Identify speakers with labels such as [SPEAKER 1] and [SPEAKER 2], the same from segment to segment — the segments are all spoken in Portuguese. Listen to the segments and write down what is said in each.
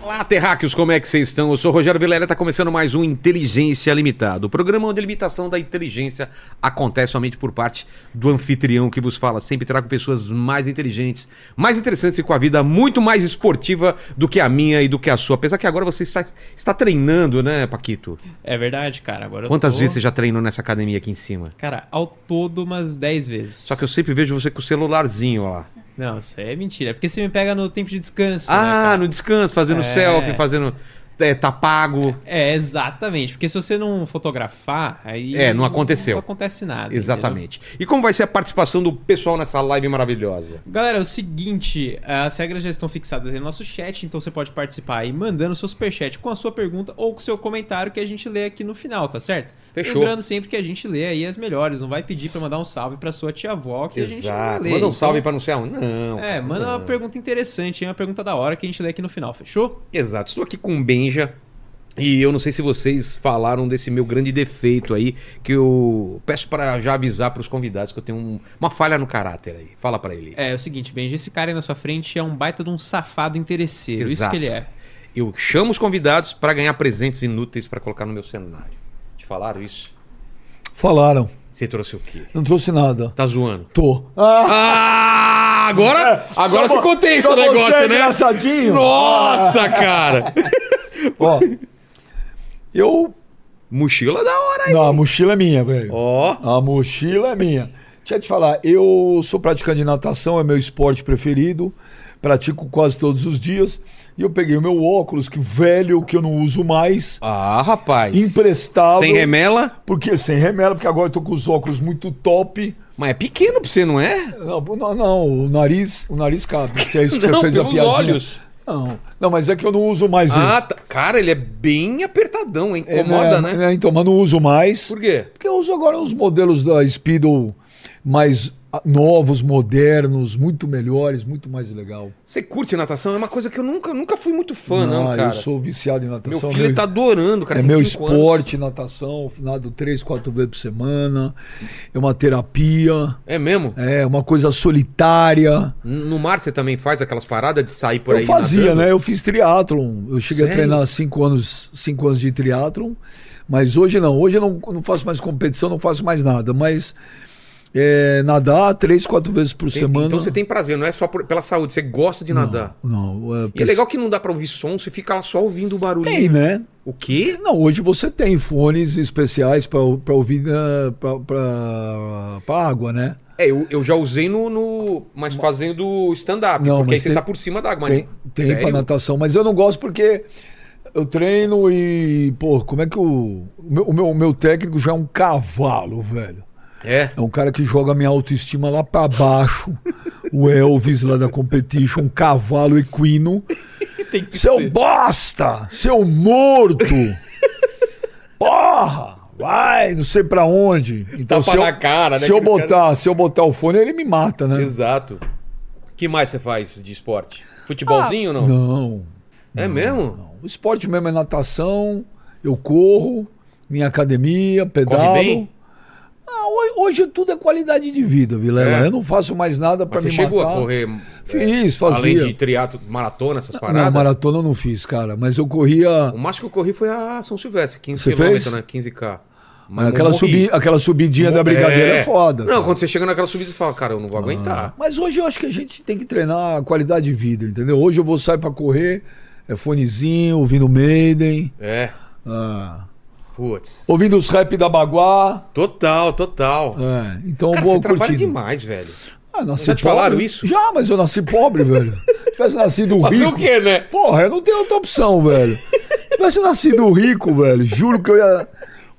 [SPEAKER 1] Olá, terráqueos, como é que vocês estão? Eu sou Rogério Vilela, está começando mais um Inteligência Limitada, o programa onde a limitação da inteligência acontece somente por parte do anfitrião que vos fala. Sempre trago pessoas mais inteligentes, mais interessantes e com a vida muito mais esportiva do que a minha e do que a sua. Apesar que agora você está, está treinando, né, Paquito?
[SPEAKER 2] É verdade, cara. Agora eu
[SPEAKER 1] Quantas
[SPEAKER 2] tô-
[SPEAKER 1] vezes você já treinou nessa academia aqui em cima?
[SPEAKER 2] Cara, ao todo umas 10 vezes.
[SPEAKER 1] Só que eu sempre vejo você com o celularzinho lá.
[SPEAKER 2] Não, isso aí é mentira. É porque você me pega no tempo de descanso. né,
[SPEAKER 1] Ah,
[SPEAKER 2] cara?
[SPEAKER 1] no descanso, fazendo
[SPEAKER 2] É.
[SPEAKER 1] selfie, fazendo. É, tá pago.
[SPEAKER 2] É, exatamente. Porque se você não fotografar, aí.
[SPEAKER 1] É, não aconteceu.
[SPEAKER 2] Não acontece nada. entendeu?
[SPEAKER 1] Exatamente. E como vai ser a participação do pessoal nessa live maravilhosa?
[SPEAKER 2] Galera, é o seguinte, as regras já estão fixadas aí no nosso chat, então você pode participar aí mandando seu superchat com a sua pergunta ou com o seu comentário que a gente lê aqui no final, tá certo?
[SPEAKER 1] Fechou.
[SPEAKER 2] Lembrando sempre que a gente lê aí as melhores, não vai pedir pra mandar um salve pra sua tia-avó que a gente não vai ler.
[SPEAKER 1] Manda um
[SPEAKER 2] Então,
[SPEAKER 1] salve pra não sei aonde. Não.
[SPEAKER 2] É,
[SPEAKER 1] cara,
[SPEAKER 2] manda
[SPEAKER 1] não.
[SPEAKER 2] uma pergunta interessante, hein? uma pergunta da hora que a gente lê aqui no final, fechou?
[SPEAKER 1] Exato. Estou aqui com o Benja. E eu não sei se vocês falaram desse meu grande defeito aí, que eu peço pra já avisar pros convidados que eu tenho um- uma falha no caráter aí. Fala pra ele.
[SPEAKER 2] É, é o seguinte, Benji, esse cara aí na sua frente é um baita de um safado interesseiro, isso
[SPEAKER 1] Exato.
[SPEAKER 2] que ele é.
[SPEAKER 1] Eu chamo os convidados pra ganhar presentes inúteis pra colocar no meu cenário. Te falaram isso?
[SPEAKER 3] Falaram.
[SPEAKER 1] Você trouxe o quê?
[SPEAKER 3] Não trouxe nada.
[SPEAKER 1] Tá zoando?
[SPEAKER 3] Tô. Ah,
[SPEAKER 1] Ah,
[SPEAKER 2] É.
[SPEAKER 1] agora, agora
[SPEAKER 3] É, só vo-
[SPEAKER 1] ficou tenso
[SPEAKER 3] só
[SPEAKER 1] o negócio,
[SPEAKER 3] você é
[SPEAKER 1] né?
[SPEAKER 3] engraçadinho.
[SPEAKER 1] Nossa, cara!
[SPEAKER 3] ó. Eu.
[SPEAKER 1] Mochila da hora, hein?
[SPEAKER 3] Não, a mochila é minha, velho.
[SPEAKER 1] Ó,
[SPEAKER 3] A mochila é minha. Deixa eu te falar, eu sou praticante de natação, é meu esporte preferido. Pratico quase todos os dias. E eu peguei o meu óculos, que velho, que eu não uso mais.
[SPEAKER 1] Ah, rapaz.
[SPEAKER 3] Emprestado.
[SPEAKER 1] Sem remela?
[SPEAKER 3] Porque sem remela, porque agora eu tô com os óculos muito top.
[SPEAKER 1] Mas é pequeno pra você, não é?
[SPEAKER 3] Não, não, não, o nariz, o nariz cabe. Se é isso que
[SPEAKER 1] Não,
[SPEAKER 3] você fez a
[SPEAKER 1] pelos
[SPEAKER 3] piadinha.
[SPEAKER 1] olhos.
[SPEAKER 3] Não, não, mas é que eu não uso mais isso.
[SPEAKER 1] Ah, tá. cara, ele é bem apertadão, hein?
[SPEAKER 3] É,
[SPEAKER 1] Incomoda, né?
[SPEAKER 3] é, Então, mas não uso mais.
[SPEAKER 1] Por quê?
[SPEAKER 3] Porque eu uso agora os modelos da Speedo mais ah, novos, modernos, muito melhores, muito mais legal.
[SPEAKER 1] Você curte natação? É uma coisa que eu nunca, nunca fui muito fã, não,
[SPEAKER 3] Ah,
[SPEAKER 1] cara.
[SPEAKER 3] Eu sou viciado em natação.
[SPEAKER 1] Meu filho tá adorando, cara.
[SPEAKER 3] é
[SPEAKER 1] tem
[SPEAKER 3] meu
[SPEAKER 1] cinco anos.
[SPEAKER 3] esporte, natação, nado três, quatro vezes por semana. É uma terapia,
[SPEAKER 1] É mesmo?
[SPEAKER 3] é uma coisa solitária.
[SPEAKER 1] No mar você também faz aquelas paradas de sair por
[SPEAKER 3] eu
[SPEAKER 1] aí
[SPEAKER 3] fazia,
[SPEAKER 1] nadando?
[SPEAKER 3] né? Eu fiz triatlon. Eu cheguei
[SPEAKER 1] Sério?
[SPEAKER 3] a treinar cinco anos, cinco anos de triatlon, mas hoje não. Hoje eu não, não faço mais competição, não faço mais nada. Mas é, nadar três, quatro vezes por
[SPEAKER 1] Tem-
[SPEAKER 3] semana.
[SPEAKER 1] Então você tem prazer, não é só por- pela saúde, você gosta de nadar.
[SPEAKER 3] Não, é,
[SPEAKER 1] E é legal que não dá pra ouvir som, você fica lá só ouvindo o barulho.
[SPEAKER 3] tem, né?
[SPEAKER 1] O quê?
[SPEAKER 3] Não, hoje você tem fones especiais para ouvir né, pra- pra para água, né?
[SPEAKER 1] É, eu, eu já usei no. no- mas fazendo stand-up,
[SPEAKER 3] Não,
[SPEAKER 1] porque
[SPEAKER 3] mas
[SPEAKER 1] aí você
[SPEAKER 3] tem-
[SPEAKER 1] tá por cima da água. mas-
[SPEAKER 3] Tem, tem
[SPEAKER 1] Sério?
[SPEAKER 3] pra natação, mas eu não gosto porque eu treino e, pô, como é que o. O meu, o meu, o meu técnico já é um cavalo, velho.
[SPEAKER 1] É.
[SPEAKER 3] É um cara que joga minha autoestima lá pra baixo. o Elvis lá da competition, um cavalo equino. Seu bosta! Seu morto! Porra! Vai, não sei pra onde. Então,
[SPEAKER 1] Tapa
[SPEAKER 3] se eu,
[SPEAKER 1] na cara, né,
[SPEAKER 3] se eu
[SPEAKER 1] aquele cara?
[SPEAKER 3] botar, se eu botar o fone, ele me mata, né?
[SPEAKER 1] Exato. que mais você faz de esporte? Futebolzinho ou não?
[SPEAKER 3] Ah, Não.
[SPEAKER 1] É mesmo?
[SPEAKER 3] não. O esporte mesmo é natação, eu corro, minha academia, pedalo.
[SPEAKER 1] Corre bem?
[SPEAKER 3] Ah, ho- hoje tudo é qualidade de vida, Vilela.
[SPEAKER 1] É.
[SPEAKER 3] Eu não faço mais nada pra
[SPEAKER 1] Mas
[SPEAKER 3] me
[SPEAKER 1] você chegou
[SPEAKER 3] matar.
[SPEAKER 1] a correr.
[SPEAKER 3] Fiz,
[SPEAKER 1] é,
[SPEAKER 3] fazia. Ah,
[SPEAKER 1] Além de triatlo, maratona, essas paradas?
[SPEAKER 3] Não, maratona eu não fiz, cara. Mas eu corria.
[SPEAKER 1] O máximo que eu corri foi a São Silvestre, 15
[SPEAKER 3] Você
[SPEAKER 1] km,
[SPEAKER 3] fez?
[SPEAKER 1] né? 15K.
[SPEAKER 3] Mas
[SPEAKER 1] eu
[SPEAKER 3] aquela,
[SPEAKER 1] morri.
[SPEAKER 3] subi, aquela subidinha da brigadeira é, foda.
[SPEAKER 1] Não,
[SPEAKER 3] cara. Ah.
[SPEAKER 1] quando você chega naquela subida, você fala, cara, eu não vou aguentar.
[SPEAKER 3] Mas hoje eu acho que a gente tem que treinar a qualidade de vida, entendeu? Hoje eu vou sair pra correr, é fonezinho, ouvindo Maiden,
[SPEAKER 1] É.
[SPEAKER 3] ah,
[SPEAKER 1] Putz.
[SPEAKER 3] ouvindo os rap da Baguá.
[SPEAKER 1] Total, total.
[SPEAKER 3] é, então
[SPEAKER 1] Cara,
[SPEAKER 3] eu
[SPEAKER 1] você
[SPEAKER 3] vou
[SPEAKER 1] trabalha
[SPEAKER 3] curtindo.
[SPEAKER 1] demais, velho.
[SPEAKER 3] Ah, nasci
[SPEAKER 1] Já te
[SPEAKER 3] pobre.
[SPEAKER 1] falaram isso?
[SPEAKER 3] Já, mas eu nasci pobre, velho. Se tivesse nascido
[SPEAKER 1] Fazer
[SPEAKER 3] rico.
[SPEAKER 1] o quê, né?
[SPEAKER 3] Porra, eu não tenho outra opção, velho. Se tivesse nascido um rico, velho, juro que eu ia.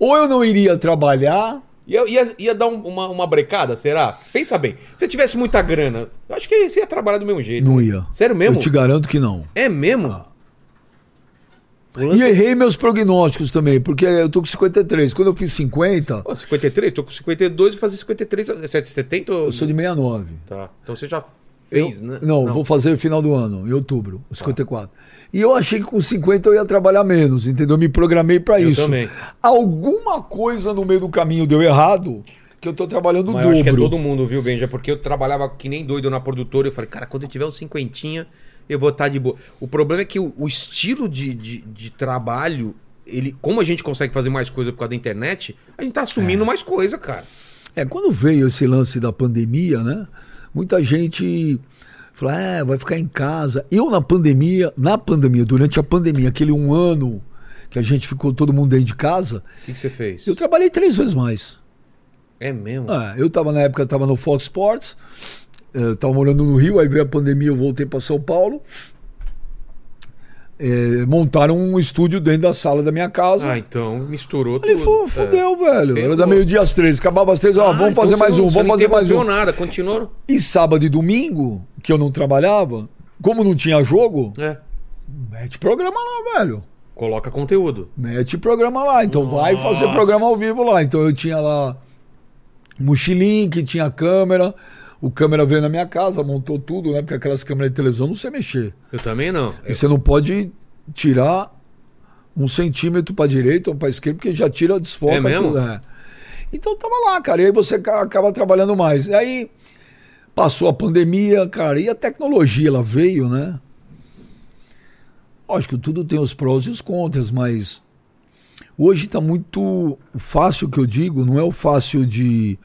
[SPEAKER 3] Ou eu não iria trabalhar.
[SPEAKER 1] Ia, ia, ia dar um- uma, uma brecada, será? Pensa bem. Se você tivesse muita grana, eu acho que você ia trabalhar do mesmo jeito.
[SPEAKER 3] Não ia.
[SPEAKER 1] Sério mesmo?
[SPEAKER 3] Eu te garanto que não.
[SPEAKER 1] É mesmo? O
[SPEAKER 3] E
[SPEAKER 1] lance é-
[SPEAKER 3] errei meus prognósticos também, porque eu tô com 53. Quando eu fiz 50,
[SPEAKER 1] Pô, 53, tô com 52 e fazer 53, 770
[SPEAKER 3] eu sou de 69.
[SPEAKER 1] Tá. Então você já
[SPEAKER 3] Eu-
[SPEAKER 1] fez, né?
[SPEAKER 3] Não, eu vou fazer final do ano, em outubro, os 54. E eu achei que com 50 eu ia trabalhar menos, entendeu? Eu me programei pra
[SPEAKER 1] Eu
[SPEAKER 3] isso.
[SPEAKER 1] também.
[SPEAKER 3] Alguma coisa no meio do caminho deu errado, que eu tô trabalhando o
[SPEAKER 1] Mas eu acho que é
[SPEAKER 3] dobro.
[SPEAKER 1] todo mundo, viu, Benja? Porque eu trabalhava que nem doido na produtora. Eu falei, cara, quando eu tiver os um cinquentinha, eu vou estar de boa. O problema é que o, o estilo de, de, de trabalho, ele, como a gente consegue fazer mais coisa por causa da internet, a gente tá assumindo mais coisa, cara.
[SPEAKER 3] É, quando veio esse lance da pandemia, né? Muita gente falou, é, vai ficar em casa. Eu na pandemia, na pandemia, durante a pandemia, aquele um ano que a gente ficou todo mundo dentro de casa,
[SPEAKER 1] O que, que você fez?
[SPEAKER 3] eu trabalhei três vezes mais.
[SPEAKER 1] É mesmo?
[SPEAKER 3] Ah, eu tava na época, tava no Fox Sports, eh, tava morando no Rio, aí veio a pandemia, eu voltei para São Paulo. Eh, montaram um estúdio dentro da sala da minha casa.
[SPEAKER 1] Ah, então misturou
[SPEAKER 3] Ele
[SPEAKER 1] tudo.
[SPEAKER 3] falou,
[SPEAKER 1] É.
[SPEAKER 3] fudeu, velho.
[SPEAKER 1] Ferrou.
[SPEAKER 3] Era da meio-dia às três. Acabava às três, ó,
[SPEAKER 1] Ah,
[SPEAKER 3] vamos
[SPEAKER 1] então
[SPEAKER 3] fazer
[SPEAKER 1] você
[SPEAKER 3] mais
[SPEAKER 1] não-
[SPEAKER 3] um,
[SPEAKER 1] você
[SPEAKER 3] vamos
[SPEAKER 1] não
[SPEAKER 3] fazer mais um.
[SPEAKER 1] interrompeu nada, continuou.
[SPEAKER 3] E sábado e domingo, que eu não trabalhava, como não tinha jogo,
[SPEAKER 1] É.
[SPEAKER 3] mete programa lá, velho.
[SPEAKER 1] Coloca conteúdo.
[SPEAKER 3] Mete programa lá. Então vai fazer programa ao vivo lá. Então eu tinha lá mochilinho, que tinha câmera. O câmera veio na minha casa, montou tudo, né? Porque aquelas câmeras de televisão não sei mexer.
[SPEAKER 1] Eu também não.
[SPEAKER 3] E você não pode tirar um centímetro pra direita ou pra esquerda, porque já tira, desfoca.
[SPEAKER 1] É mesmo?
[SPEAKER 3] Tudo, é. Então tava lá, cara. E aí você ca- acaba trabalhando mais. E aí passou a pandemia, cara. E a tecnologia, ela veio, né? Lógico, tudo tem os prós e os contras, mas hoje tá muito fácil, o que eu digo, não é o fácil de...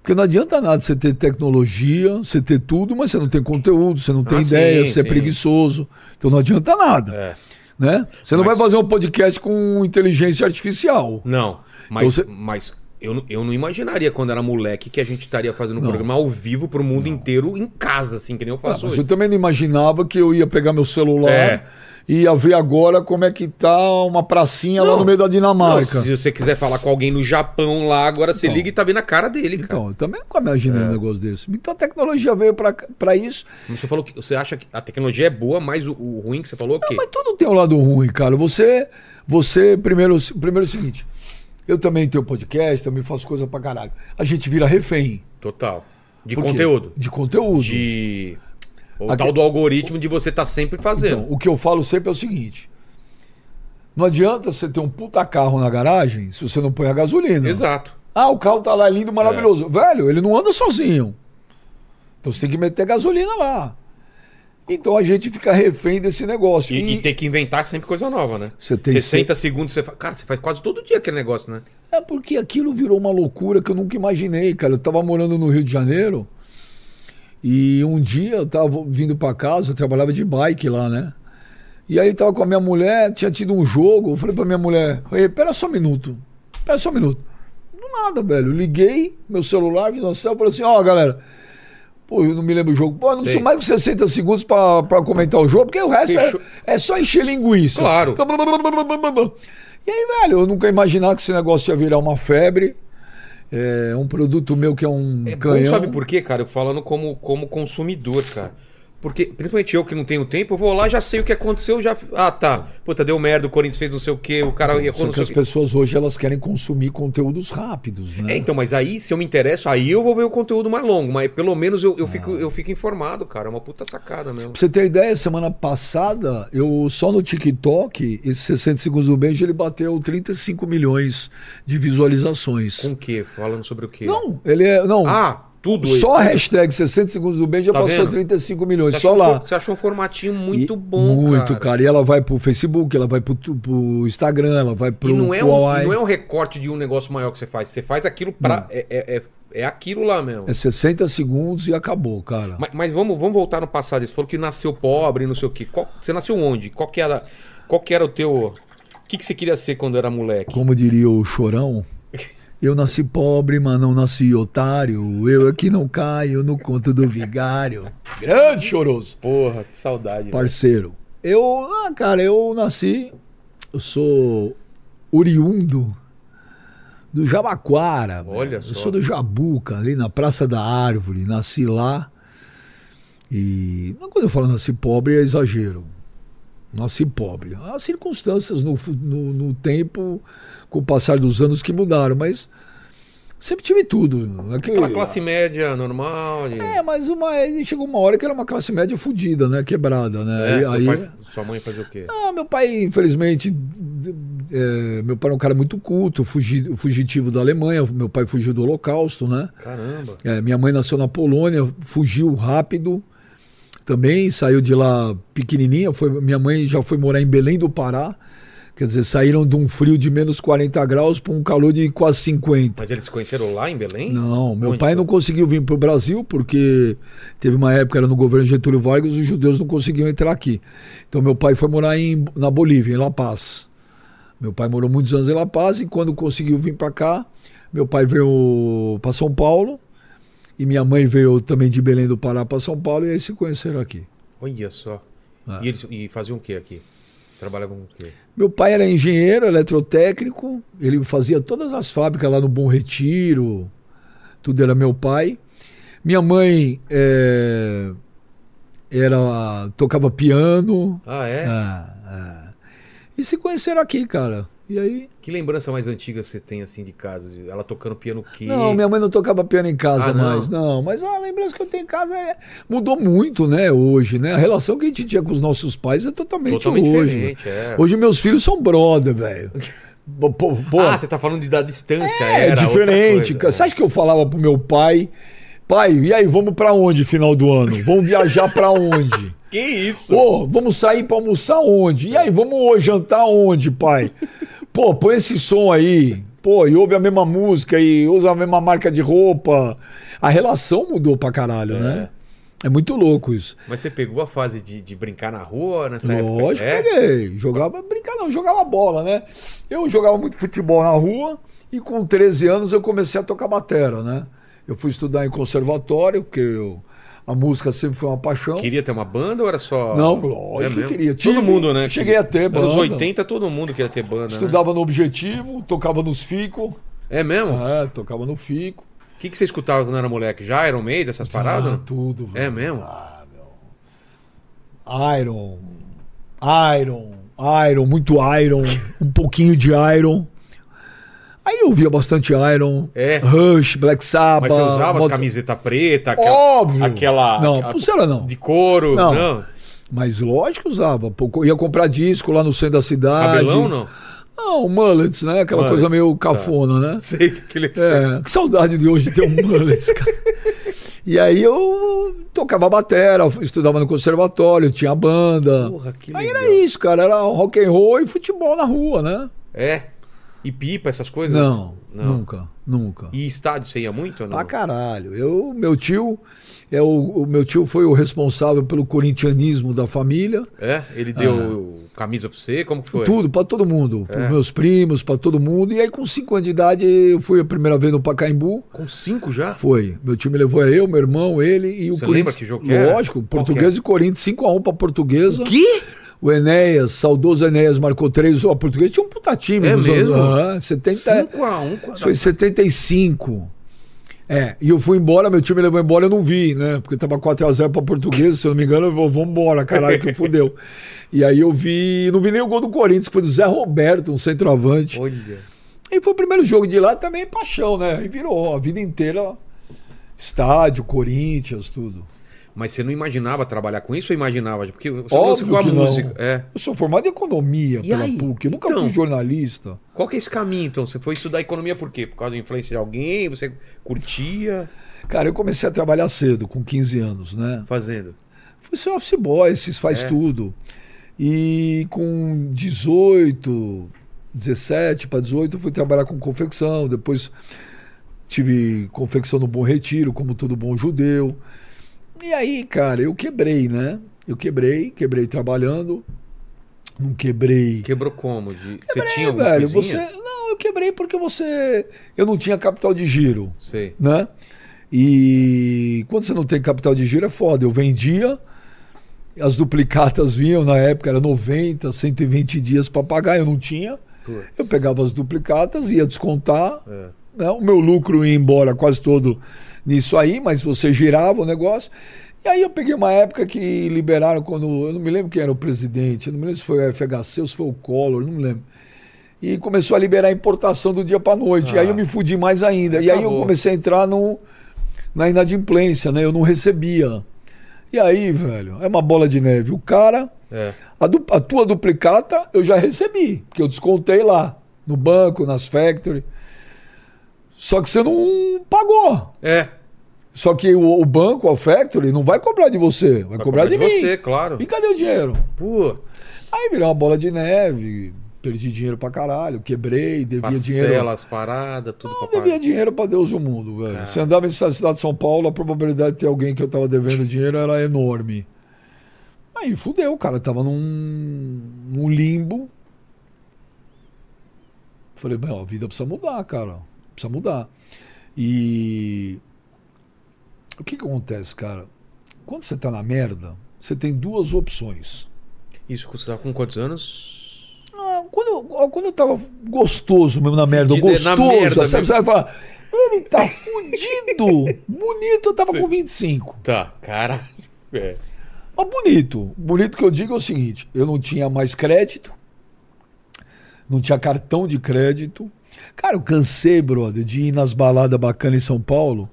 [SPEAKER 3] Porque não adianta nada você ter tecnologia, você ter tudo, mas você não tem conteúdo, você não tem
[SPEAKER 1] Ah,
[SPEAKER 3] ideia,
[SPEAKER 1] sim,
[SPEAKER 3] você é
[SPEAKER 1] sim.
[SPEAKER 3] preguiçoso. Então não adianta nada
[SPEAKER 1] É.
[SPEAKER 3] né? Você não
[SPEAKER 1] Mas-
[SPEAKER 3] vai fazer um podcast com inteligência artificial.
[SPEAKER 1] Não, mas,
[SPEAKER 3] Então você-
[SPEAKER 1] mas eu, não- eu não imaginaria quando era moleque que a gente estaria fazendo um
[SPEAKER 3] Não.
[SPEAKER 1] programa ao vivo pro mundo inteiro em casa, assim, que nem eu
[SPEAKER 3] Ah,
[SPEAKER 1] faço
[SPEAKER 3] mas eu
[SPEAKER 1] hoje.
[SPEAKER 3] também não imaginava que eu ia pegar meu celular
[SPEAKER 1] É.
[SPEAKER 3] e ia ver agora como é que tá uma pracinha lá
[SPEAKER 1] Não.
[SPEAKER 3] no meio da
[SPEAKER 1] Não,
[SPEAKER 3] Dinamarca.
[SPEAKER 1] se você quiser falar com alguém no Japão lá, agora você
[SPEAKER 3] Então.
[SPEAKER 1] liga e tá vendo a cara dele, cara. É.
[SPEAKER 3] Então, eu também nunca imaginei um negócio desse. Então a tecnologia veio pra pra isso.
[SPEAKER 1] Mas Você falou que você acha que a tecnologia é boa, mas o, o ruim que você falou é o quê?
[SPEAKER 3] Mas tudo tem um lado ruim, cara. Você, você primeiro, primeiro é o seguinte. Eu também tenho podcast, também faço coisa pra caralho. A gente vira refém.
[SPEAKER 1] Total. De
[SPEAKER 3] Por quê?
[SPEAKER 1] conteúdo.
[SPEAKER 3] De conteúdo.
[SPEAKER 1] De. O
[SPEAKER 3] Aque-
[SPEAKER 1] tal do algoritmo de você tá sempre fazendo.
[SPEAKER 3] Então, o que eu falo sempre é o seguinte: não adianta você ter um puta carro na garagem se você não põe a gasolina.
[SPEAKER 1] Exato. É.
[SPEAKER 3] Ah, o carro tá lá lindo, maravilhoso. Velho, ele não anda sozinho. Então você tem que meter gasolina lá. Então a gente fica refém desse negócio.
[SPEAKER 1] E, e tem que inventar sempre coisa nova, né?
[SPEAKER 3] Você tem
[SPEAKER 1] 60 segundos, você faz. Cara, você faz quase todo dia aquele negócio, né?
[SPEAKER 3] É porque aquilo virou uma loucura que eu nunca imaginei, cara. Eu tava morando no Rio de Janeiro e um dia eu tava vindo pra casa, eu trabalhava de bike lá, né? E aí eu tava com a minha mulher, tinha tido um jogo, eu falei pra minha mulher, "Ei, pera só um minuto, pera só um minuto. Do nada, velho. Eu Liguei meu celular, fiz uma selfie, falei assim, ó, galera, pô, eu não me lembro o jogo. Pô, eu não preciso
[SPEAKER 1] Sei.
[SPEAKER 3] mais de 60 segundos pra, pra comentar o jogo, porque o resto é,
[SPEAKER 1] Fechou.
[SPEAKER 3] é só encher linguiça.
[SPEAKER 1] Claro.
[SPEAKER 3] Então, blá, blá, blá, blá, blá, blá, blá. E aí, velho, eu nunca imaginava que esse negócio ia virar uma febre. É um produto meu que é um
[SPEAKER 1] É bom,
[SPEAKER 3] canhão.
[SPEAKER 1] sabe por quê, cara? Eu falando como, como consumidor, cara. Porque, principalmente eu que não tenho tempo, eu vou lá, já sei o que aconteceu, já. Ah, tá. Puta, deu merda, o Corinthians fez não sei o quê, o cara errou
[SPEAKER 3] Só
[SPEAKER 1] não
[SPEAKER 3] que
[SPEAKER 1] sei
[SPEAKER 3] as
[SPEAKER 1] o quê.
[SPEAKER 3] pessoas hoje elas querem consumir conteúdos rápidos, né?
[SPEAKER 1] É, então, mas aí, se eu me interesso, aí eu vou ver o conteúdo mais longo. Mas pelo menos eu, eu, fico, eu fico informado, cara. É uma puta sacada mesmo.
[SPEAKER 3] Pra você ter ideia, semana passada, eu só no TikTok, esse 60 segundos do beijo, ele bateu 35 milhões de visualizações.
[SPEAKER 1] Com o quê? Falando sobre o quê?
[SPEAKER 3] Não, ele é. Não,
[SPEAKER 1] Ah, tudo
[SPEAKER 3] só a
[SPEAKER 1] ele.
[SPEAKER 3] hashtag 60 segundos do beijo já
[SPEAKER 1] Tá
[SPEAKER 3] passou
[SPEAKER 1] vendo?
[SPEAKER 3] 35
[SPEAKER 1] Você
[SPEAKER 3] milhões,
[SPEAKER 1] achou um
[SPEAKER 3] só lá.
[SPEAKER 1] for- Você achou um formatinho muito
[SPEAKER 3] E-
[SPEAKER 1] bom,
[SPEAKER 3] Muito,
[SPEAKER 1] cara.
[SPEAKER 3] cara. E ela vai pro Facebook, ela vai pro, tu- pro Instagram, ela vai pro,
[SPEAKER 1] e não é,
[SPEAKER 3] pro
[SPEAKER 1] um,
[SPEAKER 3] Hawaii.
[SPEAKER 1] não é um recorte de um negócio maior que você faz. Você faz aquilo pra. É, é, é, é aquilo lá mesmo.
[SPEAKER 3] É 60 segundos e acabou, cara.
[SPEAKER 1] Tá. Mas, mas vamos, vamos voltar no passado. Você falou que nasceu pobre, não sei o quê. Qual- você nasceu onde? Qual que era, qual que era o teu. O que, que você queria ser quando era moleque?
[SPEAKER 3] Como diria o Chorão, eu nasci pobre, mas não nasci otário. Eu é que não caio no conto do vigário. Grande choroso.
[SPEAKER 1] Porra, que saudade. velho.
[SPEAKER 3] Parceiro, eu, ah, cara, eu nasci, eu sou oriundo do Jabaquara.
[SPEAKER 1] Olha
[SPEAKER 3] velho. Eu
[SPEAKER 1] só.
[SPEAKER 3] sou do Jabuca, ali na Praça da Árvore, nasci lá. E não, quando eu falo nasci pobre é exagero. Nasci pobre. As circunstâncias no, fu- no, no tempo, com o passar dos anos que mudaram, mas sempre tive tudo. Aqui-
[SPEAKER 1] Aquela classe média normal. De... né?
[SPEAKER 3] É, mas uma, chegou uma hora que era uma classe média fudida, né? Quebrada, né?
[SPEAKER 1] É,
[SPEAKER 3] E
[SPEAKER 1] teu
[SPEAKER 3] aí,
[SPEAKER 1] pai- sua mãe fazia o quê?
[SPEAKER 3] ah, meu pai, infelizmente, d- d- é, meu pai era um cara muito culto, fugi- fugitivo da Alemanha, meu pai fugiu do Holocausto, né?
[SPEAKER 1] Caramba.
[SPEAKER 3] É, minha mãe nasceu na Polônia, fugiu rápido, também saiu de lá pequenininha. Foi, minha mãe já foi morar em Belém do Pará. Quer dizer, saíram de um frio de menos 40 graus para um calor de quase 50.
[SPEAKER 1] Mas eles se conheceram lá em Belém?
[SPEAKER 3] Não, meu
[SPEAKER 1] Onde
[SPEAKER 3] pai
[SPEAKER 1] foi?
[SPEAKER 3] não conseguiu vir para o Brasil porque teve uma época, era no governo Getúlio Vargas, os judeus não conseguiam entrar aqui. Então meu pai foi morar em, na Bolívia, em La Paz. Meu pai morou muitos anos em La Paz e quando conseguiu vir para cá, meu pai veio para São Paulo e minha mãe veio também de Belém do Pará para São Paulo e aí se conheceram aqui.
[SPEAKER 1] Olha só.
[SPEAKER 3] É.
[SPEAKER 1] E eles e faziam o que aqui? Trabalhavam com o quê?
[SPEAKER 3] Meu pai era engenheiro, eletrotécnico, ele fazia todas as fábricas lá no Bom Retiro, tudo era meu pai. Minha mãe eh, era tocava piano.
[SPEAKER 1] Ah, é?
[SPEAKER 3] Ah, ah. E se conheceram aqui, cara. E aí?
[SPEAKER 1] Que lembrança mais antiga você tem, assim, de casa? De- Ela tocando piano que...
[SPEAKER 3] Não, minha mãe não tocava piano em casa
[SPEAKER 1] Ah, não?
[SPEAKER 3] mais, não. Mas a lembrança que eu tenho em casa é- mudou muito, né, hoje, né? A relação que a gente tinha com os nossos pais é totalmente,
[SPEAKER 1] Totalmente
[SPEAKER 3] hoje.
[SPEAKER 1] diferente, é.
[SPEAKER 3] Hoje meus filhos são brother, velho. Pô, pô, pô.
[SPEAKER 1] Ah, você tá falando de, da distância.
[SPEAKER 3] É
[SPEAKER 1] era outra
[SPEAKER 3] diferente,
[SPEAKER 1] coisa,
[SPEAKER 3] cara.
[SPEAKER 1] né?
[SPEAKER 3] Você acha que eu falava pro meu pai, pai, e aí, vamos pra onde final do ano? Vamos viajar pra onde?
[SPEAKER 1] Que isso?
[SPEAKER 3] Pô, vamos sair pra almoçar onde? E aí, vamos hoje jantar onde, pai? Pô, põe esse som aí. Pô, e ouve a mesma música e usa a mesma marca de roupa. A relação mudou pra caralho, né? É muito louco isso.
[SPEAKER 1] Mas você pegou a fase de, de brincar na rua nessa época?
[SPEAKER 3] Lógico,
[SPEAKER 1] é?
[SPEAKER 3] peguei. Jogava, brincar não, jogava bola, né? Eu jogava muito futebol na rua e com 13 anos eu comecei a tocar batera, né? Eu fui estudar em conservatório, porque eu- a música sempre foi uma paixão.
[SPEAKER 1] Queria ter uma banda ou era só...
[SPEAKER 3] Não, lógico
[SPEAKER 1] É
[SPEAKER 3] que
[SPEAKER 1] mesmo?
[SPEAKER 3] queria.
[SPEAKER 1] Todo
[SPEAKER 3] Tive,
[SPEAKER 1] mundo, né?
[SPEAKER 3] cheguei a ter
[SPEAKER 1] Nos
[SPEAKER 3] banda.
[SPEAKER 1] 80, todo mundo queria ter banda, né?
[SPEAKER 3] Estudava no Objetivo, tocava nos Fico.
[SPEAKER 1] É mesmo? O
[SPEAKER 3] É, tocava no Fico.
[SPEAKER 1] que, que você escutava quando era moleque? Já Iron Maiden, essas paradas?
[SPEAKER 3] Ah, tudo,
[SPEAKER 1] É mesmo?
[SPEAKER 3] Ah, meu. Iron. Iron. Iron, muito Iron. um pouquinho de Iron. Aí eu via bastante Iron.
[SPEAKER 1] É.
[SPEAKER 3] Rush, Black Sabbath.
[SPEAKER 1] Mas você usava as
[SPEAKER 3] Mot-
[SPEAKER 1] camisetas preta, aquela...
[SPEAKER 3] Óbvio.
[SPEAKER 1] Aquela...
[SPEAKER 3] Não,
[SPEAKER 1] aquela-
[SPEAKER 3] pulseira não.
[SPEAKER 1] De couro,
[SPEAKER 3] Não.
[SPEAKER 1] não?
[SPEAKER 3] Mas lógico que usava. pô. Eu ia comprar disco lá no centro da cidade.
[SPEAKER 1] Cabelão, não? tá.
[SPEAKER 3] Não, mullets, né? Aquela
[SPEAKER 1] Mullets,
[SPEAKER 3] coisa meio cafona, né?
[SPEAKER 1] Sei que aquele...
[SPEAKER 3] É, que saudade de hoje ter um mullet, cara. E aí eu tocava batera, estudava no conservatório, tinha banda.
[SPEAKER 1] Porra, que
[SPEAKER 3] aí
[SPEAKER 1] legal.
[SPEAKER 3] era isso, cara, era rock and roll e futebol na rua, né?
[SPEAKER 1] É. E pipa, essas coisas?
[SPEAKER 3] Não,
[SPEAKER 1] é. Não.
[SPEAKER 3] nunca, nunca.
[SPEAKER 1] E estádio você ia muito ou não?
[SPEAKER 3] Pra caralho. Eu, meu tio, é o, o meu tio foi o responsável pelo corintianismo da família.
[SPEAKER 1] É? Ele deu camisa pra você? Como que foi?
[SPEAKER 3] Ah. Tudo, pra todo mundo.
[SPEAKER 1] É.
[SPEAKER 3] Pros meus primos, pra todo mundo. E aí, com cinco anos de idade, eu fui a primeira vez no Pacaembu.
[SPEAKER 1] Com cinco já?
[SPEAKER 3] Foi. Meu time levou eu, meu irmão, ele e o
[SPEAKER 1] Você lembra
[SPEAKER 3] Corinthians.
[SPEAKER 1] que jogo que era?
[SPEAKER 3] Lógico,
[SPEAKER 1] Qual que
[SPEAKER 3] português
[SPEAKER 1] era?
[SPEAKER 3] e Corinthians, 5x1 pra portuguesa.
[SPEAKER 1] Que?
[SPEAKER 3] O Enéas, saudoso Enéas, marcou 3 A portuguesa tinha um puta time.
[SPEAKER 1] É
[SPEAKER 3] nos anos-
[SPEAKER 1] mesmo?
[SPEAKER 3] Aham, 70,
[SPEAKER 1] 5x1.
[SPEAKER 3] tá- isso foi em 75. É, e eu fui embora, meu time levou embora, eu não vi, né? Porque tava 4x0 pra portuguesa, se eu não me engano, eu vou, vou embora, caralho, que fudeu. E aí eu vi, não vi nem o gol do Corinthians, foi do Zé Roberto, um centroavante.
[SPEAKER 1] Olha.
[SPEAKER 3] E foi o primeiro jogo de lá também, paixão, né? E virou a vida inteira estádio, Corinthians, tudo.
[SPEAKER 1] Mas você não imaginava trabalhar com isso ou imaginava? Porque você
[SPEAKER 3] Óbvio
[SPEAKER 1] falou com a
[SPEAKER 3] que não.
[SPEAKER 1] música. É.
[SPEAKER 3] Eu sou formado em economia
[SPEAKER 1] E
[SPEAKER 3] pela
[SPEAKER 1] aí?
[SPEAKER 3] PUC, eu nunca
[SPEAKER 1] Então.
[SPEAKER 3] fui jornalista.
[SPEAKER 1] Qual que é esse caminho, então? Você foi estudar economia por quê? Por causa da influência de alguém? Você curtia
[SPEAKER 3] Cara, eu comecei a trabalhar cedo, com 15 anos, né?
[SPEAKER 1] fazendo?
[SPEAKER 3] Fui ser office boy, esses faz
[SPEAKER 1] É.
[SPEAKER 3] tudo. E com 18, 17 para 18, eu fui trabalhar com confecção. Depois tive confecção no Bom Retiro, como todo bom judeu. E aí, cara, eu quebrei, né? Eu quebrei, quebrei trabalhando. Não quebrei.
[SPEAKER 1] Quebrou como? De... você tinha
[SPEAKER 3] É,
[SPEAKER 1] alguma
[SPEAKER 3] velho, você.
[SPEAKER 1] coisinha?
[SPEAKER 3] Não, eu quebrei porque você. Eu não tinha capital de giro
[SPEAKER 1] Sei.
[SPEAKER 3] né? E quando você não tem capital de giro é foda. Eu vendia, as duplicatas vinham na época, era 90, 120 dias para pagar, eu não tinha.
[SPEAKER 1] Putz.
[SPEAKER 3] Eu pegava as duplicatas, ia descontar,
[SPEAKER 1] É.
[SPEAKER 3] né? o meu lucro ia embora quase todo nisso aí, mas você girava o negócio. E aí eu peguei uma época que liberaram quando. Eu não me lembro quem era o presidente, eu não me lembro se foi o FHC ou se foi o Collor, não me lembro. E começou a liberar a importação do dia para noite. e aí eu me fudi mais ainda. E aí eu
[SPEAKER 1] Acabou.
[SPEAKER 3] comecei a entrar no, na inadimplência, né? Eu não recebia. E aí, velho, é uma bola de neve. O cara.
[SPEAKER 1] É.
[SPEAKER 3] A, du- a tua duplicata eu já recebi, porque eu descontei lá, no banco, nas factory. Só que você não pagou.
[SPEAKER 1] É.
[SPEAKER 3] Só que o, o banco, a factory, não vai cobrar de você, vai, cobrar, de, mim.
[SPEAKER 1] você, claro.
[SPEAKER 3] E cadê o dinheiro?
[SPEAKER 1] Pô,
[SPEAKER 3] Aí virou uma bola de neve, perdi dinheiro pra caralho, quebrei, devia dinheiro.
[SPEAKER 1] parcelas, parada, tudo
[SPEAKER 3] Não
[SPEAKER 1] pra
[SPEAKER 3] devia
[SPEAKER 1] pagar.
[SPEAKER 3] dinheiro pra Deus e o mundo, velho. Você andava em cidade de São Paulo, a probabilidade de ter alguém que eu tava devendo dinheiro era enorme. Aí fudeu, cara. Tava num, num limbo. Falei, meu, a vida precisa mudar, cara. Precisa mudar. E o que que acontece, cara? Quando você tá na merda, você tem duas opções.
[SPEAKER 1] Isso custava com quantos anos?
[SPEAKER 3] Ah, quando, eu- quando eu tava gostoso mesmo na merda,
[SPEAKER 1] Fudido, é, na
[SPEAKER 3] gostoso,
[SPEAKER 1] merda
[SPEAKER 3] sabe?
[SPEAKER 1] mesmo.
[SPEAKER 3] Você vai falar, ele tá fudido, bonito, eu tava com 25.
[SPEAKER 1] Tá, caralho. É.
[SPEAKER 3] Mas bonito, bonito que eu digo é o seguinte, eu não tinha mais crédito, não tinha cartão de crédito. Cara, eu cansei, brother, de ir nas baladas bacanas em São Paulo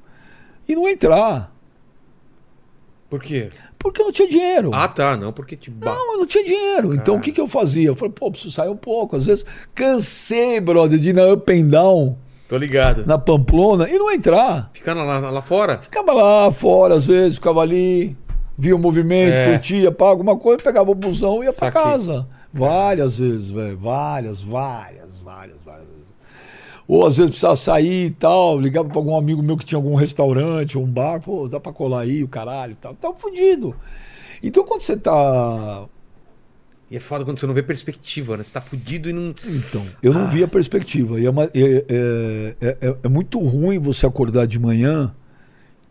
[SPEAKER 3] e não entrar,
[SPEAKER 1] Por quê?
[SPEAKER 3] porque eu não tinha dinheiro.
[SPEAKER 1] Ah, tá, não, porque te ba...
[SPEAKER 3] Não, eu não tinha dinheiro. Então o que, que eu fazia? Eu falei, pô, preciso sair um pouco. Às vezes cansei, brother, de ir na up and down.
[SPEAKER 1] Tô ligado.
[SPEAKER 3] na Pamplona e não entrar.
[SPEAKER 1] Ficando lá, lá fora?
[SPEAKER 3] Ficava lá fora, às vezes, ficava ali, via o movimento,
[SPEAKER 1] É.
[SPEAKER 3] curtia, pá, alguma coisa, pegava o busão e ia pra
[SPEAKER 1] Saquei.
[SPEAKER 3] casa. Várias vezes, velho. Várias, várias, várias, várias vezes. Ou às vezes precisava sair e tal, ligava pra algum amigo meu que tinha algum restaurante ou um bar, pô, dá pra colar aí, o caralho e tal. Tava fudido. Então quando você tá.
[SPEAKER 1] E é foda quando você não vê perspectiva, né? Você tá fudido e não.
[SPEAKER 3] Então, eu não vi a perspectiva. E é, uma- é- é- é- é- é muito ruim você acordar de manhã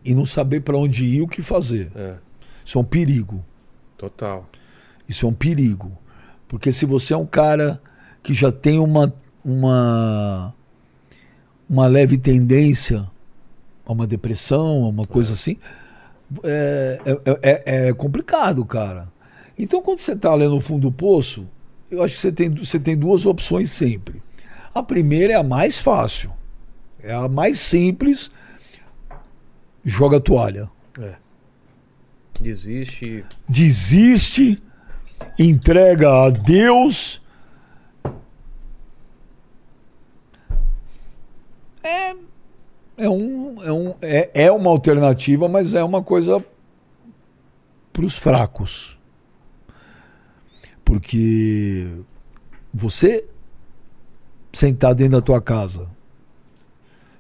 [SPEAKER 3] e não saber pra onde ir e o que fazer.
[SPEAKER 1] É,
[SPEAKER 3] Isso é um perigo.
[SPEAKER 1] total.
[SPEAKER 3] Isso é um perigo. Porque se você é um cara que já tem uma, uma, uma leve tendência a uma depressão, a uma coisa assim, é, é- é- é complicado, cara. Então, quando você está ali no fundo do poço, eu acho que você tem, du- você tem duas opções sempre. A primeira é a mais fácil, é a mais simples. Joga a toalha.
[SPEAKER 1] É. Desiste.
[SPEAKER 3] desiste, entrega a Deus. É, é, um, é, um, é, é uma alternativa, mas é uma coisa para os fracos. Porque você sentar dentro da tua casa,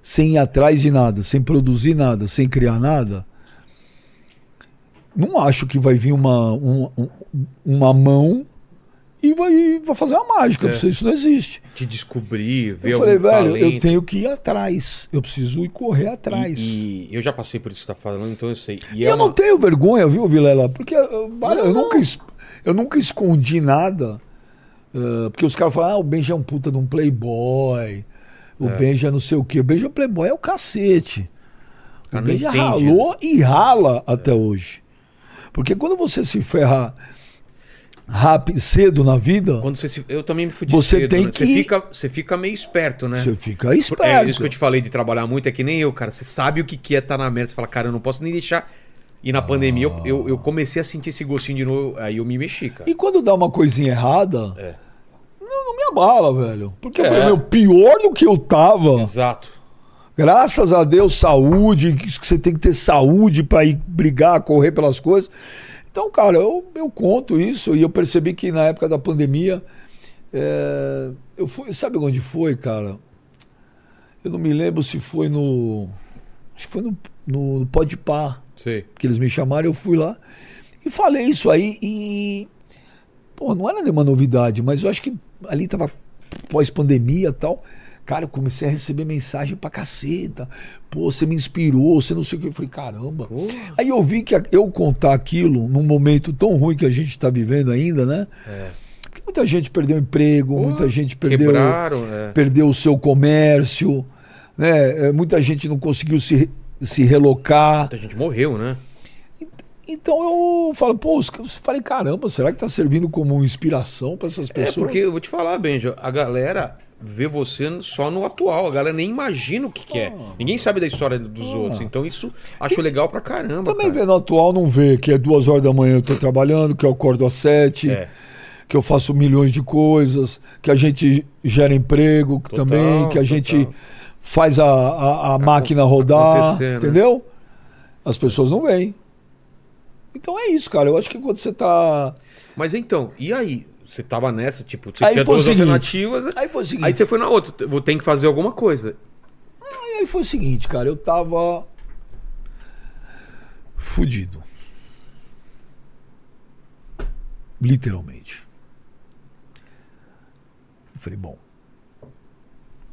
[SPEAKER 3] sem ir atrás de nada, sem produzir nada, sem criar nada, não acho que vai vir uma, um- um- uma mão e vai, vai fazer uma mágica
[SPEAKER 1] É.
[SPEAKER 3] pra você. Isso não existe.
[SPEAKER 1] Te descobrir, ver
[SPEAKER 3] eu falei,
[SPEAKER 1] algum
[SPEAKER 3] velho,
[SPEAKER 1] talento.
[SPEAKER 3] eu tenho que ir atrás. Eu preciso ir correr atrás. E,
[SPEAKER 1] E, e eu já passei por isso que você tá falando, então eu sei. E, é
[SPEAKER 3] eu
[SPEAKER 1] uma-
[SPEAKER 3] não tenho vergonha, viu, Vilela? Porque eu, olha, eu
[SPEAKER 1] Não, não.
[SPEAKER 3] nunca, es- eu nunca escondi nada. eh, porque os caras falam, ah, o Benja é um puta de um playboy. O Benja é não sei o quê. O Benja é um playboy é o cacete.
[SPEAKER 1] cara não
[SPEAKER 3] O bem já
[SPEAKER 1] entende, né?
[SPEAKER 3] ralou e rala até hoje. Porque quando você se ferra rápido, cedo na vida,
[SPEAKER 1] Quando você se- Eu também me fudi
[SPEAKER 3] Você
[SPEAKER 1] cedo,
[SPEAKER 3] tem
[SPEAKER 1] né?
[SPEAKER 3] que-
[SPEAKER 1] Você fica, você fica meio esperto, né?
[SPEAKER 3] você fica
[SPEAKER 1] É
[SPEAKER 3] esperto.
[SPEAKER 1] isso que eu te falei de trabalhar muito, é que nem eu, cara. Você sabe o que que é estar na merda. Você fala, cara, eu não posso nem deixar. E na pandemia eu, eu, eu comecei a sentir esse gostinho de novo, aí eu me mexi, cara.
[SPEAKER 3] E quando dá uma coisinha errada,
[SPEAKER 1] É.
[SPEAKER 3] não, não me abala, velho. Porque
[SPEAKER 1] É.
[SPEAKER 3] eu falei, meu, pior do que eu tava.
[SPEAKER 1] Exato.
[SPEAKER 3] Graças a Deus, saúde, que isso que você tem que ter saúde pra ir brigar, correr pelas coisas. Então, cara, eu, eu conto isso e eu percebi que na época da pandemia, é, eu fui, sabe onde foi, cara? Eu não me lembro se foi no. Acho que foi no, no, no Podpah
[SPEAKER 1] Sei.
[SPEAKER 3] que eles me chamaram, eu fui lá e falei isso aí e pô, não era nenhuma novidade, mas eu acho que ali tava pós-pandemia e tal. Cara, eu comecei a receber mensagem pra caceta. Pô, você me inspirou, você não sei o que. Eu falei, caramba. Aí eu vi que a- eu contar aquilo num momento tão ruim que a gente tá vivendo ainda, né? Porque muita gente perdeu emprego, muita gente perdeu
[SPEAKER 1] Quebraram, é.
[SPEAKER 3] perdeu o seu comércio, né? É, Muita gente não conseguiu se, re- se relocar.
[SPEAKER 1] Muita gente morreu, né?
[SPEAKER 3] Então eu falo, pô, os caras- falei, caramba, será que tá servindo como inspiração pra essas
[SPEAKER 1] É,
[SPEAKER 3] pessoas?
[SPEAKER 1] porque eu vou te falar, Benja, a galera vê você só no atual, a galera nem imagina o que, que é.
[SPEAKER 3] Ah.
[SPEAKER 1] Ninguém sabe da história dos outros, então isso acho legal pra caramba.
[SPEAKER 3] Também
[SPEAKER 1] cara.
[SPEAKER 3] vendo atual não vê que é duas horas da manhã eu tô trabalhando, que eu acordo às sete,
[SPEAKER 1] É.
[SPEAKER 3] que eu faço milhões de coisas, que a gente gera emprego
[SPEAKER 1] Total,
[SPEAKER 3] também, que a gente
[SPEAKER 1] total.
[SPEAKER 3] faz a, a, a máquina rodar,
[SPEAKER 1] acontecer, né?
[SPEAKER 3] entendeu? As pessoas não vêm. Então é isso, cara. Eu acho que quando você tá.
[SPEAKER 1] Mas então, e aí? Você tava nessa, tipo, você
[SPEAKER 3] Aí
[SPEAKER 1] tinha
[SPEAKER 3] foi o
[SPEAKER 1] duas
[SPEAKER 3] seguinte.
[SPEAKER 1] alternativas. né? Aí,
[SPEAKER 3] Aí foi o seguinte.
[SPEAKER 1] você foi na outra. Vou ter que fazer alguma coisa.
[SPEAKER 3] Aí foi o seguinte, cara, eu tava fudido. Literalmente. Eu falei, bom,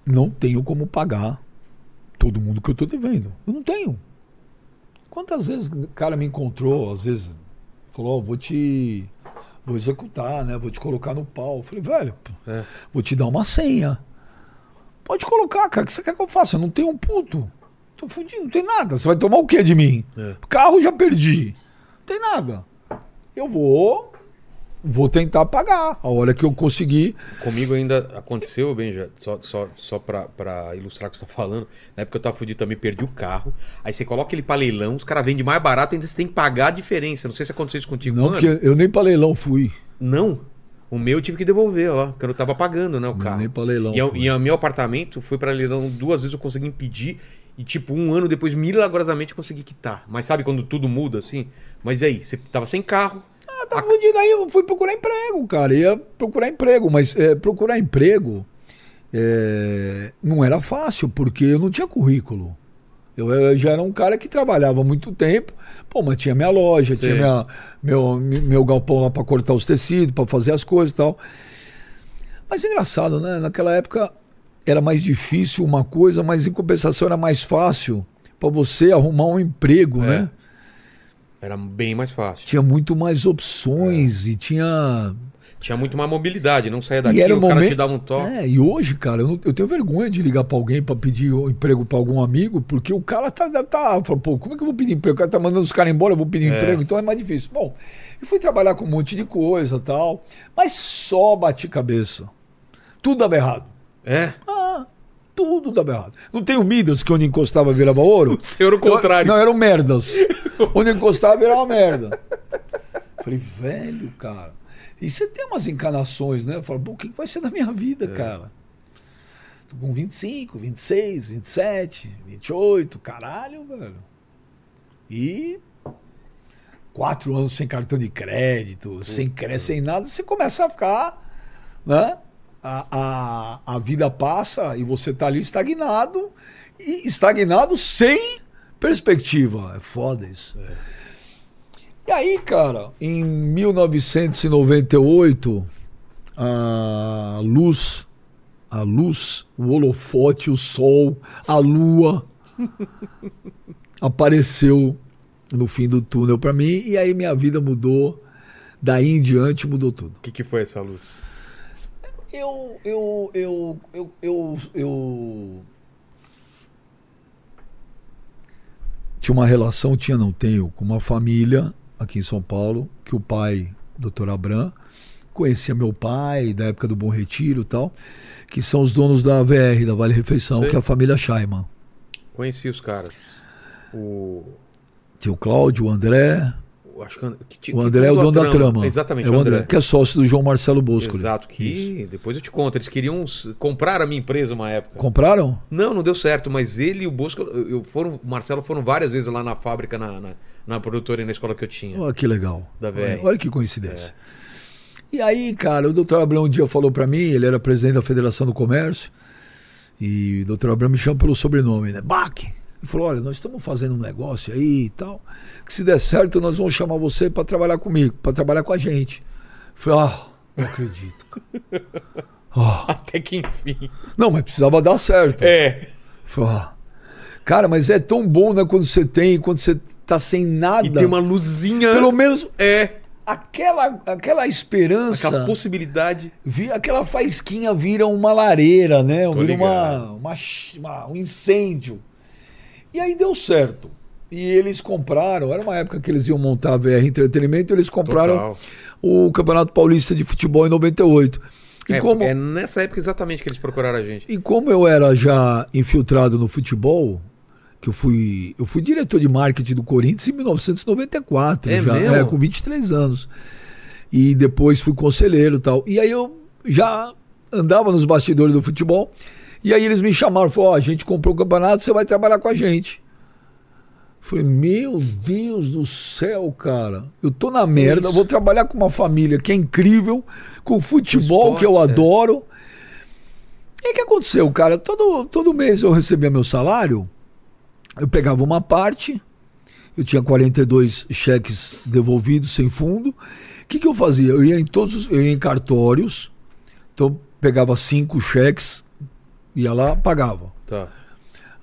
[SPEAKER 3] não tenho como pagar todo mundo que eu tô devendo. Eu não tenho. Quantas vezes o cara me encontrou, às vezes, falou, ó, vou te. Vou executar, né? Vou te colocar no pau. Eu falei, velho,
[SPEAKER 1] É.
[SPEAKER 3] vou te dar uma senha. Pode colocar, cara. O que você quer que eu faça? Eu não tenho um puto. Tô fudido, não tem nada. Você vai tomar o que de mim?
[SPEAKER 1] É.
[SPEAKER 3] Carro já perdi. Não tem nada. Eu vou. Vou tentar pagar. A hora que eu conseguir.
[SPEAKER 1] Comigo ainda aconteceu, bem, já, só, só, só pra, pra ilustrar o que você tá falando. Na época eu tava fudido também, perdi o carro. Aí você coloca ele pra leilão, os caras vendem mais barato, ainda você tem que pagar a diferença. Não sei se aconteceu isso contigo.
[SPEAKER 3] Não,
[SPEAKER 1] Mano,
[SPEAKER 3] porque eu nem pra leilão fui.
[SPEAKER 1] Não. O meu eu tive que devolver ó lá, porque eu não tava pagando, né, o carro.
[SPEAKER 3] Nem pra leilão.
[SPEAKER 1] E, eu,
[SPEAKER 3] fui.
[SPEAKER 1] e é o meu apartamento foi pra leilão duas vezes, eu consegui impedir. E, tipo, um ano depois, milagrosamente, eu consegui quitar. Mas sabe quando tudo muda assim? Mas e aí? Você tava sem carro.
[SPEAKER 3] Ah, tá fudido aí, eu fui procurar emprego, cara. Ia procurar emprego, mas é, procurar emprego é, não era fácil, porque eu não tinha currículo. Eu, eu já era um cara que trabalhava há muito tempo, pô, mas tinha minha loja, tinha minha- meu, meu galpão lá pra cortar os tecidos, pra fazer as coisas e tal. Mas é engraçado, né? Naquela época era mais difícil uma coisa, mas em compensação era mais fácil pra você arrumar um emprego,
[SPEAKER 1] É.
[SPEAKER 3] né?
[SPEAKER 1] Era bem mais fácil.
[SPEAKER 3] Tinha muito mais opções e tinha
[SPEAKER 1] Tinha muito mais mobilidade, não saia daqui,
[SPEAKER 3] era
[SPEAKER 1] o
[SPEAKER 3] um
[SPEAKER 1] cara
[SPEAKER 3] momento-
[SPEAKER 1] te dava um toque.
[SPEAKER 3] É, e hoje, cara, eu, não- eu tenho vergonha de ligar pra alguém pra pedir um emprego pra algum amigo, porque o cara tá, tá fala, pô, como é que eu vou pedir emprego? O cara tá mandando os caras embora, eu vou pedir emprego, então é mais difícil. Bom, eu fui trabalhar com um monte de coisa tal, mas só bati cabeça. Tudo dava errado.
[SPEAKER 1] É.
[SPEAKER 3] Ah, tudo dava errado. Não tem o Midas que onde encostava virava ouro?
[SPEAKER 1] Senhor, o contrário.
[SPEAKER 3] Não, eram merdas. Onde encostava era uma merda. Falei, velho, cara. E você tem umas encanações, né? Eu falo, pô, o que que vai ser da minha vida, cara? Tô com 25, 26, 27, 28, caralho, velho. E quatro anos sem cartão de crédito, sem crédito, sem nada, você começa a ficar, né? A, a, a vida passa e você tá ali estagnado, e estagnado sem perspectiva. É foda isso. E aí, cara, em 1998, a luz, a luz, o holofote, o sol, a lua apareceu no fim do túnel pra mim e aí minha vida mudou. Daí em diante mudou tudo.
[SPEAKER 1] O que, que foi essa luz?
[SPEAKER 3] Eu, eu, eu, eu, eu, eu- Tinha uma relação, tinha, não tenho, com uma família aqui em São Paulo, que o pai, Dr. Abram, conhecia meu pai, da época do Bom Retiro e tal, que são os donos da VR, da Vale Refeição,
[SPEAKER 1] Sei.
[SPEAKER 3] que é a família Scheiman.
[SPEAKER 1] Conheci os caras. O.
[SPEAKER 3] Tinha o Cláudio, o André.
[SPEAKER 1] o- Acho que, que- que-
[SPEAKER 3] O André é o dono da trama.
[SPEAKER 1] Exatamente,
[SPEAKER 3] É o André, que é sócio do João Marcelo Bosco.
[SPEAKER 1] Exato, que depois eu te conto. Eles queriam s- comprar a minha empresa uma época.
[SPEAKER 3] Compraram?
[SPEAKER 1] Não, não deu certo, mas ele e o Bosco, eu eu foram, o Marcelo foram várias vezes lá na fábrica, na, na, na produtora e na escola que eu tinha.
[SPEAKER 3] Olha que legal.
[SPEAKER 1] Da É.
[SPEAKER 3] olha,
[SPEAKER 1] VR.
[SPEAKER 3] olha que coincidência. E aí, cara, o doutor Abrão um dia falou pra mim, ele era presidente da Federação do Comércio, e o doutor Abrão me chama pelo sobrenome, né? Bach! Ele falou, olha, nós estamos fazendo um negócio aí e tal, que se der certo nós vamos chamar você pra trabalhar comigo, pra trabalhar com a gente. Eu falei, ah, não acredito, cara. Ah,
[SPEAKER 1] Até que enfim.
[SPEAKER 3] não, mas precisava dar certo.
[SPEAKER 1] É.
[SPEAKER 3] Eu falei, ah, cara, mas é tão bom, né, quando você tem, quando você tá sem nada.
[SPEAKER 1] E tem uma luzinha.
[SPEAKER 3] Pelo menos
[SPEAKER 1] É.
[SPEAKER 3] aquela, aquela esperança,
[SPEAKER 1] Aquela
[SPEAKER 3] aquela,
[SPEAKER 1] possibilidade.
[SPEAKER 3] vira, aquela faisquinha vira uma lareira, né?
[SPEAKER 1] Tô
[SPEAKER 3] Vira uma,
[SPEAKER 1] ligado.
[SPEAKER 3] uma ch- uma- um incêndio. E aí deu certo. E eles compraram, era uma época que eles iam montar a VR Entretenimento, eles compraram
[SPEAKER 1] Total.
[SPEAKER 3] o Campeonato Paulista de Futebol em 98. E
[SPEAKER 1] É,
[SPEAKER 3] como
[SPEAKER 1] é nessa época exatamente que eles procuraram a gente.
[SPEAKER 3] e como eu era já infiltrado no futebol, que eu fui, eu fui diretor de marketing do Corinthians em 1994,
[SPEAKER 1] É
[SPEAKER 3] já,
[SPEAKER 1] mesmo?
[SPEAKER 3] com 23 anos. E depois fui conselheiro e tal. E aí eu já andava nos bastidores do futebol. E aí eles me chamaram, falaram, ó, a gente comprou o campeonato, você vai trabalhar com a gente. Falei, meu Deus do céu, cara. Eu tô na merda, vou trabalhar com uma família que é incrível, com futebol
[SPEAKER 1] esporte,
[SPEAKER 3] que eu
[SPEAKER 1] é.
[SPEAKER 3] adoro. E o que aconteceu, cara? Todo, todo mês eu recebia meu salário, eu pegava uma parte, eu tinha 42 cheques devolvidos sem fundo. O que, que eu fazia? Eu ia em todos, os- eu ia em cartórios, então pegava cinco cheques, ia lá, pagava.
[SPEAKER 1] Tá.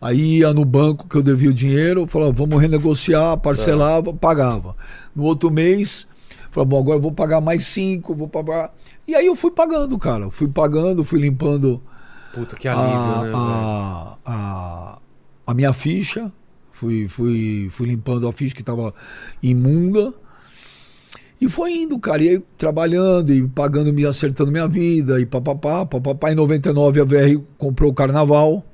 [SPEAKER 3] Aí ia no banco que eu devia o dinheiro, falava, vamos renegociar, parcelava, pagava. No outro mês, falava, bom, agora eu vou pagar mais cinco, vou pagar. E aí eu fui pagando, cara. Fui pagando, fui limpando
[SPEAKER 1] Puta, que
[SPEAKER 3] a,
[SPEAKER 1] alívio, né? velho?
[SPEAKER 3] a, a, Ah, a minha ficha. Fui, fui, fui limpando a ficha que estava imunda. E foi indo, cara. E aí trabalhando e pagando, me acertando minha vida. E papapá, papapá. Em 99 a VR comprou o Carnaval.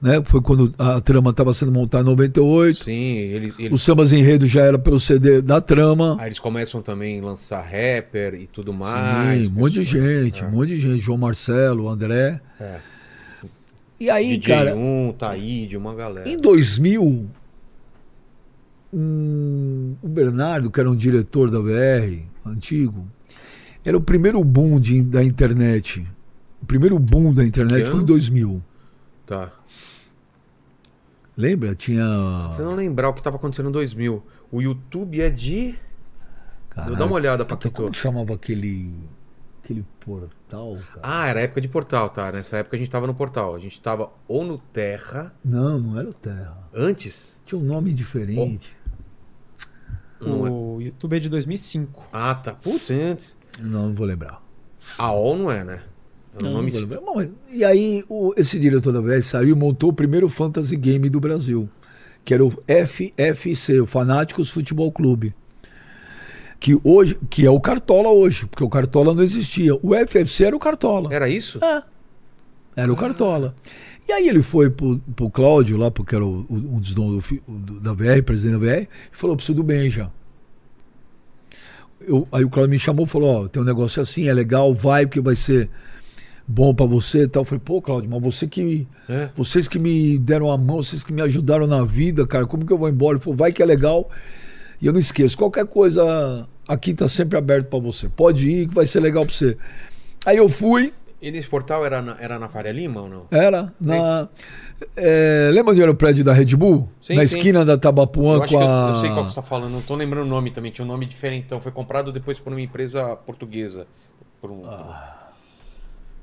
[SPEAKER 3] Né? Foi quando a trama estava sendo montada em 98.
[SPEAKER 1] Sim, eles, eles-
[SPEAKER 3] Os sambas enredo já era pelo CD da trama.
[SPEAKER 1] aí eles começam também a lançar rapper e tudo mais.
[SPEAKER 3] Sim, um monte de
[SPEAKER 1] pessoal.
[SPEAKER 3] gente, um monte de gente. João Marcelo, André.
[SPEAKER 1] É.
[SPEAKER 3] E aí,
[SPEAKER 1] DJ
[SPEAKER 3] cara,
[SPEAKER 1] um, Taíde, uma galera.
[SPEAKER 3] É. em 2000, um- o Bernardo, que era um diretor da VR, antigo, era o primeiro boom de- da internet. O primeiro boom da internet
[SPEAKER 1] Que
[SPEAKER 3] foi em
[SPEAKER 1] ano?
[SPEAKER 3] 2000.
[SPEAKER 1] Tá.
[SPEAKER 3] Lembra? Tinha.
[SPEAKER 1] Se eu não lembrar o que tava acontecendo em 2000, o YouTube é de.
[SPEAKER 3] Caraca,
[SPEAKER 1] Dá uma olhada pra
[SPEAKER 3] puta,
[SPEAKER 1] Tutu.
[SPEAKER 3] como é que chamava aquele. aquele portal, cara?
[SPEAKER 1] Ah, era época de portal, tá? Nessa época a gente tava no portal. A gente tava ou no Terra,
[SPEAKER 3] Não, não era o Terra.
[SPEAKER 1] antes.
[SPEAKER 3] Tinha um nome diferente.
[SPEAKER 1] Não é-
[SPEAKER 2] O YouTube é de 2005.
[SPEAKER 1] Ah, tá. Putz, antes.
[SPEAKER 3] Não, não vou lembrar.
[SPEAKER 1] A OL não é, né? É um
[SPEAKER 3] Não,
[SPEAKER 1] nome
[SPEAKER 3] não vou lembrar. Bom, e aí, o- esse diretor da VS saiu e montou o primeiro fantasy game do Brasil, que era o FFC, o Fanáticos Futebol Clube. Que hoje, que é o Cartola hoje, porque o Cartola não existia. O FFC era o Cartola.
[SPEAKER 1] Era isso?
[SPEAKER 3] É. Era o Cartola. E aí ele foi pro, pro Cláudio, lá, porque era o, o- um dos donos do fi- do- da VR, presidente da VR, e falou: preciso do Benja. Eu, aí o Cláudio me chamou e falou: Ó, tem um negócio assim, é legal, vai, porque vai ser bom pra você e tal. Eu falei: pô, Cláudio, mas você que.
[SPEAKER 1] É.
[SPEAKER 3] Vocês que me deram a mão, vocês que me ajudaram na vida, cara, como que eu vou embora? Ele falou: vai que é legal. E eu não esqueço, qualquer coisa aqui tá sempre aberto pra você. Pode ir, que vai ser legal pra você. Aí eu fui.
[SPEAKER 1] E nesse portal era na, era na Faria Lima ou não?
[SPEAKER 3] Era. Na, é, lembra onde era o prédio da Red Bull?
[SPEAKER 1] Sim,
[SPEAKER 3] na
[SPEAKER 1] sim.
[SPEAKER 3] esquina da
[SPEAKER 1] Eu
[SPEAKER 3] Tabapuã
[SPEAKER 1] acho
[SPEAKER 3] com
[SPEAKER 1] que eu,
[SPEAKER 3] a.
[SPEAKER 1] eu sei qual que você tá falando, não tô lembrando o nome também, tinha um nome diferentão. Foi comprado depois por uma empresa portuguesa. Por um-
[SPEAKER 3] Ah.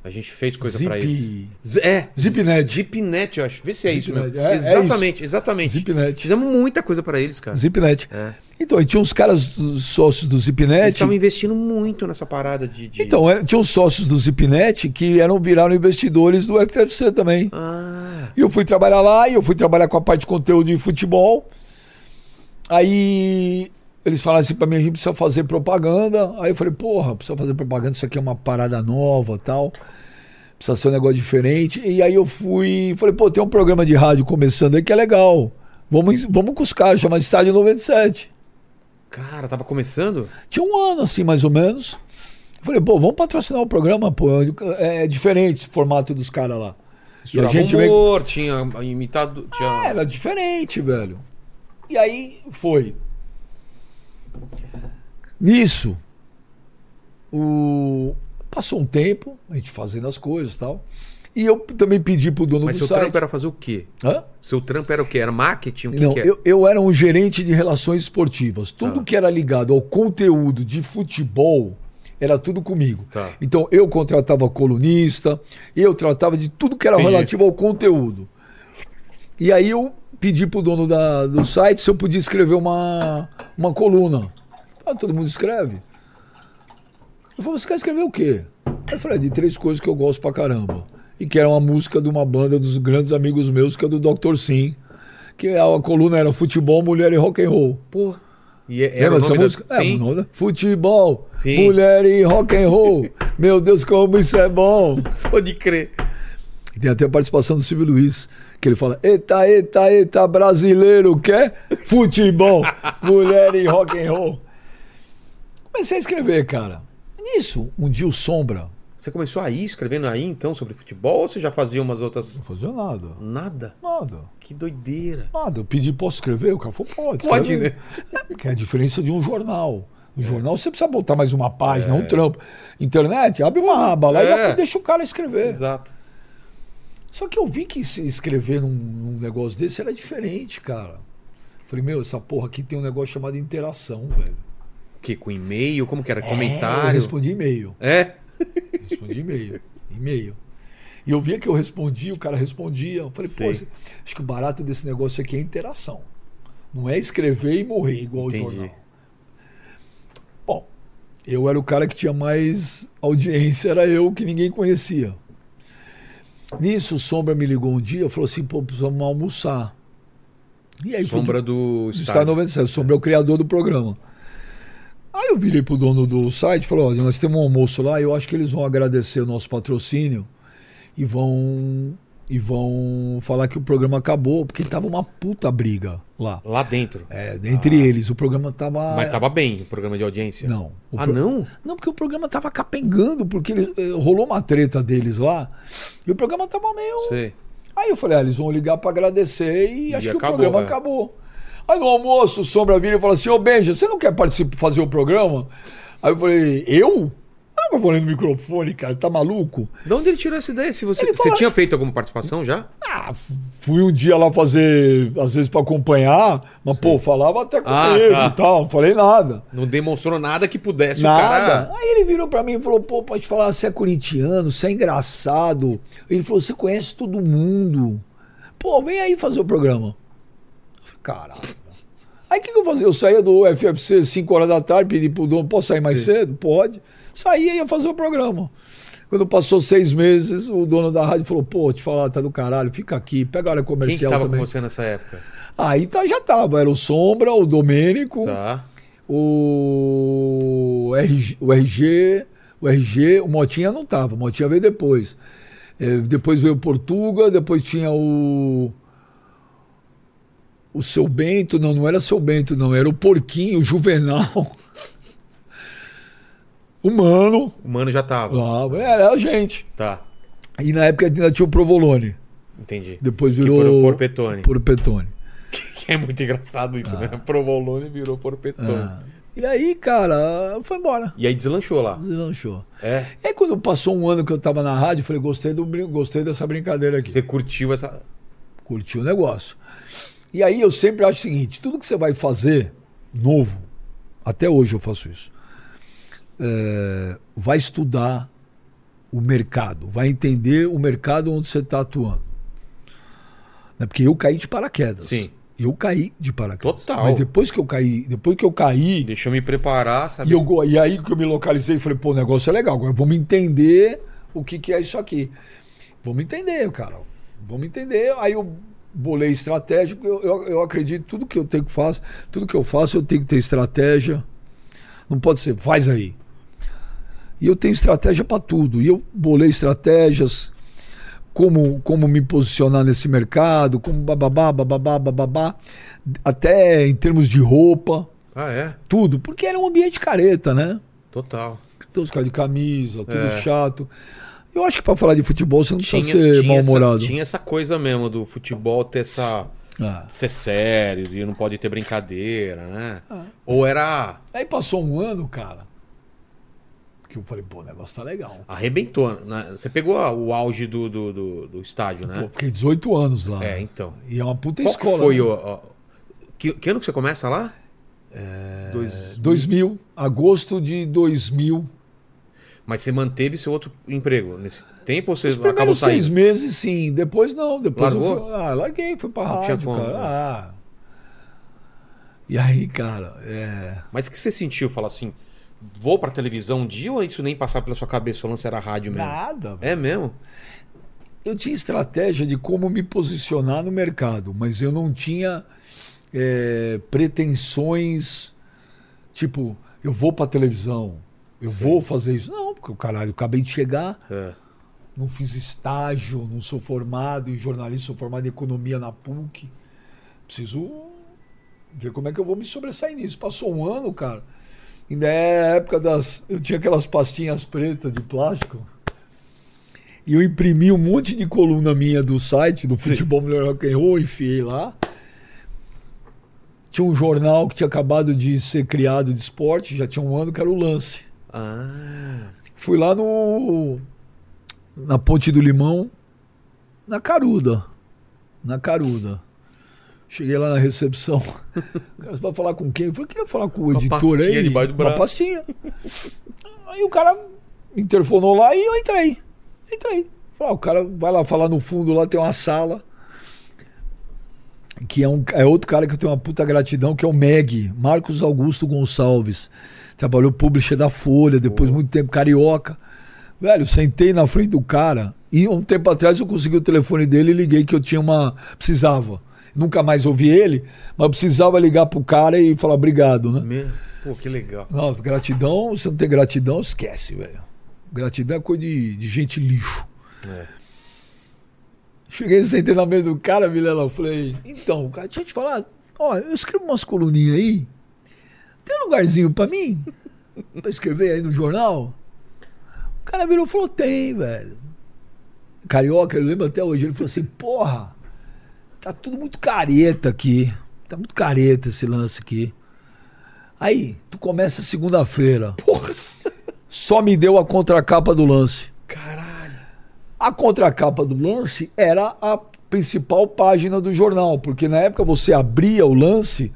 [SPEAKER 1] A gente fez coisa pra
[SPEAKER 3] Zip.
[SPEAKER 1] eles. Z- É,
[SPEAKER 3] Zipnet.
[SPEAKER 1] Zipnet, eu acho. Vê se é isso
[SPEAKER 3] Zipnet,
[SPEAKER 1] mesmo.
[SPEAKER 3] é, é
[SPEAKER 1] exatamente, exatamente.
[SPEAKER 3] Zipnet.
[SPEAKER 1] Fizemos muita coisa pra eles, cara.
[SPEAKER 3] Zipnet.
[SPEAKER 1] É.
[SPEAKER 3] Então, e tinha uns caras os sócios do
[SPEAKER 1] Eles
[SPEAKER 3] Zipnet.
[SPEAKER 1] estavam investindo muito nessa parada de. de-
[SPEAKER 3] Então, era, tinha uns sócios do Zipnet que eram, viraram investidores do FFC também.
[SPEAKER 1] Ah,
[SPEAKER 3] E eu fui trabalhar lá, e eu fui trabalhar com a parte de conteúdo de futebol. Aí eles falaram assim pra mim, a gente precisa fazer propaganda. Aí eu falei, porra, precisa fazer propaganda, isso aqui é uma parada nova tal. Precisa ser um negócio diferente. E aí eu fui, falei, pô, tem um programa de rádio começando aí que é legal. Vamos, vamos com os caras, chama Estádio 97.
[SPEAKER 1] cara, tava começando?
[SPEAKER 3] Tinha um ano assim, mais ou menos. Eu falei, pô, vamos patrocinar o programa, pô. É, é diferente esse formato dos caras lá. E a
[SPEAKER 1] Misturava
[SPEAKER 3] gente vem-
[SPEAKER 1] um humor, tinha imitado. Tinha...
[SPEAKER 3] É, Era diferente, velho. E aí foi. Nisso, o... passou um tempo, a gente fazendo as coisas e tal. E eu também pedi pro dono
[SPEAKER 1] Mas
[SPEAKER 3] do
[SPEAKER 1] seu
[SPEAKER 3] site.
[SPEAKER 1] trampo era fazer o quê?
[SPEAKER 3] Hã?
[SPEAKER 1] Seu trampo era o quê? Era marketing? O que,
[SPEAKER 3] Não,
[SPEAKER 1] que é? era?
[SPEAKER 3] eu, eu era um gerente de relações esportivas. Tudo
[SPEAKER 1] Tá.
[SPEAKER 3] que era ligado ao conteúdo de futebol era tudo comigo.
[SPEAKER 1] Tá.
[SPEAKER 3] Então eu contratava colunista, eu tratava de tudo que era
[SPEAKER 1] Entendi.
[SPEAKER 3] É relativo ao conteúdo. E aí eu pedi pro dono da- do site se eu podia escrever uma, uma coluna. Ah, todo mundo escreve. Eu falei, você quer escrever o quê? Aí eu falei, "É de três coisas que eu gosto pra caramba. E que era uma música de uma banda dos grandes amigos meus, que é do Dr. Sim. Que a coluna era futebol, mulher e rock and roll.
[SPEAKER 1] Pô. E é- era
[SPEAKER 3] Lembra
[SPEAKER 1] o
[SPEAKER 3] dessa
[SPEAKER 1] nome da-
[SPEAKER 3] música? É,
[SPEAKER 1] Sim.
[SPEAKER 3] o nome da- Futebol,
[SPEAKER 1] Sim.
[SPEAKER 3] mulher e rock and roll. Meu Deus, como isso é bom.
[SPEAKER 1] Pode crer.
[SPEAKER 3] E Tem até a participação do Silvio Luiz, que ele fala: Eita, eita, eita, brasileiro quer futebol, mulher e rock and roll. Comecei a escrever, cara. Nisso, um dia o Sombra,
[SPEAKER 1] Você começou aí, escrevendo aí então sobre futebol ou você já fazia umas outras.
[SPEAKER 3] Não fazia nada.
[SPEAKER 1] Nada?
[SPEAKER 3] Nada.
[SPEAKER 1] Que doideira.
[SPEAKER 3] Nada. Eu pedi, posso escrever? O cara falou, pode.
[SPEAKER 1] Pode, né? É.
[SPEAKER 3] escreve. Que é a diferença de um jornal. No jornal você precisa botar mais uma página, um trampo. Internet, abre uma aba lá
[SPEAKER 1] É.
[SPEAKER 3] e deixa o cara escrever.
[SPEAKER 1] Exato.
[SPEAKER 3] Só que eu vi que se escrever num, num negócio desse era diferente, cara. Falei, meu, essa porra aqui tem um negócio chamado interação, velho.
[SPEAKER 1] O quê? Com e-mail? Como que era?
[SPEAKER 3] É, eu
[SPEAKER 1] Comentário?
[SPEAKER 3] respondi e-mail.
[SPEAKER 1] É?
[SPEAKER 3] Respondi e-mail. E-mail. E eu via que eu respondia, o cara respondia. Eu falei,
[SPEAKER 1] Sim.
[SPEAKER 3] pô, esse- acho que o barato desse negócio aqui é interação. Não é escrever e morrer, igual o
[SPEAKER 1] Entendi.
[SPEAKER 3] jornal. Bom, eu era o cara que tinha mais audiência, era eu que ninguém conhecia. Nisso, o Sombra me ligou um dia, falou assim, pô, precisamos almoçar. E aí, foi
[SPEAKER 1] É, Sombra do
[SPEAKER 3] do Estado
[SPEAKER 1] Estado.
[SPEAKER 3] 97, sobre é o criador do programa. Aí eu virei pro dono do site e falei, ó, nós temos um almoço lá, eu acho que eles vão agradecer o nosso patrocínio e vão e vão falar que o programa acabou, porque tava uma puta briga lá.
[SPEAKER 1] Lá dentro.
[SPEAKER 3] É, entre eles, o programa tava
[SPEAKER 1] Ah. Mas tava bem o programa de audiência.
[SPEAKER 3] não. O
[SPEAKER 1] Ah,
[SPEAKER 3] pro-
[SPEAKER 1] não?
[SPEAKER 3] Não, porque o programa tava capengando, porque ele, eh, rolou uma treta deles lá. E o programa tava meio
[SPEAKER 1] Sei.
[SPEAKER 3] Aí eu falei, ah, eles vão ligar pra agradecer e,
[SPEAKER 1] E
[SPEAKER 3] acho que
[SPEAKER 1] acabou,
[SPEAKER 3] o programa
[SPEAKER 1] é.
[SPEAKER 3] acabou. Aí no almoço, o Sombra vira e fala assim, ô Benja, você não quer participar, fazer o programa? Aí eu falei, eu? Ah, eu falei no microfone, cara, tá maluco?
[SPEAKER 1] De onde ele tirou essa ideia? Se você,
[SPEAKER 3] Ele
[SPEAKER 1] você
[SPEAKER 3] falou-
[SPEAKER 1] tinha feito alguma participação já?
[SPEAKER 3] Ah, f- fui um dia lá fazer, às vezes pra acompanhar, mas pô, falava até com
[SPEAKER 1] Ah,
[SPEAKER 3] ele
[SPEAKER 1] tá.
[SPEAKER 3] e tal, não falei nada.
[SPEAKER 1] Não demonstrou nada que pudesse
[SPEAKER 3] Nada.
[SPEAKER 1] o cara.
[SPEAKER 3] Aí ele virou pra mim e falou: pô, pode falar, você é corintiano, você é engraçado. Ele falou: você conhece todo mundo. Pô, vem aí fazer o programa. Eu falei, Caralho. Aí o que, que eu fazia? Eu saía do FFC 5 horas da tarde, pedi pro dono: posso sair mais cedo? Pode. Saía e ia fazer o programa. Quando passou seis meses, o dono da rádio falou: pô, te falar, tá do caralho, fica aqui, pega a área
[SPEAKER 1] Quem que
[SPEAKER 3] comercial
[SPEAKER 1] tava
[SPEAKER 3] também.
[SPEAKER 1] com você nessa época?
[SPEAKER 3] Aí tá, já tava, era o Sombra, o Domênico
[SPEAKER 1] Tá.
[SPEAKER 3] o RG, o RG, o RG, o Motinha não tava, o Motinha veio depois. É, depois veio o Portuga, depois tinha o o seu Bento, não, não era seu Bento, não, era o Porquinho, o Juvenal. O Mano,
[SPEAKER 1] O mano já tava.
[SPEAKER 3] lá, era a gente.
[SPEAKER 1] Tá.
[SPEAKER 3] E na época ainda tinha o Provolone.
[SPEAKER 1] Entendi.
[SPEAKER 3] Depois
[SPEAKER 1] Que
[SPEAKER 3] virou
[SPEAKER 1] virou Porpetone.
[SPEAKER 3] Porpetone.
[SPEAKER 1] Que é muito engraçado isso, né? Provolone virou Porpetone.
[SPEAKER 3] Ah. E aí, cara, foi embora.
[SPEAKER 1] E aí deslanchou lá.
[SPEAKER 3] Deslanchou.
[SPEAKER 1] É.
[SPEAKER 3] E aí, quando passou um ano que eu tava na rádio, eu falei, gostei, do, brin- gostei dessa brincadeira aqui.
[SPEAKER 1] Você curtiu essa.
[SPEAKER 3] Curti o negócio. E aí eu sempre acho o seguinte: tudo que você vai fazer novo, até hoje eu faço isso, é, vai estudar o mercado, vai entender o mercado onde você está atuando. Né, Porque eu caí de paraquedas.
[SPEAKER 1] Sim.
[SPEAKER 3] Eu caí de paraquedas.
[SPEAKER 1] Total.
[SPEAKER 3] Mas depois que eu caí, depois que eu caí,
[SPEAKER 1] Deixou me preparar, sabe?
[SPEAKER 3] e, eu, go- e aí que eu me localizei, falei, pô, o negócio é legal, agora vamos entender o que, que é isso aqui. Vamos entender, cara. Vamos entender. Aí eu bolei estratégia, porque eu, eu, eu acredito que tudo que eu tenho que fazer, tudo que eu faço, eu tenho que ter estratégia. Não pode ser, faz aí. E eu tenho estratégia para tudo. E eu bolei estratégias, como, como me posicionar nesse mercado, como bababá, bababá, bababá, até em termos de roupa
[SPEAKER 1] Ah, é?
[SPEAKER 3] tudo, porque era um ambiente careta, né?
[SPEAKER 1] Total.
[SPEAKER 3] Então os caras de camisa, tudo
[SPEAKER 1] É.
[SPEAKER 3] chato. Eu acho que pra falar de futebol você não precisa ser mal-humorado.
[SPEAKER 1] essa, tinha essa coisa mesmo do futebol ter essa.
[SPEAKER 3] Ah.
[SPEAKER 1] ser sério e não pode ter brincadeira, né?
[SPEAKER 3] Ah.
[SPEAKER 1] Ou era.
[SPEAKER 3] Aí passou um ano, cara, que eu falei, pô, o negócio tá legal.
[SPEAKER 1] Arrebentou. né? Você pegou a- o auge do, do, do- do estádio,
[SPEAKER 3] Pô,
[SPEAKER 1] né?
[SPEAKER 3] fiquei 18 anos lá.
[SPEAKER 1] É, então.
[SPEAKER 3] E é uma puta
[SPEAKER 1] Qual que
[SPEAKER 3] escola.
[SPEAKER 1] foi
[SPEAKER 3] né?
[SPEAKER 1] o. o- Que, que ano que você começa lá? É... Dois...
[SPEAKER 3] 2000, agosto de 2000.
[SPEAKER 1] Mas você manteve seu outro emprego nesse tempo ou você
[SPEAKER 3] Os
[SPEAKER 1] acabou
[SPEAKER 3] primeiros seis
[SPEAKER 1] saindo?
[SPEAKER 3] meses, sim. Depois não. Depois eu
[SPEAKER 1] Largou?
[SPEAKER 3] fui, ah, larguei, fui pra
[SPEAKER 1] Não tinha
[SPEAKER 3] rádio,
[SPEAKER 1] como,
[SPEAKER 3] cara.
[SPEAKER 1] né?
[SPEAKER 3] Ah. E aí, cara, é...
[SPEAKER 1] Mas o que você sentiu? Falar assim, vou pra televisão um dia ou isso nem passava pela sua cabeça? O lance era rádio mesmo?
[SPEAKER 3] nada,
[SPEAKER 1] É mesmo?
[SPEAKER 3] eu tinha estratégia de como me posicionar no mercado, mas eu não tinha eh, pretensões tipo, eu vou pra televisão, eu vou fazer isso. Não, porque o caralho, eu acabei de chegar,
[SPEAKER 1] É.
[SPEAKER 3] não fiz estágio, não sou formado em jornalismo, sou formado em economia na PUC. Preciso ver como é que eu vou me sobressair nisso. Passou um ano, cara. Ainda é a época das. Eu tinha aquelas pastinhas pretas de plástico. E eu imprimi um monte de coluna minha do site, do Futebol Melhor Rock and Roll, enfiei lá. Tinha um jornal que tinha acabado de ser criado de esporte, já tinha um ano, que era o Lance.
[SPEAKER 1] Ah.
[SPEAKER 3] Fui lá no. Na Ponte do Limão, na Caruda. Na Caruda. Cheguei lá na recepção. O cara, você vai falar com quem? Eu falei, queria falar com o
[SPEAKER 4] Uma
[SPEAKER 3] editor
[SPEAKER 4] pastinha
[SPEAKER 3] aí.
[SPEAKER 4] debaixo do braço.
[SPEAKER 3] Uma pastinha. Aí o cara interfonou lá e eu entrei. Entrei. Falei, ah, o cara vai lá falar no fundo, lá tem uma sala. Que é, um, é outro cara que eu tenho uma puta gratidão, que é o Meg, Marcos Augusto Gonçalves. Trabalhou publisher da Folha, depois muito tempo, carioca. Velho, sentei na frente do cara e um tempo atrás eu consegui o telefone dele e liguei que eu tinha uma. Precisava. Nunca mais ouvi ele, mas eu precisava ligar pro cara e falar obrigado, né?
[SPEAKER 1] Meu, pô, que legal.
[SPEAKER 3] Não, gratidão, se não tem gratidão, esquece, velho. Gratidão é coisa de, de gente lixo.
[SPEAKER 1] É.
[SPEAKER 3] Cheguei, sentei na mesa do cara, Vilela, eu falei, então, cara, deixa eu te falar, ó, eu escrevo umas coluninhas aí, tem um lugarzinho pra mim? Pra escrever aí no jornal? O cara virou e falou, tem, velho. Carioca, eu lembro até hoje, ele falou assim, porra, tá tudo muito careta aqui, tá muito careta esse lance aqui. Aí, tu começa segunda-feira. Porra. Só me deu a contracapa do lance.
[SPEAKER 1] Caralho.
[SPEAKER 3] A contracapa do lance era a principal página do jornal, porque na época você abria o lance,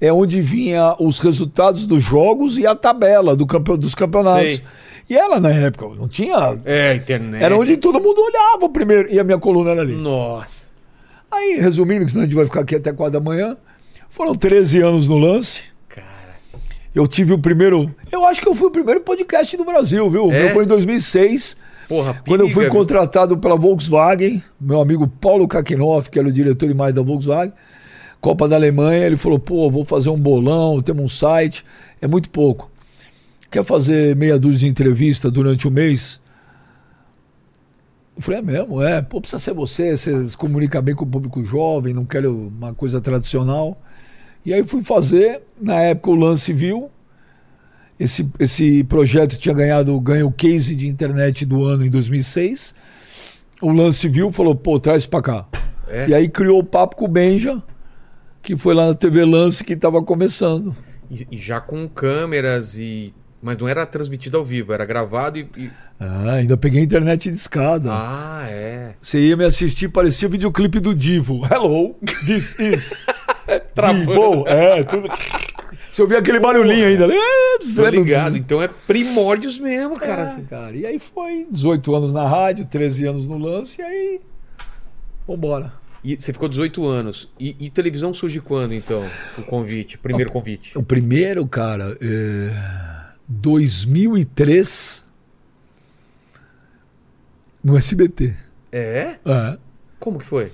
[SPEAKER 3] é onde vinha os resultados dos jogos e a tabela do campe- dos campeonatos.
[SPEAKER 1] Sei.
[SPEAKER 3] E ela, na época, não tinha.
[SPEAKER 1] É, internet.
[SPEAKER 3] Era onde todo mundo olhava primeiro. E a minha coluna era ali.
[SPEAKER 1] Nossa.
[SPEAKER 3] Aí, resumindo, que senão a gente vai ficar aqui até 4 da manhã. Foram 13 anos no lance.
[SPEAKER 1] Cara.
[SPEAKER 3] Eu tive o primeiro. Eu acho que eu fui o primeiro podcast do Brasil, viu?
[SPEAKER 1] É?
[SPEAKER 3] Eu fui em 2006.
[SPEAKER 1] Porra,
[SPEAKER 3] Quando eu
[SPEAKER 1] periga,
[SPEAKER 3] fui
[SPEAKER 1] viu?
[SPEAKER 3] contratado pela Volkswagen, meu amigo Paulo Kakinoff, que era o diretor de mais da Volkswagen, Copa da Alemanha, ele falou: pô, vou fazer um bolão, temos um site, é muito pouco. Quer fazer meia dúzia de entrevista durante o mês? Eu falei: é mesmo, é. Pô, precisa ser você, você se comunica bem com o público jovem, não quero uma coisa tradicional. E aí fui fazer, na época o Lance viu. Esse, esse projeto tinha ganhado ganho o case de internet do ano em 2006. O Lance viu falou: pô, traz pra cá.
[SPEAKER 1] É.
[SPEAKER 3] E aí criou o papo com o Benja, que foi lá na TV Lance que tava começando.
[SPEAKER 1] E, e já com câmeras e. Mas não era transmitido ao vivo, era gravado e. e-
[SPEAKER 3] Ah, ainda peguei internet de escada.
[SPEAKER 1] Ah, é.
[SPEAKER 3] Você ia me assistir, parecia o videoclipe do Divo. Hello, this is. Divo, é, tudo. Você ouvia aquele barulhinho ainda.
[SPEAKER 1] Tô
[SPEAKER 3] É,
[SPEAKER 1] ligado. Então é primórdios mesmo, cara.
[SPEAKER 3] Caraca, cara. E aí foi 18 anos na rádio, 13 anos no lance, e aí. Vambora.
[SPEAKER 1] E você ficou 18 anos. E, e televisão surge quando, então? O convite, o primeiro convite.
[SPEAKER 3] O primeiro, cara, é 2003 no SBT.
[SPEAKER 1] É?
[SPEAKER 3] É.
[SPEAKER 1] Como que foi?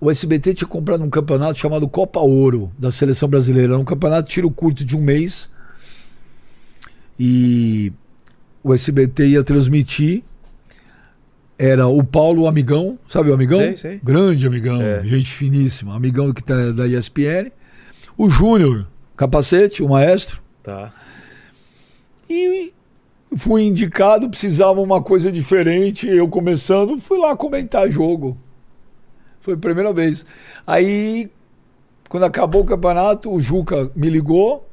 [SPEAKER 3] O SBT tinha comprado um campeonato chamado Copa Ouro da seleção brasileira. Era um campeonato tiro curto de um mês. E o SBT ia transmitir. Era o Paulo, o amigão, sabe o amigão?
[SPEAKER 1] Sei, sei.
[SPEAKER 3] Grande amigão,
[SPEAKER 1] É.
[SPEAKER 3] gente finíssima. Amigão que tá da ESPN. O Júnior, capacete, o maestro.
[SPEAKER 1] Tá.
[SPEAKER 3] E fui indicado, precisava uma coisa diferente. Eu começando, fui lá comentar jogo. Foi a primeira vez. Aí, quando acabou o campeonato, o Juca me ligou.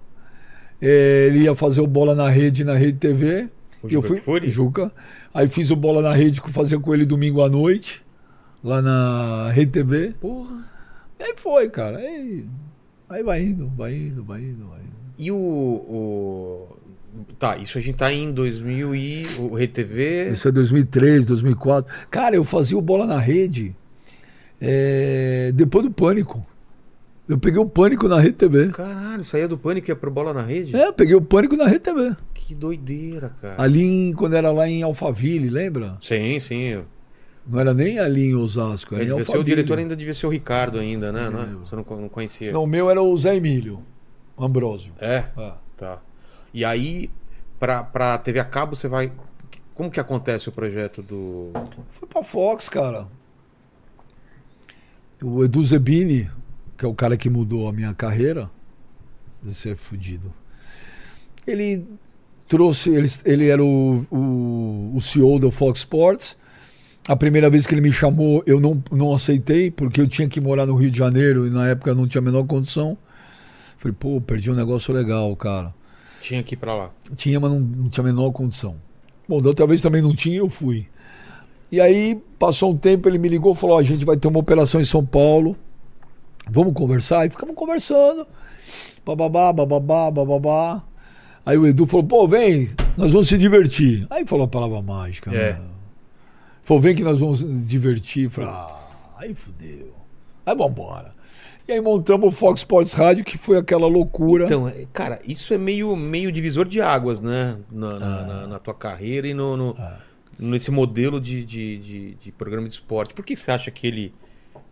[SPEAKER 3] Eh, Ele ia fazer o bola na rede na Rede TV.
[SPEAKER 1] O
[SPEAKER 3] E eu
[SPEAKER 1] Juca
[SPEAKER 3] fui,
[SPEAKER 1] Kfouri?
[SPEAKER 3] Juca. Aí fiz o bola na rede que eu fazia com ele domingo à noite, lá na Rede TV.
[SPEAKER 1] Porra.
[SPEAKER 3] Aí foi, cara. Aí, aí vai indo, vai indo, vai indo, vai indo.
[SPEAKER 1] E o, o- Tá, isso a gente tá em 2000 e. O RTV.
[SPEAKER 3] Isso é 2003, 2004. Cara, eu fazia o Bola na Rede é, depois do Pânico. Eu peguei o Pânico na Rede TV.
[SPEAKER 1] Caralho, saía do pânico e ia pro bola na rede?
[SPEAKER 3] É, peguei o Pânico na Rede TV.
[SPEAKER 1] Que doideira, cara.
[SPEAKER 3] Ali, em- quando era lá em Alphaville, lembra?
[SPEAKER 1] Sim, sim.
[SPEAKER 3] Não era nem ali em Osasco, era
[SPEAKER 1] Ele
[SPEAKER 3] em
[SPEAKER 1] devia ser o
[SPEAKER 3] Alphaville.
[SPEAKER 1] diretor ainda devia ser o Ricardo ainda, né? Não é?
[SPEAKER 3] lembro.
[SPEAKER 1] Você não, co- não conhecia.
[SPEAKER 3] Não, o meu era o Zé Emílio Ambrosio.
[SPEAKER 1] É,
[SPEAKER 3] Ah.
[SPEAKER 1] tá. E aí, pra, pra TV a cabo, você vai. Como que acontece o projeto do.
[SPEAKER 3] Foi pra Fox, cara. O Edu Zebini, que é o cara que mudou a minha carreira, esse é fudido. Ele trouxe, ele, ele era o, o, o CEO da Fox Sports A primeira vez que ele me chamou, eu não, não aceitei, porque eu tinha que morar no Rio de Janeiro e na época eu não tinha a menor condição. Falei, pô, perdi um negócio legal, cara.
[SPEAKER 1] Tinha que ir pra lá.
[SPEAKER 3] Tinha, mas não, não tinha a menor condição. Bom, da outra vez também não tinha, eu fui. E aí, passou um tempo, ele me ligou e falou: ó, a gente vai ter uma operação em São Paulo. Vamos conversar? E ficamos conversando. Bababá, bababá, bababá. Aí o Edu falou: pô, vem, nós vamos se divertir. Aí falou a palavra mágica.
[SPEAKER 1] É.
[SPEAKER 3] né? Falou: vem que nós vamos nos divertir. Eu Falei, ah, aí fudeu. Aí vambora. E aí montamos o Fox Sports Rádio, que foi aquela loucura.
[SPEAKER 1] Então, é, cara, isso é meio, meio divisor de águas, né? Na,
[SPEAKER 3] Ah.
[SPEAKER 1] na- na- na tua carreira e no, no- nesse modelo de, de, de- de programa de esporte. Por que você acha que ele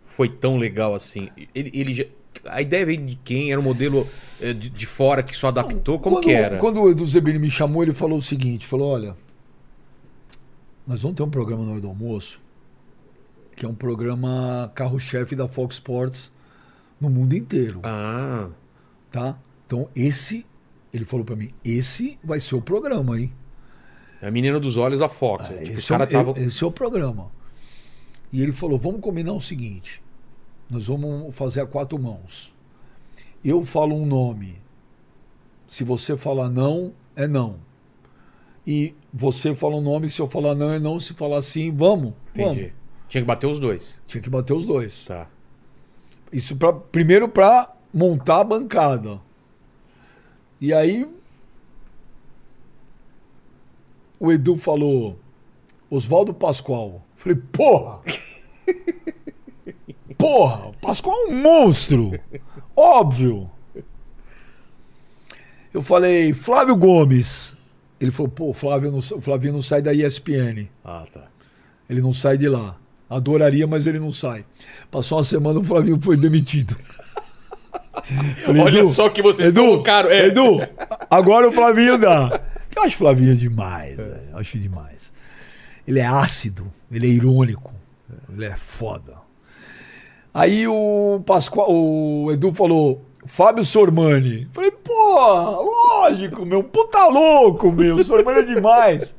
[SPEAKER 1] foi tão legal assim? Ele, ele já- a ideia veio de quem? Era um modelo é, de, de fora que só adaptou? Como
[SPEAKER 3] quando,
[SPEAKER 1] que era?
[SPEAKER 3] Quando o Edu Zebini me chamou, ele falou o seguinte: falou, olha, nós vamos ter um programa na hora do almoço, que é um programa carro-chefe da Fox Sports no mundo inteiro,
[SPEAKER 1] Ah,
[SPEAKER 3] tá? Então esse, ele falou pra mim, esse vai ser o programa, hein?
[SPEAKER 1] a menina dos olhos da Fox.
[SPEAKER 3] É,
[SPEAKER 1] Tipo, os
[SPEAKER 3] esse, é,
[SPEAKER 1] caras
[SPEAKER 3] o-
[SPEAKER 1] estavam.
[SPEAKER 3] é- esse é o programa. E ele falou: vamos combinar o seguinte: nós vamos fazer a quatro mãos. Eu falo um nome. Se você falar não, é não. E você fala um nome, se eu falar não, é não. Se falar sim, vamos.
[SPEAKER 1] Entendi.
[SPEAKER 3] Vamos.
[SPEAKER 1] Tinha que bater os dois.
[SPEAKER 3] Tinha que bater os dois.
[SPEAKER 1] Tá.
[SPEAKER 3] Isso pra, primeiro para montar a bancada. E aí o Edu falou Oswaldo Pascoal. Falei, porra! Porra, o Pascoal é um monstro. Óbvio. Eu falei Flávio Gomes. Ele falou, pô, Flávio não, o Flavinho não sai da ESPN.
[SPEAKER 1] Ah, tá.
[SPEAKER 3] Ele não sai de lá. Adoraria, mas ele não sai. Passou uma semana, o Flavinho foi demitido. Falei,
[SPEAKER 1] Olha
[SPEAKER 3] "Edu,
[SPEAKER 1] só o que vocês
[SPEAKER 3] Edu,
[SPEAKER 1] colocaram. É.
[SPEAKER 3] Edu, agora o Flavinho dá. Eu acho o Flavinho
[SPEAKER 1] É.
[SPEAKER 3] demais, velho. Eu acho demais. Ele é ácido, ele é irônico, ele é foda. Aí o Pascoal, o Edu falou, Fábio Sormani. Falei, pô, lógico, meu, puta louco, meu, Sormani é demais.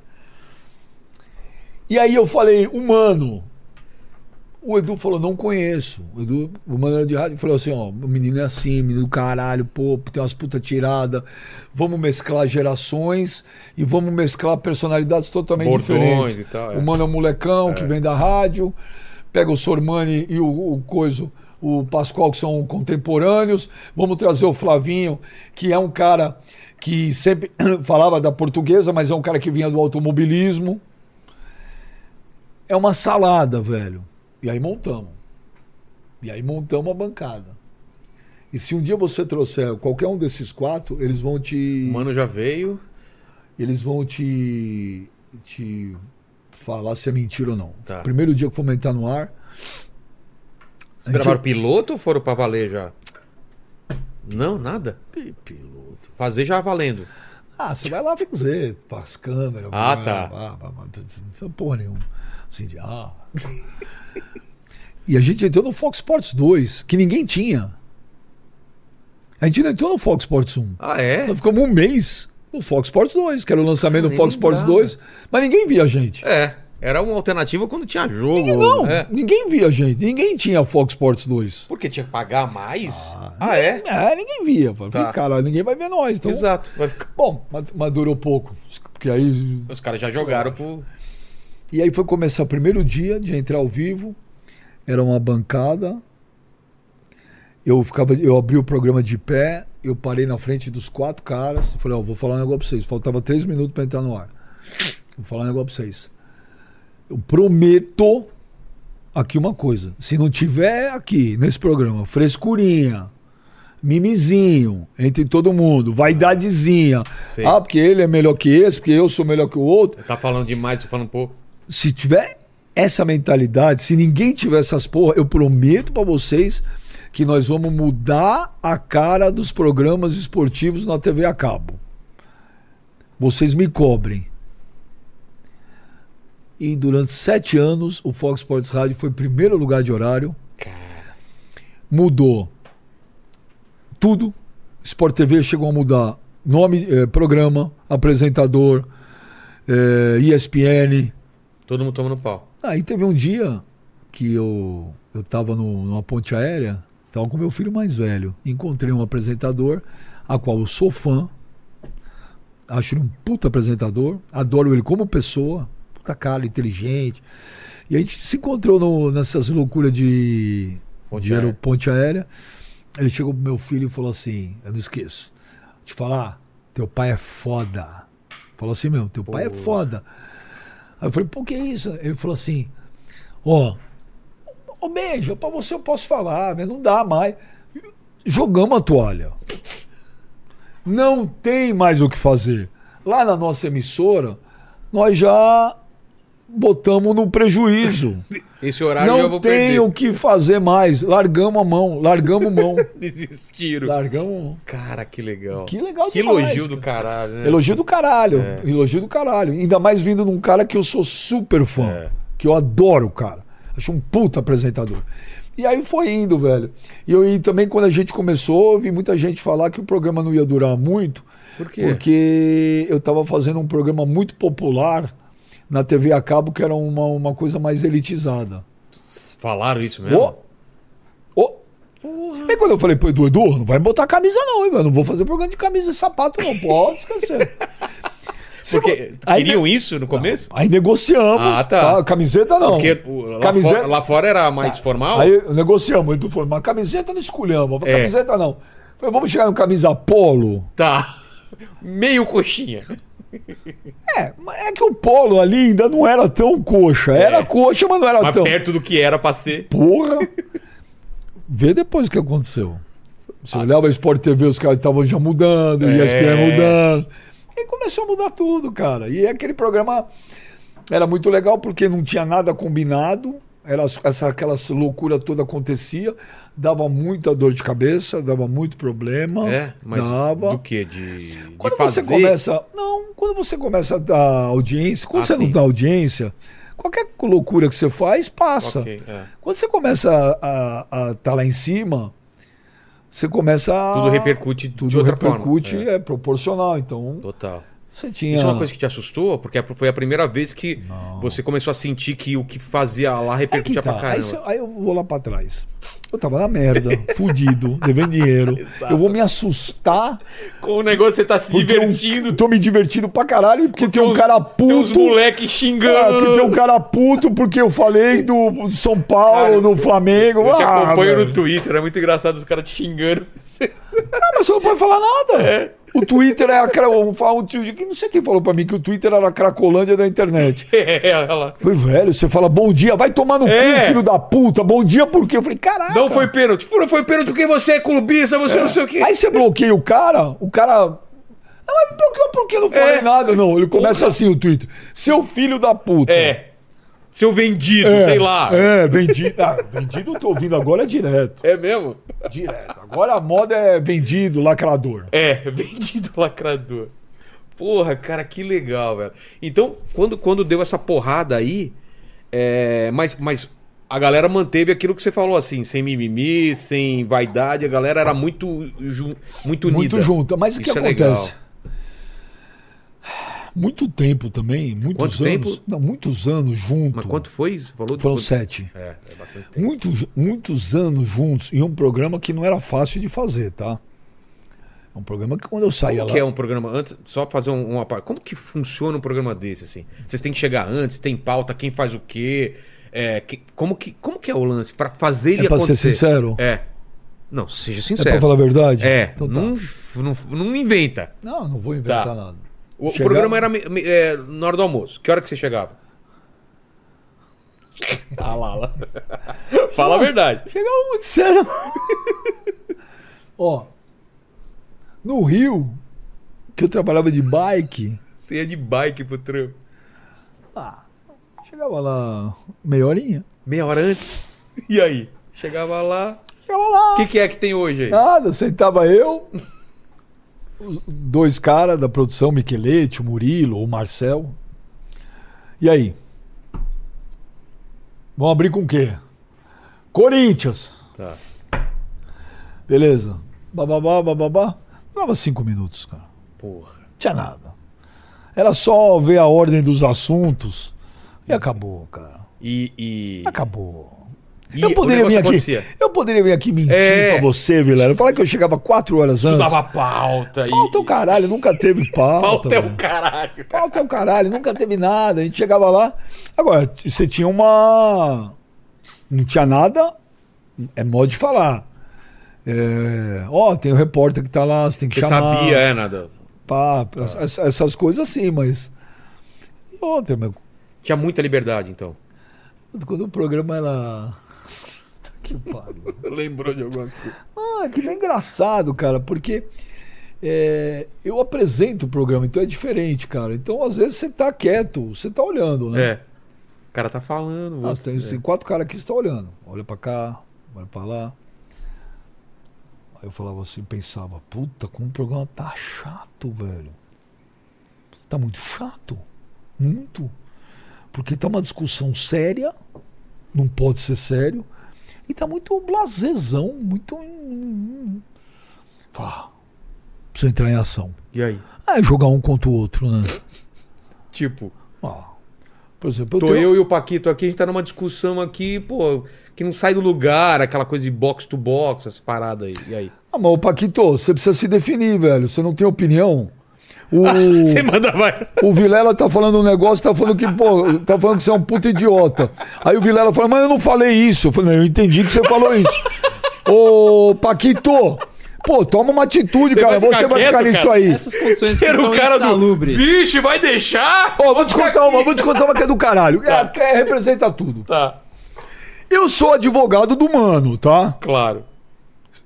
[SPEAKER 3] E aí eu falei, humano. O Edu falou, não conheço. O Edu, o mano era de rádio, falou assim, ó, o menino é assim, menino do caralho, pô, tem umas puta tirada. Vamos mesclar gerações e vamos mesclar personalidades totalmente
[SPEAKER 1] Bordões
[SPEAKER 3] diferentes.
[SPEAKER 1] e tal, é.
[SPEAKER 3] O mano é um molecão que vem da rádio, pega o Sormani e o, o Coiso, o Pascoal, que são contemporâneos. Vamos trazer o Flavinho, que é um cara que sempre falava da portuguesa, mas é um cara que vinha do automobilismo. É uma salada, velho. E aí montamos. E aí montamos a bancada. E se um dia você trouxer qualquer um desses quatro, eles vão te.
[SPEAKER 1] O mano já veio.
[SPEAKER 3] Eles vão te. te falar se é mentira ou não.
[SPEAKER 1] Tá.
[SPEAKER 3] Primeiro dia que for entrar no ar.
[SPEAKER 1] Vocês gravaram piloto ou foram pra valer já? Não, nada.
[SPEAKER 3] piloto.
[SPEAKER 1] Fazer já valendo.
[SPEAKER 3] Ah, você vai lá fazer, para as câmeras.
[SPEAKER 1] Ah,
[SPEAKER 3] blá,
[SPEAKER 1] tá.
[SPEAKER 3] blá, blá, blá, Não tem porra nenhuma. Assim, de, ah. e a gente entrou no Fox Sports 2, que ninguém tinha. A gente não entrou no Fox Sports 1.
[SPEAKER 1] Ah, é?
[SPEAKER 3] Nós ficamos um mês no Fox Sports 2, que era o lançamento
[SPEAKER 1] Ah,
[SPEAKER 3] do
[SPEAKER 1] nem
[SPEAKER 3] Fox Sports
[SPEAKER 1] lembrava.
[SPEAKER 3] 2, mas ninguém via a gente.
[SPEAKER 1] É. Era uma alternativa quando tinha jogo.
[SPEAKER 3] Ninguém não,
[SPEAKER 1] É.
[SPEAKER 3] ninguém via a gente, ninguém tinha Fox Sports 2.
[SPEAKER 1] Porque tinha que pagar mais? Ah, é?
[SPEAKER 3] É, ninguém via. Falei,
[SPEAKER 1] Tá.
[SPEAKER 3] Cara, ninguém vai ver nós. Então,
[SPEAKER 1] Exato. Vai ficar-
[SPEAKER 3] Bom, mas, mas durou pouco. Porque aí
[SPEAKER 1] Os caras já jogaram pro.
[SPEAKER 3] E aí foi começar o primeiro dia de entrar ao vivo. Era uma bancada. Eu ficava, eu abri o programa de pé, eu parei na frente dos quatro caras, falei, ó, vou falar um negócio pra vocês. Faltava três minutos pra entrar no ar. Vou falar um negócio pra vocês. Eu prometo aqui uma coisa. Se não tiver aqui nesse programa, frescurinha, mimizinho entre todo mundo, vaidadezinha.
[SPEAKER 1] Sei.
[SPEAKER 3] Ah, porque ele é melhor que esse, porque eu sou melhor que o outro
[SPEAKER 1] Tá falando demais, tô falando pouco.
[SPEAKER 3] se tiver essa mentalidade, se ninguém tiver essas porra, eu prometo pra vocês que nós vamos mudar a cara dos programas esportivos na TV a cabo. Vocês me cobrem. E durante sete anos, o Fox Sports Rádio foi primeiro lugar de horário. Mudou tudo. Sport TV chegou a mudar nome, eh, programa, apresentador, eh, ESPN,
[SPEAKER 1] Todo mundo tomando pau.
[SPEAKER 3] Aí teve um dia que eu eu estava numa ponte aérea, estava com meu filho mais velho. Encontrei um apresentador, a qual eu sou fã. Acho ele um puta apresentador. Adoro ele como pessoa. Puta cara, inteligente. E a gente se encontrou no- nessas loucuras de,
[SPEAKER 1] Ponte
[SPEAKER 3] de aero-
[SPEAKER 1] aérea.
[SPEAKER 3] ponte aérea. Ele chegou pro meu filho e falou assim: Eu não esqueço. Te falar, teu pai é foda. Falou assim mesmo: Teu pai é
[SPEAKER 1] Pô.
[SPEAKER 3] foda. Aí eu falei: Por que isso? Ele falou assim: Ó, ô beijo, pra você eu posso falar, mas não dá mais. Jogamos a toalha. Não tem mais o que fazer. Lá na nossa emissora, nós já botamos no prejuízo.
[SPEAKER 1] Esse horário eu
[SPEAKER 3] Não
[SPEAKER 1] vou
[SPEAKER 3] tem
[SPEAKER 1] perder.
[SPEAKER 3] o que fazer mais. Largamos a mão, largamos mão.
[SPEAKER 1] Desistiram.
[SPEAKER 3] largamos a mão.
[SPEAKER 1] Cara, que legal.
[SPEAKER 3] Que legal
[SPEAKER 1] Que
[SPEAKER 3] demais,
[SPEAKER 1] elogio do
[SPEAKER 3] cara.
[SPEAKER 1] caralho, né?
[SPEAKER 3] Elogio do caralho.
[SPEAKER 1] É.
[SPEAKER 3] Elogio do caralho. Ainda mais vindo de um cara que eu sou super fã.
[SPEAKER 1] É.
[SPEAKER 3] Que eu adoro o cara. Acho um puta apresentador. E aí foi indo, velho. E, eu, e também quando a gente começou, eu vi muita gente falar que o programa não ia durar muito.
[SPEAKER 1] Por quê?
[SPEAKER 3] Porque eu tava fazendo um programa muito popular na TV a cabo, que era uma, uma coisa mais elitizada.
[SPEAKER 1] Falaram isso mesmo?
[SPEAKER 3] Ô! Ô! E quando eu falei pro Edu, Edu, não vai botar camisa não, hein, velho? Não vou fazer programa de camisa e sapato não, pode esquecer. Se
[SPEAKER 1] Porque
[SPEAKER 3] vo- aí,
[SPEAKER 1] queriam isso no começo?
[SPEAKER 3] aí negociamos,
[SPEAKER 1] Ah, tá.
[SPEAKER 3] Camiseta não.
[SPEAKER 1] Porque o- lá,
[SPEAKER 3] camiseta, Tá.
[SPEAKER 1] fora, lá fora era mais formal?
[SPEAKER 3] Aí negociamos, Edu falou, mas camiseta não esculhamos,
[SPEAKER 1] É.
[SPEAKER 3] camiseta não. Falei, vamos chegar em camisa polo?
[SPEAKER 1] Tá. Meio coxinha.
[SPEAKER 3] É, mas é que o polo ali ainda não era tão coxa. Era
[SPEAKER 1] É.
[SPEAKER 3] coxa, mas não era
[SPEAKER 1] Mas
[SPEAKER 3] tão.
[SPEAKER 1] perto do que era pra ser.
[SPEAKER 3] Porra! Vê depois o que aconteceu. Você olhava a Sport TV, os caras estavam já mudando, o
[SPEAKER 1] Ah. É.
[SPEAKER 3] ESPN mudando. E começou a mudar tudo, cara. E aquele programa era muito legal porque não tinha nada combinado. Era as- essa, aquela loucura toda acontecia, dava muita dor de cabeça, dava muito problema.
[SPEAKER 1] É, mas
[SPEAKER 3] dava.
[SPEAKER 1] do que? De, de
[SPEAKER 3] Quando
[SPEAKER 1] fazer?
[SPEAKER 3] você começa. Não, quando você começa a dar audiência, quando
[SPEAKER 1] Ah,
[SPEAKER 3] você
[SPEAKER 1] sim.
[SPEAKER 3] não dá audiência, qualquer loucura que você faz, passa.
[SPEAKER 1] Ok, é.
[SPEAKER 3] Quando você começa a estar lá em cima, você começa a.
[SPEAKER 1] Tudo repercute
[SPEAKER 3] Tudo
[SPEAKER 1] de outra
[SPEAKER 3] repercute,
[SPEAKER 1] forma.
[SPEAKER 3] é. proporcional. Então,
[SPEAKER 1] Total.
[SPEAKER 3] você tinha.
[SPEAKER 1] Isso é uma coisa que te assustou? Porque foi a primeira vez que você começou a sentir que o que fazia lá
[SPEAKER 3] Aí que
[SPEAKER 1] repercutia
[SPEAKER 3] tá.
[SPEAKER 1] pra
[SPEAKER 3] Aí,
[SPEAKER 1] caramba.
[SPEAKER 3] cê- aí eu vou lá pra trás. Eu tava na merda, fudido, devendo dinheiro.
[SPEAKER 1] Exato.
[SPEAKER 3] Eu vou me assustar.
[SPEAKER 1] Com o negócio você tá se
[SPEAKER 3] um- porque um eu-
[SPEAKER 1] divertindo.
[SPEAKER 3] tô me divertindo pra caralho, porque, tem um
[SPEAKER 1] uns-
[SPEAKER 3] cara
[SPEAKER 1] Tem uns
[SPEAKER 3] puto.
[SPEAKER 1] moleque
[SPEAKER 3] Ah, porque tem
[SPEAKER 1] xingando.
[SPEAKER 3] um cara puto porque eu falei do do São
[SPEAKER 1] Cara,
[SPEAKER 3] Paulo, do Flamengo.
[SPEAKER 1] Eu te
[SPEAKER 3] Ah,
[SPEAKER 1] acompanho
[SPEAKER 3] velho.
[SPEAKER 1] no Twitter, é muito engraçado os caras te xingando.
[SPEAKER 3] Mas você não pode falar nada. O Twitter é a cra- um, fa- um tio de que não sei quem falou pra mim que o Twitter era a cracolândia da internet.
[SPEAKER 1] É, olha lá.
[SPEAKER 3] Eu falei, velho, você fala bom dia, vai tomar no
[SPEAKER 1] É.
[SPEAKER 3] cu, filho da puta, bom dia por quê? Eu falei, caralho.
[SPEAKER 1] Não foi pênalti. Fura, foi pênalti porque você é clubista, você não sei o quê.
[SPEAKER 3] Aí você bloqueia o cara, o cara. Ah, mas bloqueou porque eu não falei
[SPEAKER 1] É.
[SPEAKER 3] nada, não. Ele começa assim o Twitter. Seu filho da puta.
[SPEAKER 1] É. Seu vendido,
[SPEAKER 3] É,
[SPEAKER 1] sei lá. É,
[SPEAKER 3] É, vendido. Ah, vendido eu tô ouvindo agora é direto.
[SPEAKER 1] mesmo?
[SPEAKER 3] Direto. Agora a moda é vendido, lacrador.
[SPEAKER 1] É, vendido lacrador. Porra, cara, que legal, velho. Então, quando, quando deu essa porrada aí, é, mas, mas a galera manteve aquilo que você falou, assim, sem mimimi, sem vaidade, a galera era muito, ju- muito unida.
[SPEAKER 3] Muito junta. Mas o que
[SPEAKER 1] Isso é
[SPEAKER 3] acontece?
[SPEAKER 1] legal.
[SPEAKER 3] Muito tempo também, muitos
[SPEAKER 1] Quanto
[SPEAKER 3] anos.
[SPEAKER 1] tempo?
[SPEAKER 3] Não, muitos anos juntos.
[SPEAKER 1] Mas quanto foi isso? Falou de
[SPEAKER 3] Foram
[SPEAKER 1] quanto-
[SPEAKER 3] sete.
[SPEAKER 1] É, é bastante tempo.
[SPEAKER 3] Muitos, muitos anos juntos em um programa que não era fácil de fazer, tá? É um programa que quando eu saía
[SPEAKER 1] Como
[SPEAKER 3] lá.
[SPEAKER 1] que é um programa antes? Só pra fazer um- uma parte. Como que funciona um programa desse assim? Vocês têm que chegar antes, tem pauta, quem faz o quê? É, que- como que como que é o lance Pra fazer ele
[SPEAKER 3] É pra ser
[SPEAKER 1] acontecer?
[SPEAKER 3] sincero?
[SPEAKER 1] É. Não, seja
[SPEAKER 3] É pra
[SPEAKER 1] sincero.
[SPEAKER 3] falar a verdade?
[SPEAKER 1] É,
[SPEAKER 3] Então tá.
[SPEAKER 1] não, não, não inventa.
[SPEAKER 3] Não, não vou inventar
[SPEAKER 1] Tá.
[SPEAKER 3] nada.
[SPEAKER 1] O, o
[SPEAKER 3] Chegar-
[SPEAKER 1] programa era me- me- é, na hora do almoço. Que hora que você chegava? ah lá, lá. Fala a verdade.
[SPEAKER 3] Chegava muito um sério. Ó. No Rio, que eu trabalhava de bike.
[SPEAKER 1] Você ia de bike pro trampo.
[SPEAKER 3] Ah, chegava lá meia horinha.
[SPEAKER 1] Meia hora antes? E aí? Chegava lá.
[SPEAKER 3] Chegava lá.
[SPEAKER 1] O que, que é que tem hoje aí?
[SPEAKER 3] Nada, sentava eu, os dois caras da produção, Miquelete, o Murilo, o Marcel. E aí? Vão abrir com o quê? Corinthians.
[SPEAKER 1] Tá.
[SPEAKER 3] Beleza. Bababá, bababá. Durava cinco minutos, cara. Não
[SPEAKER 1] Porra.
[SPEAKER 3] tinha nada. Era só ver a ordem dos assuntos e acabou, cara.
[SPEAKER 1] E. e...
[SPEAKER 3] Acabou.
[SPEAKER 1] e
[SPEAKER 3] eu,
[SPEAKER 1] o
[SPEAKER 3] poderia vir
[SPEAKER 1] negócio
[SPEAKER 3] aqui,
[SPEAKER 1] acontecia.
[SPEAKER 3] eu poderia vir aqui mentir
[SPEAKER 1] É.
[SPEAKER 3] pra você, Vilela. Falar que eu chegava quatro horas antes.
[SPEAKER 1] Dava pauta e.
[SPEAKER 3] Pauta é o caralho, nunca teve pauta.
[SPEAKER 1] Pauta é o
[SPEAKER 3] velho.
[SPEAKER 1] caralho.
[SPEAKER 3] Pauta é o caralho, nunca teve nada. A gente chegava lá. Agora, t- você tinha uma. Não tinha nada, é modo de falar. É, Ó, tem o repórter que tá lá, você tem que
[SPEAKER 1] Você
[SPEAKER 3] chamar.
[SPEAKER 1] sabia, é, Nadal?
[SPEAKER 3] pá, ess- essas coisas assim, mas. E outra, meu.
[SPEAKER 1] Tinha muita liberdade, então.
[SPEAKER 3] Quando o programa era. Puta que pariu.
[SPEAKER 1] Lembrou de alguma coisa.
[SPEAKER 3] Ah, que nem engraçado, cara, porque é, eu apresento o programa, então é diferente, cara. Então, às vezes, você tá quieto, você tá olhando, né?
[SPEAKER 1] É. O cara tá falando.
[SPEAKER 3] Ah,
[SPEAKER 1] você- É.
[SPEAKER 3] tem, tem quatro caras aqui que estão olhando. Olha pra cá, olha pra lá. Aí eu falava assim, pensava, puta, como o programa tá chato, velho. Tá muito chato. Muito. Porque tá uma discussão séria, não pode ser sério. E tá muito blasezão, muito. em- Fala, ah, preciso entrar em ação.
[SPEAKER 1] E aí?
[SPEAKER 3] Ah, É jogar um contra o outro, né?
[SPEAKER 1] Tipo,
[SPEAKER 3] Ah, por exemplo, eu
[SPEAKER 1] tô
[SPEAKER 3] tenho-
[SPEAKER 1] eu e o Paquito aqui, a gente tá numa discussão aqui, pô, que não sai do lugar, aquela coisa de box to box, essa parada aí. E aí?
[SPEAKER 3] Ah, mas ô Paquito, você precisa se definir, velho. Você não tem opinião. O,
[SPEAKER 1] Você manda vai.
[SPEAKER 3] o Vilela tá falando um negócio, tá falando que, pô, tá falando que você é um puta idiota. Aí o Vilela fala, mas eu não falei isso. Eu falei, não, eu entendi que você falou isso. Ô, Paquito, pô, toma uma atitude,
[SPEAKER 1] Você
[SPEAKER 3] cara.
[SPEAKER 1] vai
[SPEAKER 3] você
[SPEAKER 1] ficar
[SPEAKER 3] vai ficar
[SPEAKER 1] quieto,
[SPEAKER 3] nisso
[SPEAKER 1] cara?
[SPEAKER 3] aí.
[SPEAKER 2] Essas condições que
[SPEAKER 1] Ser
[SPEAKER 2] são
[SPEAKER 1] o cara do.
[SPEAKER 2] insalubres.
[SPEAKER 1] Vixe, vai deixar?
[SPEAKER 3] Ó, vou te contar uma, vou te contar uma que é do caralho. É, é, representa tudo.
[SPEAKER 1] Tá,
[SPEAKER 3] Eu sou advogado do mano, tá?
[SPEAKER 1] claro.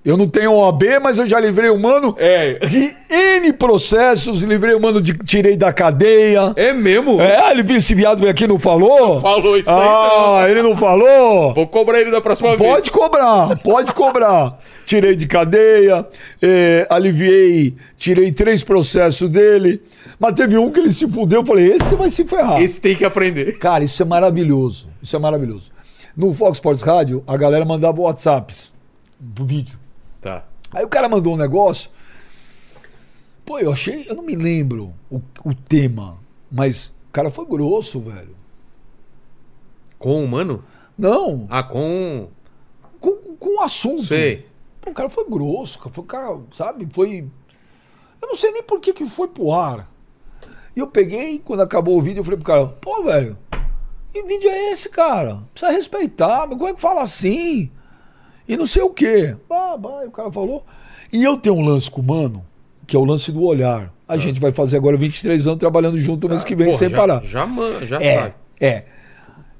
[SPEAKER 3] Eu não tenho OAB, mas eu já livrei o mano
[SPEAKER 1] É.
[SPEAKER 3] de N processos, livrei o mano de tirei da cadeia.
[SPEAKER 1] É mesmo?
[SPEAKER 3] É, ele viu esse viado veio aqui e não falou?
[SPEAKER 1] Falou isso
[SPEAKER 3] ah,
[SPEAKER 1] aí.
[SPEAKER 3] ele não falou?
[SPEAKER 1] Vou cobrar ele da próxima
[SPEAKER 3] Pode cobrar, pode cobrar. Tirei de cadeia, eh, aliviei, tirei três processos dele. Mas teve um que ele se fudeu, eu falei, esse vai se ferrar.
[SPEAKER 1] vez. Esse tem que aprender.
[SPEAKER 3] Cara, isso é maravilhoso, isso é maravilhoso. No Fox Sports Rádio, a galera mandava WhatsApps do vídeo.
[SPEAKER 1] Tá.
[SPEAKER 3] Aí o cara mandou um negócio. Pô, eu achei. Eu não me lembro o, o tema, mas o cara foi grosso, velho.
[SPEAKER 1] Com o humano?
[SPEAKER 3] Não,
[SPEAKER 1] Ah, com.
[SPEAKER 3] com, com o assunto.
[SPEAKER 1] Sei.
[SPEAKER 3] Pô, o cara foi grosso, cara, foi, o cara, sabe? Foi. Eu não sei nem por que, que foi pro ar. E eu peguei, quando acabou o vídeo, eu falei pro cara: pô, velho, que vídeo é esse, cara? Precisa respeitar, mas como é que fala assim? E não sei o quê. Bah, bah, e o cara falou. E eu tenho um lance com o mano, que é o lance do olhar. A gente vai fazer agora 23 anos trabalhando junto mês que
[SPEAKER 1] Ah.
[SPEAKER 3] vem
[SPEAKER 1] Porra,
[SPEAKER 3] sem
[SPEAKER 1] já,
[SPEAKER 3] parar.
[SPEAKER 1] Já, man- já
[SPEAKER 3] É,
[SPEAKER 1] sabe.
[SPEAKER 3] é.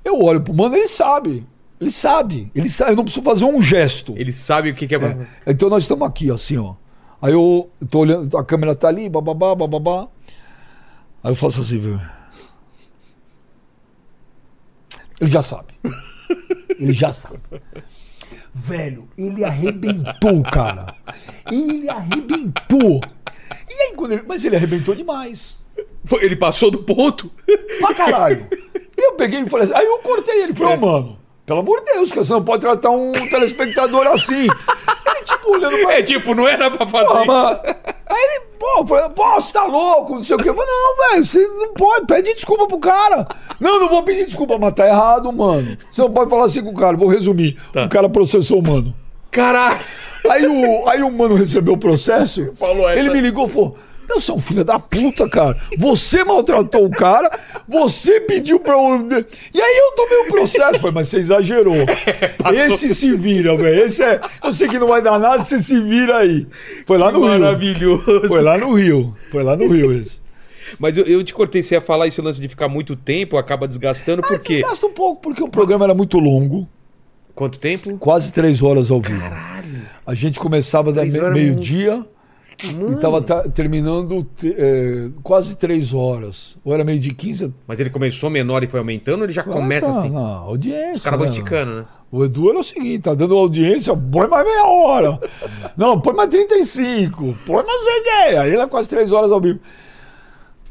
[SPEAKER 3] Eu olho pro mano, ele sabe. Ele sabe. Ele sabe. Eu não preciso fazer um gesto.
[SPEAKER 1] Ele sabe o que, que é. pra-
[SPEAKER 3] É. Então nós estamos aqui, assim, ó. Aí eu tô olhando, a câmera tá ali, bababá, bababá. Aí eu faço assim, viu? Ele já sabe. Ele já sabe. Velho, ele arrebentou, cara. Ele arrebentou. E aí, quando ele... Mas ele arrebentou demais.
[SPEAKER 1] Foi- Ele passou do ponto?
[SPEAKER 3] Pra caralho. E eu peguei e falei assim. Aí eu cortei ele. Falei, ô, mano, pelo amor de Deus, cara, você não pode tratar um telespectador assim. Ele, tipo, olhando pra
[SPEAKER 1] É tipo, não era pra fazer.
[SPEAKER 3] Porra,
[SPEAKER 1] isso.
[SPEAKER 3] mano. Aí ele, pô, falou, pô, você tá louco, não sei o quê. Eu falei, não, velho, você não pode, pede desculpa pro cara. Não, não vou pedir desculpa, mas tá errado, mano. Você não pode falar assim com o cara, vou resumir.
[SPEAKER 1] Tá.
[SPEAKER 3] O cara é processou o mano.
[SPEAKER 1] Caralho!
[SPEAKER 3] Aí o, aí o mano recebeu o processo,
[SPEAKER 1] Falou essa.
[SPEAKER 3] ele me ligou e falou, meu, você é um filho da puta, cara. Você maltratou o cara, você pediu pra eu... E aí eu tomei o processo. Falei, mas você exagerou. esse se vira, velho. Esse é... Eu sei que não vai dar nada, você se vira aí. Foi lá no Rio.
[SPEAKER 1] Maravilhoso.
[SPEAKER 3] Foi lá no Rio. Foi lá no Rio esse.
[SPEAKER 1] Mas eu, eu te cortei, você ia falar esse lance de ficar muito tempo, acaba desgastando, por quê?
[SPEAKER 3] Gasta um pouco, porque o programa era muito longo.
[SPEAKER 1] Quanto tempo?
[SPEAKER 3] Quase três horas ao vivo. A gente começava da
[SPEAKER 1] Três
[SPEAKER 3] me-
[SPEAKER 1] horas é muito.
[SPEAKER 3] meio-dia e tava ta- terminando te- é, quase três horas. Ou era meio de 15.
[SPEAKER 1] Mas ele começou menor e foi aumentando, ou ele já começa
[SPEAKER 3] Ah, tá,
[SPEAKER 1] assim.
[SPEAKER 3] na audiência.
[SPEAKER 1] Os caras vão
[SPEAKER 3] né?
[SPEAKER 1] esticando, né?
[SPEAKER 3] O Edu era o seguinte, tá dando audiência, põe mais meia hora. Não, põe mais 35, põe mais ideia. Aí era quase três horas ao vivo.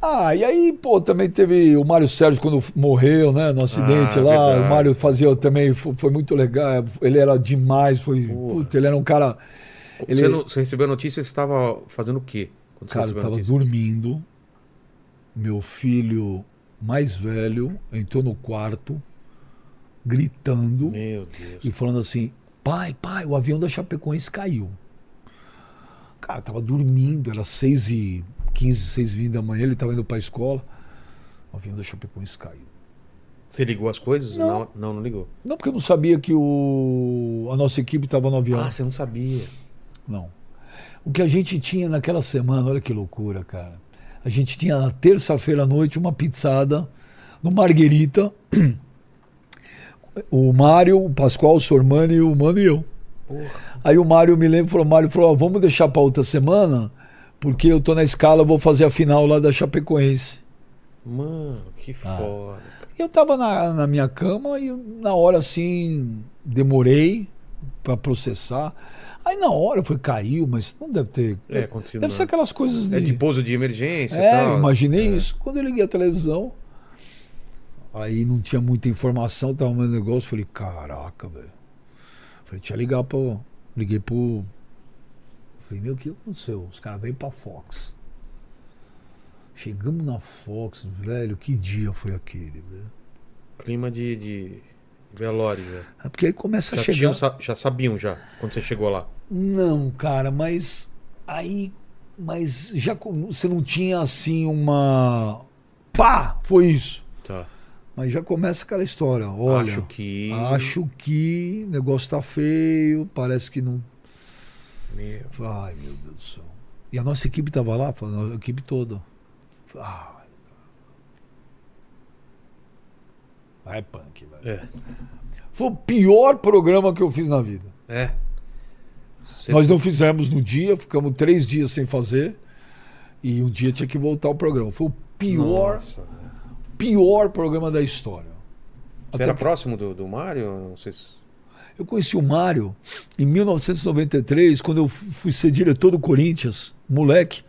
[SPEAKER 3] Ah, e aí, pô, também teve o Mário Sérgio quando f- morreu, né, no acidente
[SPEAKER 1] Ah,
[SPEAKER 3] lá.
[SPEAKER 1] verdade.
[SPEAKER 3] O Mário fazia também, fo- foi, muito legal. Ele era demais, foi. Puta, ele era um cara. Ele-
[SPEAKER 1] Você, não- você recebeu a notícia, você estava fazendo o quê? Quando você
[SPEAKER 3] Cara, eu
[SPEAKER 1] recebeu a
[SPEAKER 3] tava
[SPEAKER 1] notícia?
[SPEAKER 3] dormindo. Meu filho mais velho entrou no quarto, gritando
[SPEAKER 1] Meu Deus.
[SPEAKER 3] e falando assim: pai, pai, o avião da Chapecoense caiu. Cara, eu tava dormindo, era 6 e 15, 6 e 20 da manhã, ele tava indo pra escola. O avião da Chapecoense caiu.
[SPEAKER 1] Você ligou as coisas?
[SPEAKER 3] Não.
[SPEAKER 1] não, não, não ligou.
[SPEAKER 3] Não, porque eu não sabia que o, a nossa equipe tava no avião.
[SPEAKER 1] Ah, você não sabia.
[SPEAKER 3] Não. O que a gente tinha naquela semana, olha que loucura, cara. A gente tinha na terça-feira à noite uma pizzada no Marguerita. O Mário, o Pascoal, o Sormani, o Mano e eu. Aí o Mário me lembra, falou, Mário falou, ó, vamos deixar pra outra semana, porque eu tô na escala, eu vou fazer a final lá da Chapecoense.
[SPEAKER 1] Mano, que
[SPEAKER 3] Ah.
[SPEAKER 1] foda. cara.
[SPEAKER 3] Eu tava na, na minha cama e na hora assim, demorei pra processar. Aí na hora eu falei, caiu, mas não deve ter.
[SPEAKER 1] É,
[SPEAKER 3] deve-
[SPEAKER 1] acontecido
[SPEAKER 3] Deve ser
[SPEAKER 1] nada.
[SPEAKER 3] aquelas coisas de.
[SPEAKER 1] É de tá- pouso de emergência e
[SPEAKER 3] É,
[SPEAKER 1] tal.
[SPEAKER 3] eu imaginei isso. Quando eu liguei a televisão, aí não tinha muita informação, tava meu negócio, falei, caraca, velho. Falei, tinha ligar pro. Liguei pro. Falei, meu, o que aconteceu? Os caras veio pra Fox. Chegamos na Fox, velho, que dia foi aquele, velho?
[SPEAKER 1] Clima de, de velório. Já,
[SPEAKER 3] Ah, Porque aí começa
[SPEAKER 1] já,
[SPEAKER 3] a chegar.
[SPEAKER 1] tinham sa- já sabiam já, quando você chegou lá.
[SPEAKER 3] Não, cara, mas aí. Mas já com- você não tinha assim uma. Pá! Foi isso.
[SPEAKER 1] Tá.
[SPEAKER 3] Mas já começa aquela história. Olha,
[SPEAKER 1] Acho que...
[SPEAKER 3] acho que o negócio tá feio, parece que não.
[SPEAKER 1] Meu.
[SPEAKER 3] Ai, meu Deus do céu. E a nossa equipe tava lá, a nossa equipe toda. Ai, cara. É punk, velho.
[SPEAKER 1] É.
[SPEAKER 3] Foi o pior programa que eu fiz na vida.
[SPEAKER 1] É. Você-
[SPEAKER 3] Nós não fizemos no dia, ficamos três dias sem fazer. E um dia tinha que voltar o programa. Foi o pior,
[SPEAKER 1] Nossa, velho.
[SPEAKER 3] pior programa da história.
[SPEAKER 1] Você
[SPEAKER 3] Até
[SPEAKER 1] era
[SPEAKER 3] que-
[SPEAKER 1] próximo do, do Mário? Não sei se...
[SPEAKER 3] Eu conheci o Mário em 1993, quando eu fu- fui ser diretor do Corinthians, moleque.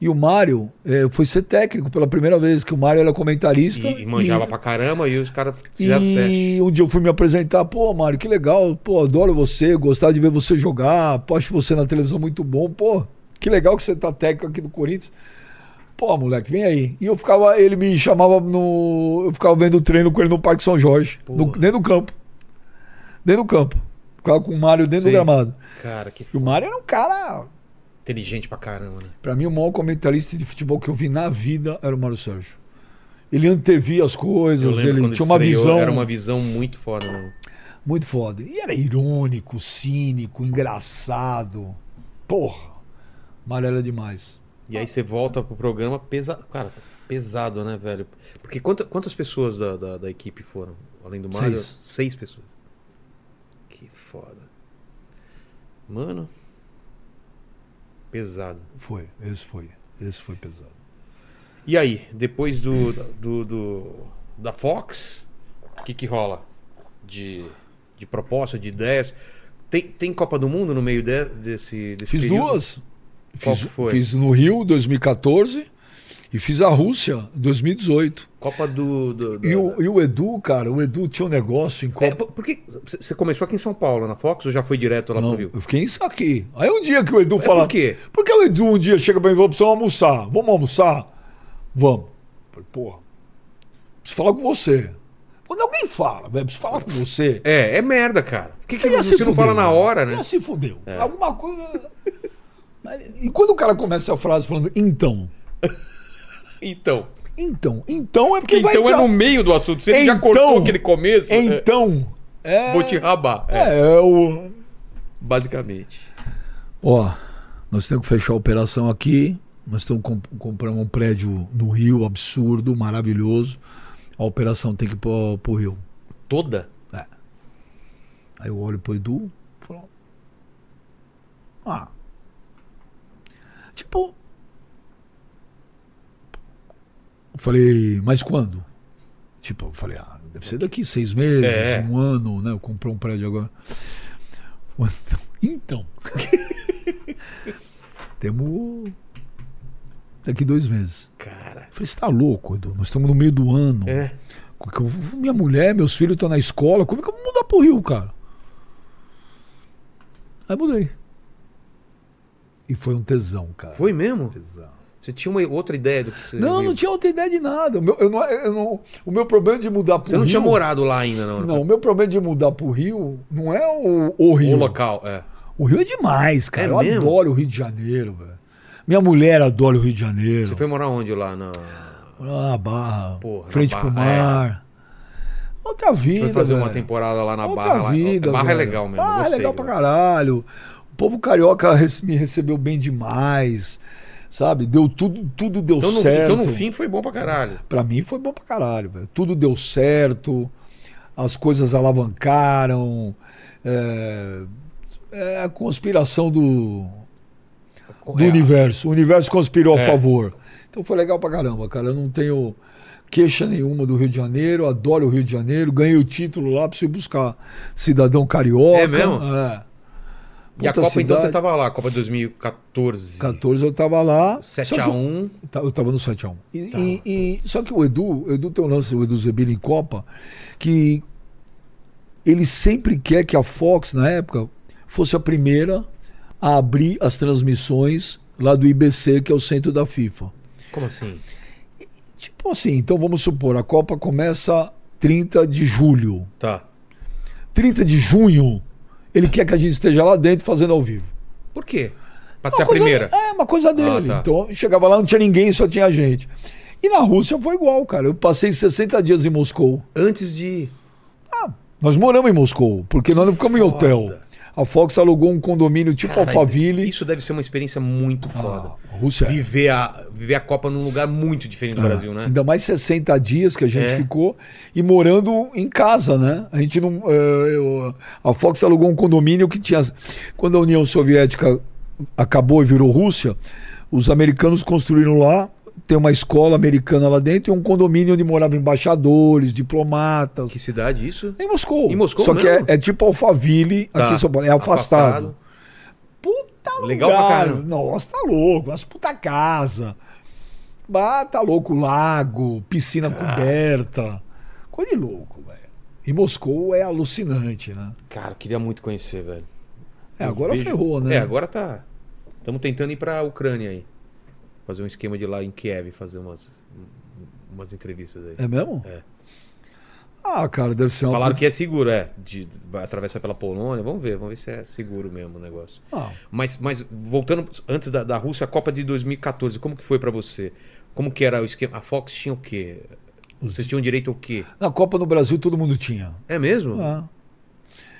[SPEAKER 3] E o Mário eh, foi ser técnico pela primeira vez, que o Mário era comentarista.
[SPEAKER 1] E, e manjava
[SPEAKER 3] e-
[SPEAKER 1] pra caramba e os caras fizeram teste.
[SPEAKER 3] E um dia eu fui me apresentar, pô, Mário, que legal, pô, adoro você, gostava de ver você jogar, pô, acho você na televisão muito bom, pô, que legal que você tá técnico aqui do Corinthians. Pô, moleque, vem aí. E eu ficava, ele me chamava no. Eu ficava vendo o treino com ele no Parque São Jorge, no-
[SPEAKER 1] Pô.
[SPEAKER 3] dentro do campo. Dentro do campo. Ficava com o Mário dentro
[SPEAKER 1] Sei.
[SPEAKER 3] do gramado.
[SPEAKER 1] Cara, que
[SPEAKER 3] E o Mário era um cara.
[SPEAKER 1] inteligente pra caramba, né?
[SPEAKER 3] Pra mim, o maior comentarista de futebol que eu vi na vida era o Mário Sérgio. Ele antevia as
[SPEAKER 1] Eu
[SPEAKER 3] coisas,
[SPEAKER 1] lembro
[SPEAKER 3] ele
[SPEAKER 1] quando
[SPEAKER 3] tinha uma
[SPEAKER 1] estreou,
[SPEAKER 3] visão.
[SPEAKER 1] Era uma visão muito foda, mano.
[SPEAKER 3] Muito foda. E era irônico, cínico, engraçado. Porra, Mário era demais.
[SPEAKER 1] E aí você volta pro programa pesado. Cara, pesado, né, velho? Porque quanta- quantas pessoas da, da, da equipe foram? Além do Mário?
[SPEAKER 3] Seis.
[SPEAKER 1] pessoas. Que foda. Mano. Pesado.
[SPEAKER 3] Foi, esse foi. Esse foi pesado.
[SPEAKER 1] E aí, depois do. do, do- da Fox, o que, que rola? De, de proposta, de ideias. Tem, tem Copa do Mundo no meio de- desse, desse.
[SPEAKER 3] Fiz
[SPEAKER 1] período?
[SPEAKER 3] duas.
[SPEAKER 1] Qual
[SPEAKER 3] Fiz,
[SPEAKER 1] que foi?
[SPEAKER 3] fiz no Rio, 2014, e fiz a Rússia, 2018.
[SPEAKER 1] Copa do. do- da-
[SPEAKER 3] E o, e o Edu, cara, o Edu tinha um negócio em
[SPEAKER 1] É,
[SPEAKER 3] Copa.
[SPEAKER 1] por por que você começou aqui em São Paulo, na Fox, ou já foi direto lá
[SPEAKER 3] Não,
[SPEAKER 1] pro Rio?
[SPEAKER 3] eu fiquei isso aqui. Aí um dia que o Edu
[SPEAKER 1] É,
[SPEAKER 3] fala.
[SPEAKER 1] por quê?
[SPEAKER 3] Porque o Edu um dia chega pra mim e fala: precisamos almoçar. Vamos almoçar? Vamos. Eu Falei, porra, preciso falar com você. Quando alguém fala, velho, preciso falar com você.
[SPEAKER 1] É, é merda, cara. Por que, que
[SPEAKER 3] Ele ia
[SPEAKER 1] você
[SPEAKER 3] se
[SPEAKER 1] não
[SPEAKER 3] fuder,
[SPEAKER 1] fala na
[SPEAKER 3] né?
[SPEAKER 1] hora, né?
[SPEAKER 3] Já se fudeu. Alguma coisa. E quando o cara começa a frase falando então,
[SPEAKER 1] Então.
[SPEAKER 3] então, então é porque,
[SPEAKER 1] Porque então
[SPEAKER 3] vai
[SPEAKER 1] é no
[SPEAKER 3] entrar.
[SPEAKER 1] meio do assunto. Você já
[SPEAKER 3] Então.
[SPEAKER 1] cortou aquele começo. é,
[SPEAKER 3] Então é,
[SPEAKER 1] vou te rabar. É,
[SPEAKER 3] é, é o
[SPEAKER 1] basicamente.
[SPEAKER 3] Ó, nós temos que fechar a operação aqui. Nós estamos comp comprando um prédio no Rio, absurdo, maravilhoso. A operação tem que ir pro, pro Rio.
[SPEAKER 1] Toda?
[SPEAKER 3] É. Aí eu olho pro Edu falo. Ah. Tipo. Eu falei, mas quando? Tipo, eu falei, ah, deve ser daqui seis meses,
[SPEAKER 1] É.
[SPEAKER 3] um ano, né? Eu comprei um prédio agora. Então. então. Temos. Daqui dois meses.
[SPEAKER 1] Cara.
[SPEAKER 3] Eu falei, você tá louco, Edu? Nós estamos no meio do ano.
[SPEAKER 1] É.
[SPEAKER 3] Como que eu vou- Minha mulher, meus filhos estão na escola, como é que eu vou mudar pro Rio, cara? Aí mudei. E foi um tesão, cara.
[SPEAKER 1] Foi
[SPEAKER 3] Um
[SPEAKER 1] mesmo?
[SPEAKER 3] tesão.
[SPEAKER 1] Você tinha uma outra ideia do que você.
[SPEAKER 3] Não, não tinha outra ideia de nada. O meu, eu não- eu não- o meu problema de mudar pro
[SPEAKER 1] Você não
[SPEAKER 3] Rio.
[SPEAKER 1] tinha morado lá ainda, não. né?
[SPEAKER 3] Não, o meu problema de mudar pro Rio não é o, o
[SPEAKER 1] O
[SPEAKER 3] Rio.
[SPEAKER 1] local, é.
[SPEAKER 3] O Rio é demais, cara.
[SPEAKER 1] É
[SPEAKER 3] eu
[SPEAKER 1] mesmo?
[SPEAKER 3] adoro o Rio de Janeiro, velho. Minha mulher adora o Rio de Janeiro.
[SPEAKER 1] Você foi morar onde lá? Na...
[SPEAKER 3] Ah, barra.
[SPEAKER 1] Porra, na
[SPEAKER 3] frente pro
[SPEAKER 1] Barra, é.
[SPEAKER 3] mar. Outra vida.
[SPEAKER 1] Foi fazer uma
[SPEAKER 3] velho.
[SPEAKER 1] temporada lá na
[SPEAKER 3] Outra
[SPEAKER 1] Barra. lá.
[SPEAKER 3] vida.
[SPEAKER 1] Barra é
[SPEAKER 3] velho.
[SPEAKER 1] legal mesmo.
[SPEAKER 3] Barra
[SPEAKER 1] gostei,
[SPEAKER 3] é legal
[SPEAKER 1] velho.
[SPEAKER 3] pra caralho. O povo carioca rece- me recebeu bem demais. Sabe? Deu tudo, tudo deu
[SPEAKER 1] Então no,
[SPEAKER 3] certo.
[SPEAKER 1] então no fim foi bom pra caralho.
[SPEAKER 3] Pra mim foi bom pra caralho, velho. Tudo deu certo, as coisas alavancaram. É, é a conspiração do, do universo. O universo conspirou
[SPEAKER 1] É.
[SPEAKER 3] a favor. Então foi legal pra caramba, cara. Eu não tenho queixa nenhuma do Rio de Janeiro, adoro o Rio de Janeiro, ganhei o título lá, preciso buscar cidadão carioca.
[SPEAKER 1] É mesmo?
[SPEAKER 3] É.
[SPEAKER 1] E a
[SPEAKER 3] Puta
[SPEAKER 1] Copa, então,
[SPEAKER 3] cidade.
[SPEAKER 1] você tava lá, a Copa 2014.
[SPEAKER 3] 14 eu tava lá. só que eu-
[SPEAKER 1] 7x1.
[SPEAKER 3] Tá, Eu tava no 7x1. E, e- e- só que o Edu, o Edu tem um lance, o Edu Zebini em Copa, que ele sempre quer que a Fox, na época, fosse a primeira a abrir as transmissões lá do IBC, que é o centro da FIFA.
[SPEAKER 1] Como assim?
[SPEAKER 3] Tipo assim, então vamos supor, a Copa começa 30 de julho.
[SPEAKER 1] Tá.
[SPEAKER 3] 30 de junho, ele quer que a gente esteja lá dentro fazendo ao vivo.
[SPEAKER 1] Por quê? Pra
[SPEAKER 3] Uma
[SPEAKER 1] ser a
[SPEAKER 3] coisa-
[SPEAKER 1] primeira.
[SPEAKER 3] É, uma coisa dele.
[SPEAKER 1] Ah, tá.
[SPEAKER 3] Então, chegava lá, não tinha ninguém, só tinha gente. E na Rússia foi igual, cara. Eu passei 60 dias em Moscou.
[SPEAKER 1] Antes de.
[SPEAKER 3] Nós moramos em Moscou, porque nós não ficamos em hotel.
[SPEAKER 1] foda.
[SPEAKER 3] A Fox alugou um condomínio tipo
[SPEAKER 1] Cara,
[SPEAKER 3] Alphaville.
[SPEAKER 1] Isso deve ser uma experiência muito
[SPEAKER 3] Ah,
[SPEAKER 1] foda.
[SPEAKER 3] a Rússia é.
[SPEAKER 1] Viver, a, viver a Copa num lugar muito diferente do Brasil, né?
[SPEAKER 3] Ah. Ainda mais 60 dias que a gente
[SPEAKER 1] É.
[SPEAKER 3] ficou e morando em casa, né? A gente não. eh, eu- a Fox alugou um condomínio que tinha. Quando a União Soviética acabou e virou Rússia, os americanos construíram lá. Tem uma escola americana lá dentro e um condomínio onde moravam embaixadores, diplomatas.
[SPEAKER 1] Que cidade isso?
[SPEAKER 3] Em Moscou.
[SPEAKER 1] Em Moscou
[SPEAKER 3] Só que é,
[SPEAKER 1] mesmo?
[SPEAKER 3] é tipo Alphaville, aqui
[SPEAKER 1] Tá.
[SPEAKER 3] em São Paulo. É afastado. Puta
[SPEAKER 1] Legal pra
[SPEAKER 3] lugar.
[SPEAKER 1] caramba.
[SPEAKER 3] Nossa, tá louco. As puta casa. Ah, tá louco. Lago, piscina
[SPEAKER 1] Ah.
[SPEAKER 3] coberta. Coisa de louco, velho. E Moscou é alucinante, né?
[SPEAKER 1] Cara, queria muito conhecer, velho.
[SPEAKER 3] É,
[SPEAKER 1] Eu
[SPEAKER 3] agora
[SPEAKER 1] vejo-
[SPEAKER 3] ferrou, né?
[SPEAKER 1] É, agora tá. Estamos tentando ir pra Ucrânia aí. Fazer um esquema de lá em Kiev, fazer umas, um- umas entrevistas aí.
[SPEAKER 3] É mesmo?
[SPEAKER 1] É.
[SPEAKER 3] Ah, cara, deve ser uma.
[SPEAKER 1] Falaram que é seguro, é. De, vai atravessar pela Polônia, vamos ver, vamos ver se é seguro mesmo o negócio.
[SPEAKER 3] Ah,
[SPEAKER 1] Mas, mas voltando antes da, da Rússia, a Copa de 2014, como que foi pra você? Como que era o esquema? A Fox tinha o quê? Vocês tinham direito ao quê?
[SPEAKER 3] na Copa no Brasil todo mundo tinha.
[SPEAKER 1] É mesmo?
[SPEAKER 3] Ah,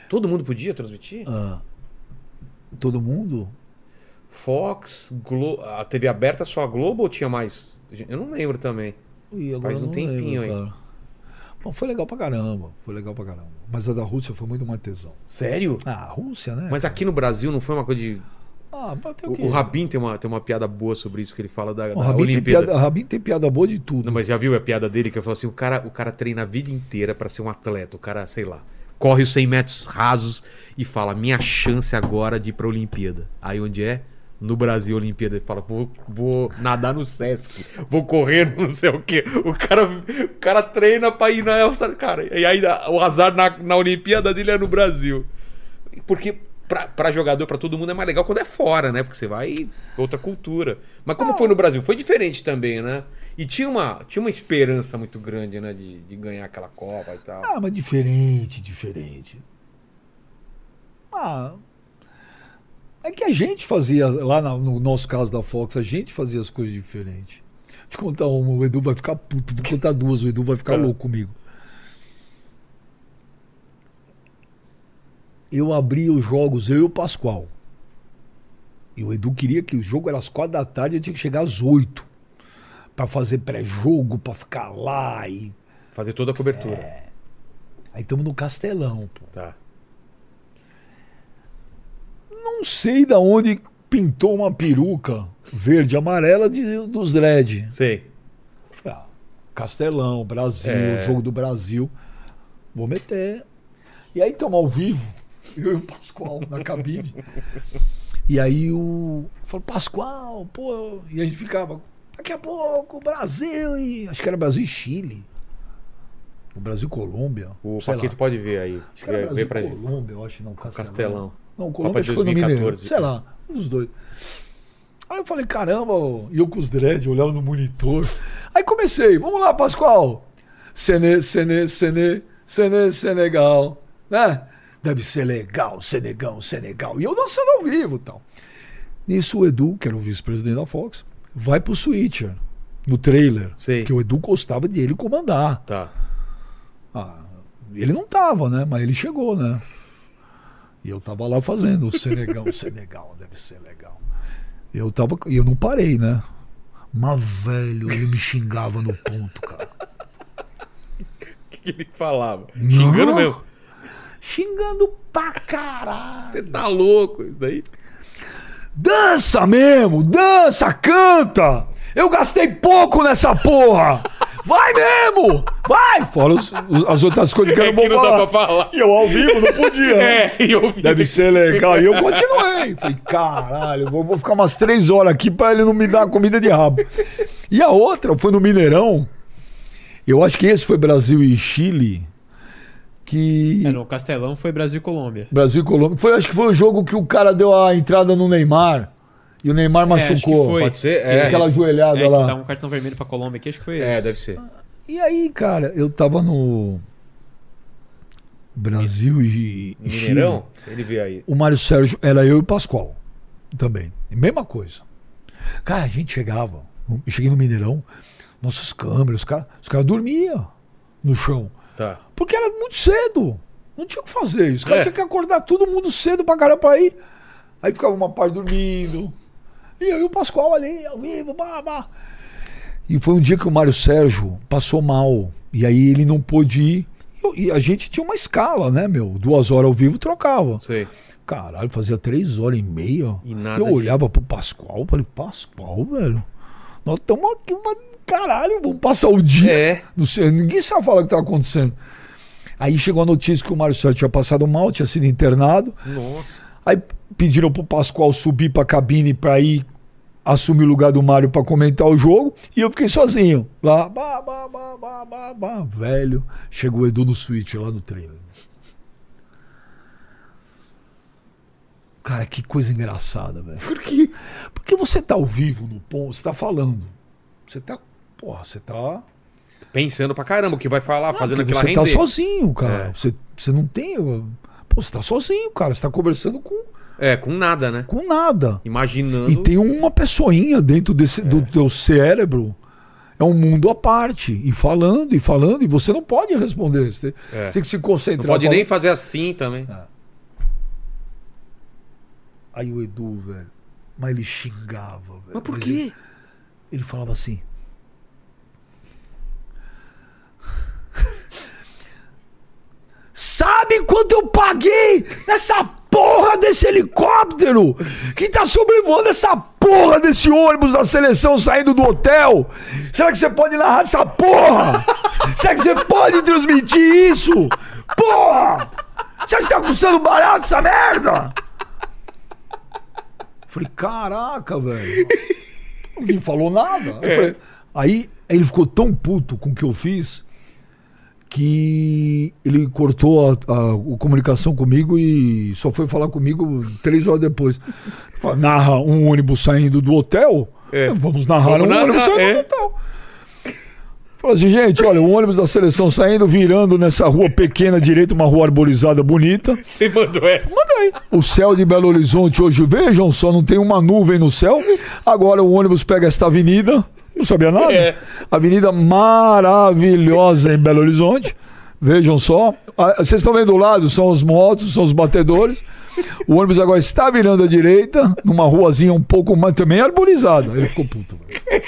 [SPEAKER 1] Todo mundo podia transmitir?
[SPEAKER 3] ah. Todo mundo?
[SPEAKER 1] Fox, Glo a TV aberta só a Globo ou tinha mais? Eu não lembro também.
[SPEAKER 3] Ih, agora
[SPEAKER 1] Faz
[SPEAKER 3] eu
[SPEAKER 1] um
[SPEAKER 3] não
[SPEAKER 1] tempinho
[SPEAKER 3] lembro,
[SPEAKER 1] aí.
[SPEAKER 3] cara. Bom, foi legal pra caramba. Foi legal pra caramba. Mas a da Rússia foi muito mais tesão.
[SPEAKER 1] Sério?
[SPEAKER 3] Ah, a Rússia, né?
[SPEAKER 1] Mas aqui no Brasil não foi uma coisa de.
[SPEAKER 3] Ah, bateu
[SPEAKER 1] O, o Rabin tem uma, tem uma piada boa sobre isso que ele fala da,
[SPEAKER 3] O
[SPEAKER 1] da
[SPEAKER 3] Rabin tem,
[SPEAKER 1] Olimpíada.
[SPEAKER 3] piada, Rabin tem piada boa de tudo.
[SPEAKER 1] Não, mas já viu a piada dele que eu falo assim: o cara, o cara treina a vida inteira pra ser um atleta. O cara, sei lá, corre os 100 metros rasos e fala: minha chance agora de ir pra Olimpíada. Aí onde é? No Brasil, Olimpíada. Ele fala: vou, vou nadar no Sesc, vou correr no não sei o quê. O cara, o cara treina pra ir na Elsa. Cara, e aí o azar na, na Olimpíada dele é no Brasil. Porque. Pra, pra jogador, pra todo mundo é mais legal quando é fora, né? Porque você vai outra cultura. Mas
[SPEAKER 3] É.
[SPEAKER 1] como foi no Brasil? Foi diferente também, né? E tinha uma, tinha uma esperança muito grande, né? De, de ganhar aquela Copa e tal.
[SPEAKER 3] Ah, mas diferente, diferente. Ah. É que a gente fazia, lá na- no nosso caso da Fox, a gente fazia as coisas diferentes. Vou te contar uma, o Edu vai ficar puto, vou contar duas, o Edu vai ficar
[SPEAKER 1] Tá.
[SPEAKER 3] louco comigo. Eu abria os jogos, eu e o Pascoal. E o Edu queria que o jogo era às quatro da tarde, eu tinha que chegar às oito. Pra fazer pré-jogo, pra ficar lá e
[SPEAKER 1] Fazer toda a cobertura.
[SPEAKER 3] É. Aí estamos no Castelão, pô.
[SPEAKER 1] Tá.
[SPEAKER 3] Não sei da onde pintou uma peruca verde e amarela de- dos dread.
[SPEAKER 1] Sei.
[SPEAKER 3] Falei, ah, Castelão, Brasil,
[SPEAKER 1] É.
[SPEAKER 3] jogo do Brasil. Vou meter. E aí estamos ao vivo, eu e o Pascoal na cabine. E aí o. Falou, Pascoal, pô. E a gente ficava, daqui a pouco, Brasil e. Acho que era Brasil e Chile. O Brasil e Colômbia.
[SPEAKER 1] O
[SPEAKER 3] sei lá.
[SPEAKER 1] Paquito pode ver aí.
[SPEAKER 3] Acho que
[SPEAKER 1] Vê,
[SPEAKER 3] era
[SPEAKER 1] vê
[SPEAKER 3] Brasil,
[SPEAKER 1] pra gente.
[SPEAKER 3] Colômbia, eu acho, não, Castelão.
[SPEAKER 1] Castelão.
[SPEAKER 3] Não, o
[SPEAKER 1] Copa
[SPEAKER 3] Colômbia acho
[SPEAKER 1] de
[SPEAKER 3] que foi no Mineiro.
[SPEAKER 1] 2014.
[SPEAKER 3] Sei lá, um dos dois. Aí eu falei, caramba, e eu com os dread, olhava no monitor. Aí comecei, vamos lá, Pascoal. Sene, Sene, Sene, Sene, Senegal, né? Deve ser legal, Senegal, Senegal. E eu dançando ao vivo e tal. Nisso o Edu, que era o vice-presidente da Fox, vai pro Switcher, no trailer.
[SPEAKER 1] Sei.
[SPEAKER 3] Que o Edu gostava de ele comandar.
[SPEAKER 1] Tá.
[SPEAKER 3] Ah, ele não tava, né? Mas ele chegou, né? E eu tava lá fazendo o Senegal, Senegal, deve ser legal. Eu tava, e eu não parei, né? Mas velho, ele me xingava no ponto, cara.
[SPEAKER 1] O que, que ele falava? Xingando
[SPEAKER 3] Não.
[SPEAKER 1] mesmo.
[SPEAKER 3] Xingando pra caralho.
[SPEAKER 1] Você tá louco isso daí?
[SPEAKER 3] Dança mesmo, dança, canta. Eu gastei pouco nessa porra. Vai mesmo, vai. Fora os- os- as outras coisas que eu
[SPEAKER 1] É
[SPEAKER 3] não vou
[SPEAKER 1] que não dá
[SPEAKER 3] falar.
[SPEAKER 1] pra falar.
[SPEAKER 3] E eu ao vivo não podia. né?
[SPEAKER 1] É, e eu vi.
[SPEAKER 3] Deve ser legal. E eu continuei. Falei, caralho, vou, vou ficar umas três horas aqui pra ele não me dar comida de rabo. E a outra foi no Mineirão. Eu acho que esse foi Brasil e Chile. Que.
[SPEAKER 2] É, no Castelão foi Brasil e Colômbia.
[SPEAKER 3] Brasil e Colômbia. Foi, acho que foi o jogo que o cara deu a entrada no Neymar. E o Neymar
[SPEAKER 2] É, acho que
[SPEAKER 3] machucou.
[SPEAKER 2] foi.
[SPEAKER 1] Pode ser?
[SPEAKER 2] Que-
[SPEAKER 1] É.
[SPEAKER 3] Aquela
[SPEAKER 2] É,
[SPEAKER 3] ajoelhada
[SPEAKER 2] que
[SPEAKER 3] lá.
[SPEAKER 2] dá um cartão vermelho pra Colômbia aqui, acho que foi esse.
[SPEAKER 1] É, deve ser.
[SPEAKER 3] E aí, cara, eu tava no. Brasil e. e Chile.
[SPEAKER 1] Mineirão? Ele veio aí.
[SPEAKER 3] O Mário Sérgio era eu e o Pascoal também. E Mesma coisa. Cara, a gente chegava, eu cheguei no Mineirão, nossas câmeras, os caras os cara dormiam no chão.
[SPEAKER 1] Tá.
[SPEAKER 3] Porque era muito cedo. Não tinha o que fazer. Os caras
[SPEAKER 1] É.
[SPEAKER 3] tinham que acordar todo mundo cedo pra caramba pra ir. Aí ficava uma parte dormindo. E eu e o Pascoal ali, ao vivo, bah, bah. E foi um dia que o Mário Sérgio passou mal. E aí ele não pôde ir. E eu- E a gente tinha uma escala, né, meu? Duas horas ao vivo trocava.
[SPEAKER 1] Sei.
[SPEAKER 3] Caralho, fazia três horas e meia.
[SPEAKER 1] E nada
[SPEAKER 3] eu
[SPEAKER 1] de-
[SPEAKER 3] olhava pro Pascoal, falei, Pascoal, velho. Nós estamos aqui, mas caralho, vamos passar o dia.
[SPEAKER 1] É.
[SPEAKER 3] Não sei, ninguém sabe falar o que tá acontecendo. Aí chegou a notícia que o Mário Sérgio tinha passado mal, tinha sido internado.
[SPEAKER 1] Nossa.
[SPEAKER 3] Aí pediram pro Pascoal subir pra cabine pra ir assumir o lugar do Mário pra comentar o jogo. E eu fiquei sozinho lá. Bah, bah, bah, bah, bah, bah, velho. Chegou o Edu no switch lá no trailer. Cara, que coisa engraçada, velho. Por quê? Porque você tá ao vivo no ponto, você tá falando. Você tá. Porra, você tá.
[SPEAKER 1] Pensando pra caramba o que vai falar, fazendo
[SPEAKER 3] Porque
[SPEAKER 1] aquela
[SPEAKER 3] você
[SPEAKER 1] render.
[SPEAKER 3] tá sozinho, cara.
[SPEAKER 1] É.
[SPEAKER 3] Você, você não tem. Pô, você tá sozinho, cara. Você tá conversando com,
[SPEAKER 1] É, com nada, né?
[SPEAKER 3] com nada.
[SPEAKER 1] Imaginando.
[SPEAKER 3] E tem uma pessoinha dentro desse,
[SPEAKER 1] É.
[SPEAKER 3] do teu cérebro. É um mundo à parte. E falando, e falando, e você não pode responder. Você, tem-
[SPEAKER 1] É.
[SPEAKER 3] você tem que se
[SPEAKER 1] Não
[SPEAKER 3] concentrar.
[SPEAKER 1] pode
[SPEAKER 3] Fala-
[SPEAKER 1] nem fazer assim também.
[SPEAKER 3] Aí o Edu, velho. Mas ele xingava, velho.
[SPEAKER 1] Mas por
[SPEAKER 3] Ele,
[SPEAKER 1] quê?
[SPEAKER 3] ele falava assim. Sabe quanto eu paguei nessa porra desse helicóptero que tá sobrevoando essa porra desse ônibus da seleção saindo do hotel? Será que você pode narrar essa porra? Será que você pode transmitir isso? Porra! Será que tá custando barato essa merda? Falei, caraca, velho. Ninguém falou nada.
[SPEAKER 1] É.
[SPEAKER 3] Eu falei, aí ele ficou tão puto com o que eu fiz que ele cortou a, a- a comunicação comigo e só foi falar comigo três horas depois. Fala, narra um ônibus saindo do hotel?
[SPEAKER 1] É.
[SPEAKER 3] Vamos narrar
[SPEAKER 1] Vamos
[SPEAKER 3] um
[SPEAKER 1] narrar,
[SPEAKER 3] ônibus saindo
[SPEAKER 1] é.
[SPEAKER 3] do hotel. Falou assim, gente, olha, o ônibus da seleção saindo, virando nessa rua pequena direita, uma rua arborizada bonita.
[SPEAKER 1] Você mandou essa.
[SPEAKER 3] Mandei. O céu de Belo Horizonte hoje, vejam só, não tem uma nuvem no céu. Agora o ônibus pega esta avenida, não sabia nada.
[SPEAKER 1] É.
[SPEAKER 3] Avenida maravilhosa em Belo Horizonte. Vejam só. Ah, Vocês estão vendo do lado, são os motos, são os batedores. O ônibus agora está virando à direita, numa ruazinha um pouco mais também arborizada. Ele ficou puto. velho.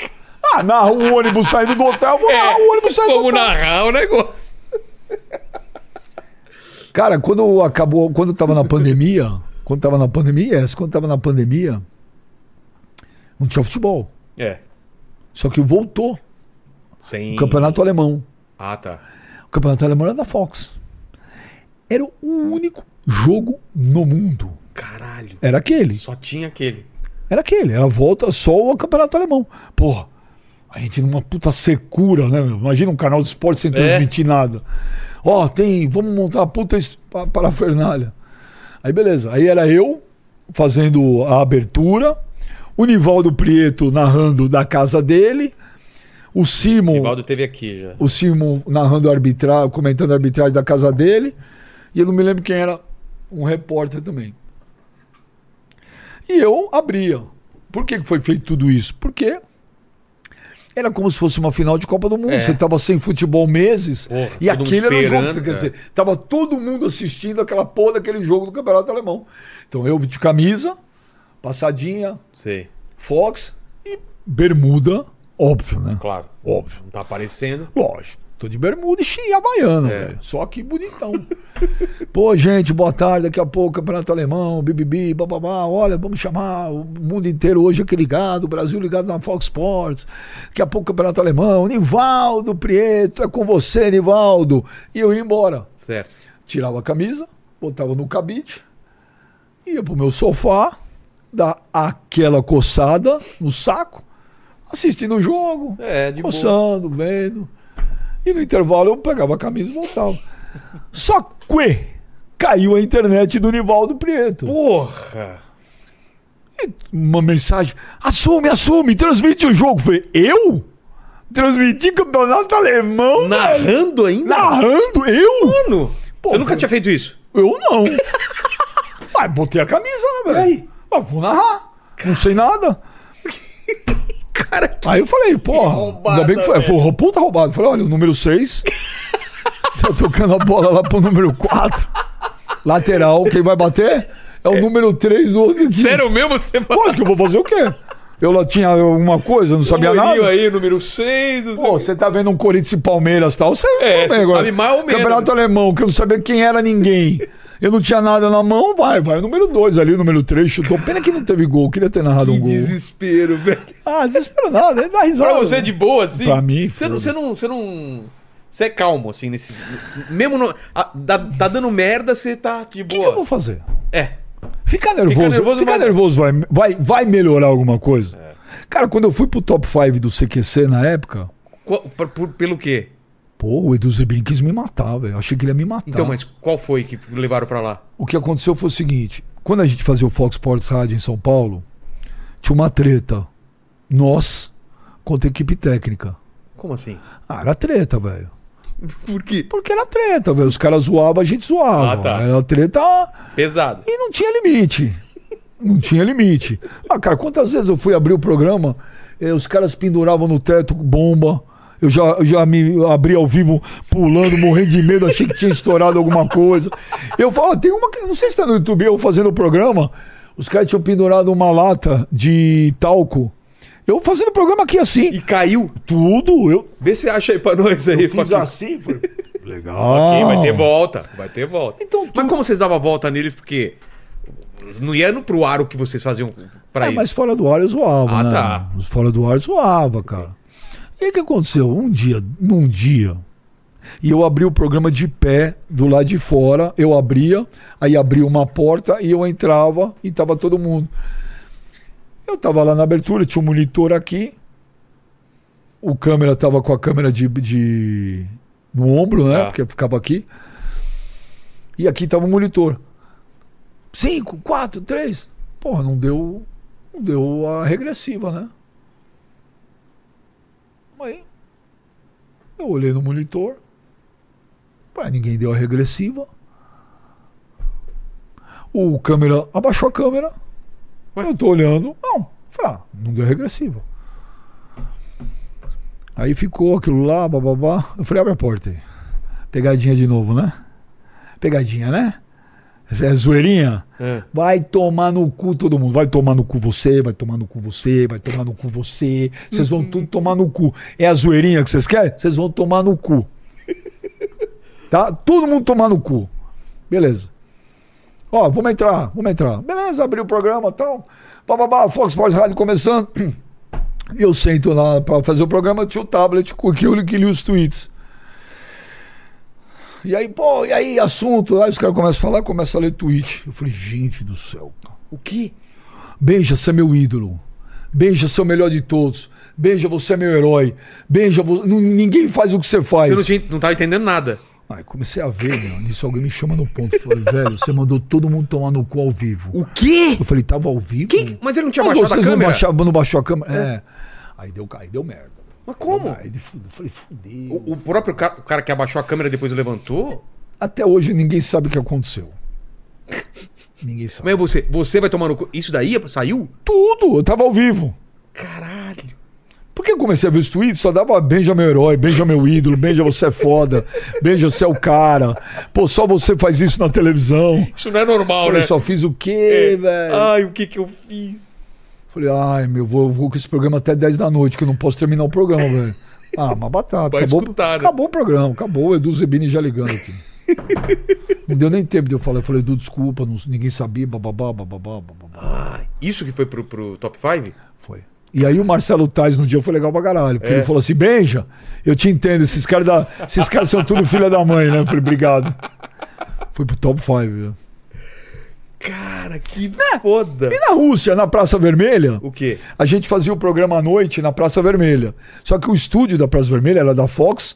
[SPEAKER 3] Ah, narra o ônibus saindo do hotel, vou narrar o ônibus saindo do
[SPEAKER 1] Como
[SPEAKER 3] hotel.
[SPEAKER 1] É, narrar o negócio.
[SPEAKER 3] Cara, quando acabou, quando tava na pandemia, quando tava na pandemia, essa, quando tava na pandemia, não tinha futebol.
[SPEAKER 1] É.
[SPEAKER 3] Só que voltou
[SPEAKER 1] Sem.
[SPEAKER 3] o campeonato alemão.
[SPEAKER 1] Ah, tá.
[SPEAKER 3] O campeonato alemão era da Fox. Era o único jogo no mundo.
[SPEAKER 1] Caralho.
[SPEAKER 3] Era aquele.
[SPEAKER 1] Só tinha aquele.
[SPEAKER 3] Era aquele. Era volta só o campeonato alemão. Porra, a gente numa puta secura, né? meu? Imagina um canal de esporte sem transmitir nada. Ó, tem. Vamos montar uma puta es- pa- parafernália. Aí beleza. Aí era eu fazendo a abertura, o Nivaldo Prieto narrando da casa dele, o
[SPEAKER 1] O
[SPEAKER 3] Simon,
[SPEAKER 1] Rivaldo teve aqui já.
[SPEAKER 3] o Simon narrando arbitrar, comentando a arbitragem da casa dele, e eu não me lembro quem era um repórter também. E eu abria. Por que que foi feito tudo isso? Porque era como se fosse uma final de Copa do Mundo.
[SPEAKER 1] É.
[SPEAKER 3] Você estava sem futebol meses
[SPEAKER 1] Porra,
[SPEAKER 3] e
[SPEAKER 1] todo mundo
[SPEAKER 3] aquele era o jogo.
[SPEAKER 1] esperando,
[SPEAKER 3] Quer
[SPEAKER 1] é.
[SPEAKER 3] dizer, estava todo mundo assistindo aquela porra daquele jogo do Campeonato Alemão. Então eu de camisa, passadinha,
[SPEAKER 1] Sei,
[SPEAKER 3] Fox e bermuda, óbvio, né?
[SPEAKER 1] claro.
[SPEAKER 3] Óbvio.
[SPEAKER 1] Não tá aparecendo.
[SPEAKER 3] Lógico. Tô de bermuda e chia havaiana,
[SPEAKER 1] É.
[SPEAKER 3] velho. Só que bonitão. Pô, gente, boa tarde. Daqui a pouco, Campeonato Alemão, BBB, bababá. Olha, vamos chamar o mundo inteiro hoje aqui ligado. O Brasil ligado na Fox Sports. Daqui a pouco, Campeonato Alemão. Nivaldo Prieto, é com você, Nivaldo. E eu ia embora.
[SPEAKER 1] Certo.
[SPEAKER 3] Tirava a camisa, botava no cabide, ia pro meu sofá, dar aquela coçada no saco, assistindo o jogo
[SPEAKER 1] É, de boa.
[SPEAKER 3] coçando, vendo. E no intervalo eu pegava a camisa e voltava. Só que caiu a internet do Nivaldo Prieto.
[SPEAKER 1] Porra!
[SPEAKER 3] Uma mensagem: assume, assume, transmite o jogo. Falei, eu? Transmiti campeonato alemão? velho?
[SPEAKER 1] Narrando ainda?
[SPEAKER 3] Narrando? Eu?
[SPEAKER 1] Mano!
[SPEAKER 3] Pô,
[SPEAKER 1] você nunca
[SPEAKER 3] foi-
[SPEAKER 1] tinha feito isso?
[SPEAKER 3] Eu não. Mas botei a camisa, né, velho?
[SPEAKER 1] aí?
[SPEAKER 3] Mas vou narrar. Não sei nada.
[SPEAKER 1] Cara, que
[SPEAKER 3] Aí eu falei, porra, ainda bem que foi, foi um puta roubado. Eu falei, olha, o número 6 tá tocando a bola lá pro número 4. Lateral, quem vai bater é o número 3 do outro time.
[SPEAKER 1] sério mesmo você
[SPEAKER 3] Lógico, eu vou fazer o quê? Eu lá tinha alguma coisa, não sabia
[SPEAKER 1] Loirinho
[SPEAKER 3] nada.
[SPEAKER 1] um aí, número 6.
[SPEAKER 3] Pô, você tá vendo um Corinthians e Palmeiras e tal, você
[SPEAKER 1] É,
[SPEAKER 3] também
[SPEAKER 1] você
[SPEAKER 3] agora.
[SPEAKER 1] sabe mais ou menos.
[SPEAKER 3] Campeonato alemão, que eu não sabia quem era ninguém. Eu não tinha nada na mão, vai, vai. O número 2 ali, o número 3 chutou. Pena que não teve gol, queria ter narrado um gol.
[SPEAKER 1] desespero, velho.
[SPEAKER 3] Ah, desespero nada, ele dá risada.
[SPEAKER 1] Pra você é de boa, assim?
[SPEAKER 3] Pra mim,
[SPEAKER 1] Você não, você não, você não. Você é calmo, assim, nesse. Mesmo no. a- dá- tá dando merda, você tá de
[SPEAKER 3] O que, que eu
[SPEAKER 1] boa.
[SPEAKER 3] vou fazer?
[SPEAKER 1] É.
[SPEAKER 3] Ficar nervoso, ficar nervoso,
[SPEAKER 1] nervoso, mas- É.
[SPEAKER 3] vai, vai, vai melhorar alguma coisa. Cara, quando eu fui pro top 5 do CQC na época,
[SPEAKER 1] Qual- por- por- pelo quê?
[SPEAKER 3] pô, o Edu Zebin quis me matar, velho. Eu Achei que ele ia me matar.
[SPEAKER 1] Então, mas qual foi que levaram pra lá?
[SPEAKER 3] O que aconteceu foi o seguinte: quando a gente fazia o Fox Sports Rádio em São Paulo, tinha uma treta. Nós contra a equipe técnica.
[SPEAKER 1] Como assim?
[SPEAKER 3] Ah, era treta, velho.
[SPEAKER 1] Por quê?
[SPEAKER 3] Porque era treta, velho. Os caras zoavam, a gente zoava.
[SPEAKER 1] Ah, tá.
[SPEAKER 3] Era treta.
[SPEAKER 1] Pesado.
[SPEAKER 3] E não tinha limite. Não tinha limite. Ah, cara, quantas vezes eu fui abrir o programa, eh, os caras penduravam no teto bomba. Eu já, eu já me abri ao vivo pulando, morrendo de medo, achei que tinha estourado alguma coisa. Eu falo, tem uma que não sei se tá no YouTube, eu fazendo o programa, os caras tinham pendurado uma lata de talco. Eu fazendo o programa aqui assim,
[SPEAKER 1] E caiu.
[SPEAKER 3] tudo, eu
[SPEAKER 1] Vê se acha aí pra nós aí,
[SPEAKER 3] fiz
[SPEAKER 1] Faquinha.
[SPEAKER 3] assim, Ah. falei,
[SPEAKER 1] Ok,
[SPEAKER 3] legal.
[SPEAKER 1] vai ter volta. Vai ter volta.
[SPEAKER 3] Então,
[SPEAKER 1] Mas como vocês davam volta neles? Porque não ia no- pro ar o que vocês faziam pra
[SPEAKER 3] É,
[SPEAKER 1] eles.
[SPEAKER 3] mas fora do ar eu zoava,
[SPEAKER 1] Ah,
[SPEAKER 3] né?
[SPEAKER 1] tá.
[SPEAKER 3] Os Fora do ar eu zoava, cara. E aí o que aconteceu? Um dia, num dia, e eu abri o programa de pé do lado de fora, eu abria, aí abria uma porta e eu entrava e tava todo mundo. Eu tava lá na abertura, tinha um monitor aqui, o câmera tava com a câmera de, de- no ombro, né?
[SPEAKER 1] Tá.
[SPEAKER 3] Porque ficava aqui. E aqui tava o monitor. Cinco, quatro, três. Porra, não deu. Não deu a regressiva, né? Aí. Eu olhei no monitor. Pá, ninguém deu a regressiva. O câmera abaixou a câmera.
[SPEAKER 1] Ué?
[SPEAKER 3] Eu tô olhando. Não. Falei, ah, não deu a regressiva. Aí ficou aquilo lá, bababá. Eu falei, abre a porta aí. Pegadinha de novo, né? Pegadinha, né? Essa é zoeirinha?
[SPEAKER 1] É.
[SPEAKER 3] Vai tomar no cu todo mundo. Vai tomar no cu você, vai tomar no cu você, vai tomar no cu você. Vocês vão tudo tomar no cu. É a zoeirinha que vocês querem? Vocês vão tomar no cu. Tá? Todo mundo tomar no cu. Beleza. Ó, vamos entrar, vamos entrar. Beleza, abriu o programa e tal. Bababá, Fox Sports Rádio começando. E eu sento lá pra fazer o programa, tinha o tablet com que eu li- que li os tweets. E aí, pô, e aí, assunto? Aí os caras começam a falar, começam a ler tweet. Eu falei, gente do céu, cara.
[SPEAKER 1] O quê?
[SPEAKER 3] Beija, você é meu ídolo. Beija, você é o melhor de todos. Beija, você é meu herói. Beija, você... ninguém faz o que você faz.
[SPEAKER 1] Você não, tinha, não tava entendendo nada.
[SPEAKER 3] Aí comecei a ver, meu, nisso alguém me chama no ponto. Falei, velho, você mandou todo mundo tomar no cu ao vivo.
[SPEAKER 1] O quê?
[SPEAKER 3] Eu falei, tava ao vivo?
[SPEAKER 1] Quem? Mas ele não tinha
[SPEAKER 3] Mas
[SPEAKER 1] baixado a
[SPEAKER 3] vocês não,
[SPEAKER 1] câmera?
[SPEAKER 3] baixaram- não baixou a câmera? É. Aí deu, aí deu merda.
[SPEAKER 1] Mas como?
[SPEAKER 3] Aí de fude- eu falei, fudeu.
[SPEAKER 1] O, o próprio cara, o cara que abaixou a câmera e depois levantou?
[SPEAKER 3] Até hoje ninguém sabe o que aconteceu. ninguém sabe.
[SPEAKER 1] Mas é você, você vai tomar no cu. Isso daí é, saiu?
[SPEAKER 3] Tudo, eu tava ao vivo.
[SPEAKER 1] Caralho.
[SPEAKER 3] Porque eu comecei a ver os tweets, só dava beija meu herói, beija meu ídolo, beija você é foda, beija você é o cara. Pô, só você faz isso na televisão.
[SPEAKER 1] Isso não é normal,
[SPEAKER 3] Falei,
[SPEAKER 1] né? É. Ah,
[SPEAKER 3] só fiz o quê, velho?
[SPEAKER 1] Ai, o que que eu fiz?
[SPEAKER 3] Falei, ai, meu, vou, vou com esse programa até 10 da noite, que eu não posso terminar o programa, velho. Ah, uma batata.
[SPEAKER 1] Vai
[SPEAKER 3] acabou,
[SPEAKER 1] escutar, né?
[SPEAKER 3] acabou o programa, acabou. O Edu Zebini já ligando aqui. não deu nem tempo de eu falar. Eu falei, Edu, desculpa, não- ninguém sabia, bababá, bababá, bababá.
[SPEAKER 1] Ai, isso que foi pro, pro top 5?
[SPEAKER 3] Foi. E aí o Marcelo Tais no dia foi legal pra caralho, porque
[SPEAKER 1] É.
[SPEAKER 3] ele falou assim, Benja, eu te entendo, esses caras, da, esses caras são tudo filha da mãe, né? Eu falei, obrigado. Foi pro top 5. viu?
[SPEAKER 1] Cara, que foda.
[SPEAKER 3] E na Rússia, na Praça Vermelha,
[SPEAKER 1] O quê?
[SPEAKER 3] A gente fazia o programa à noite na Praça Vermelha. Só que o estúdio da Praça Vermelha era da Fox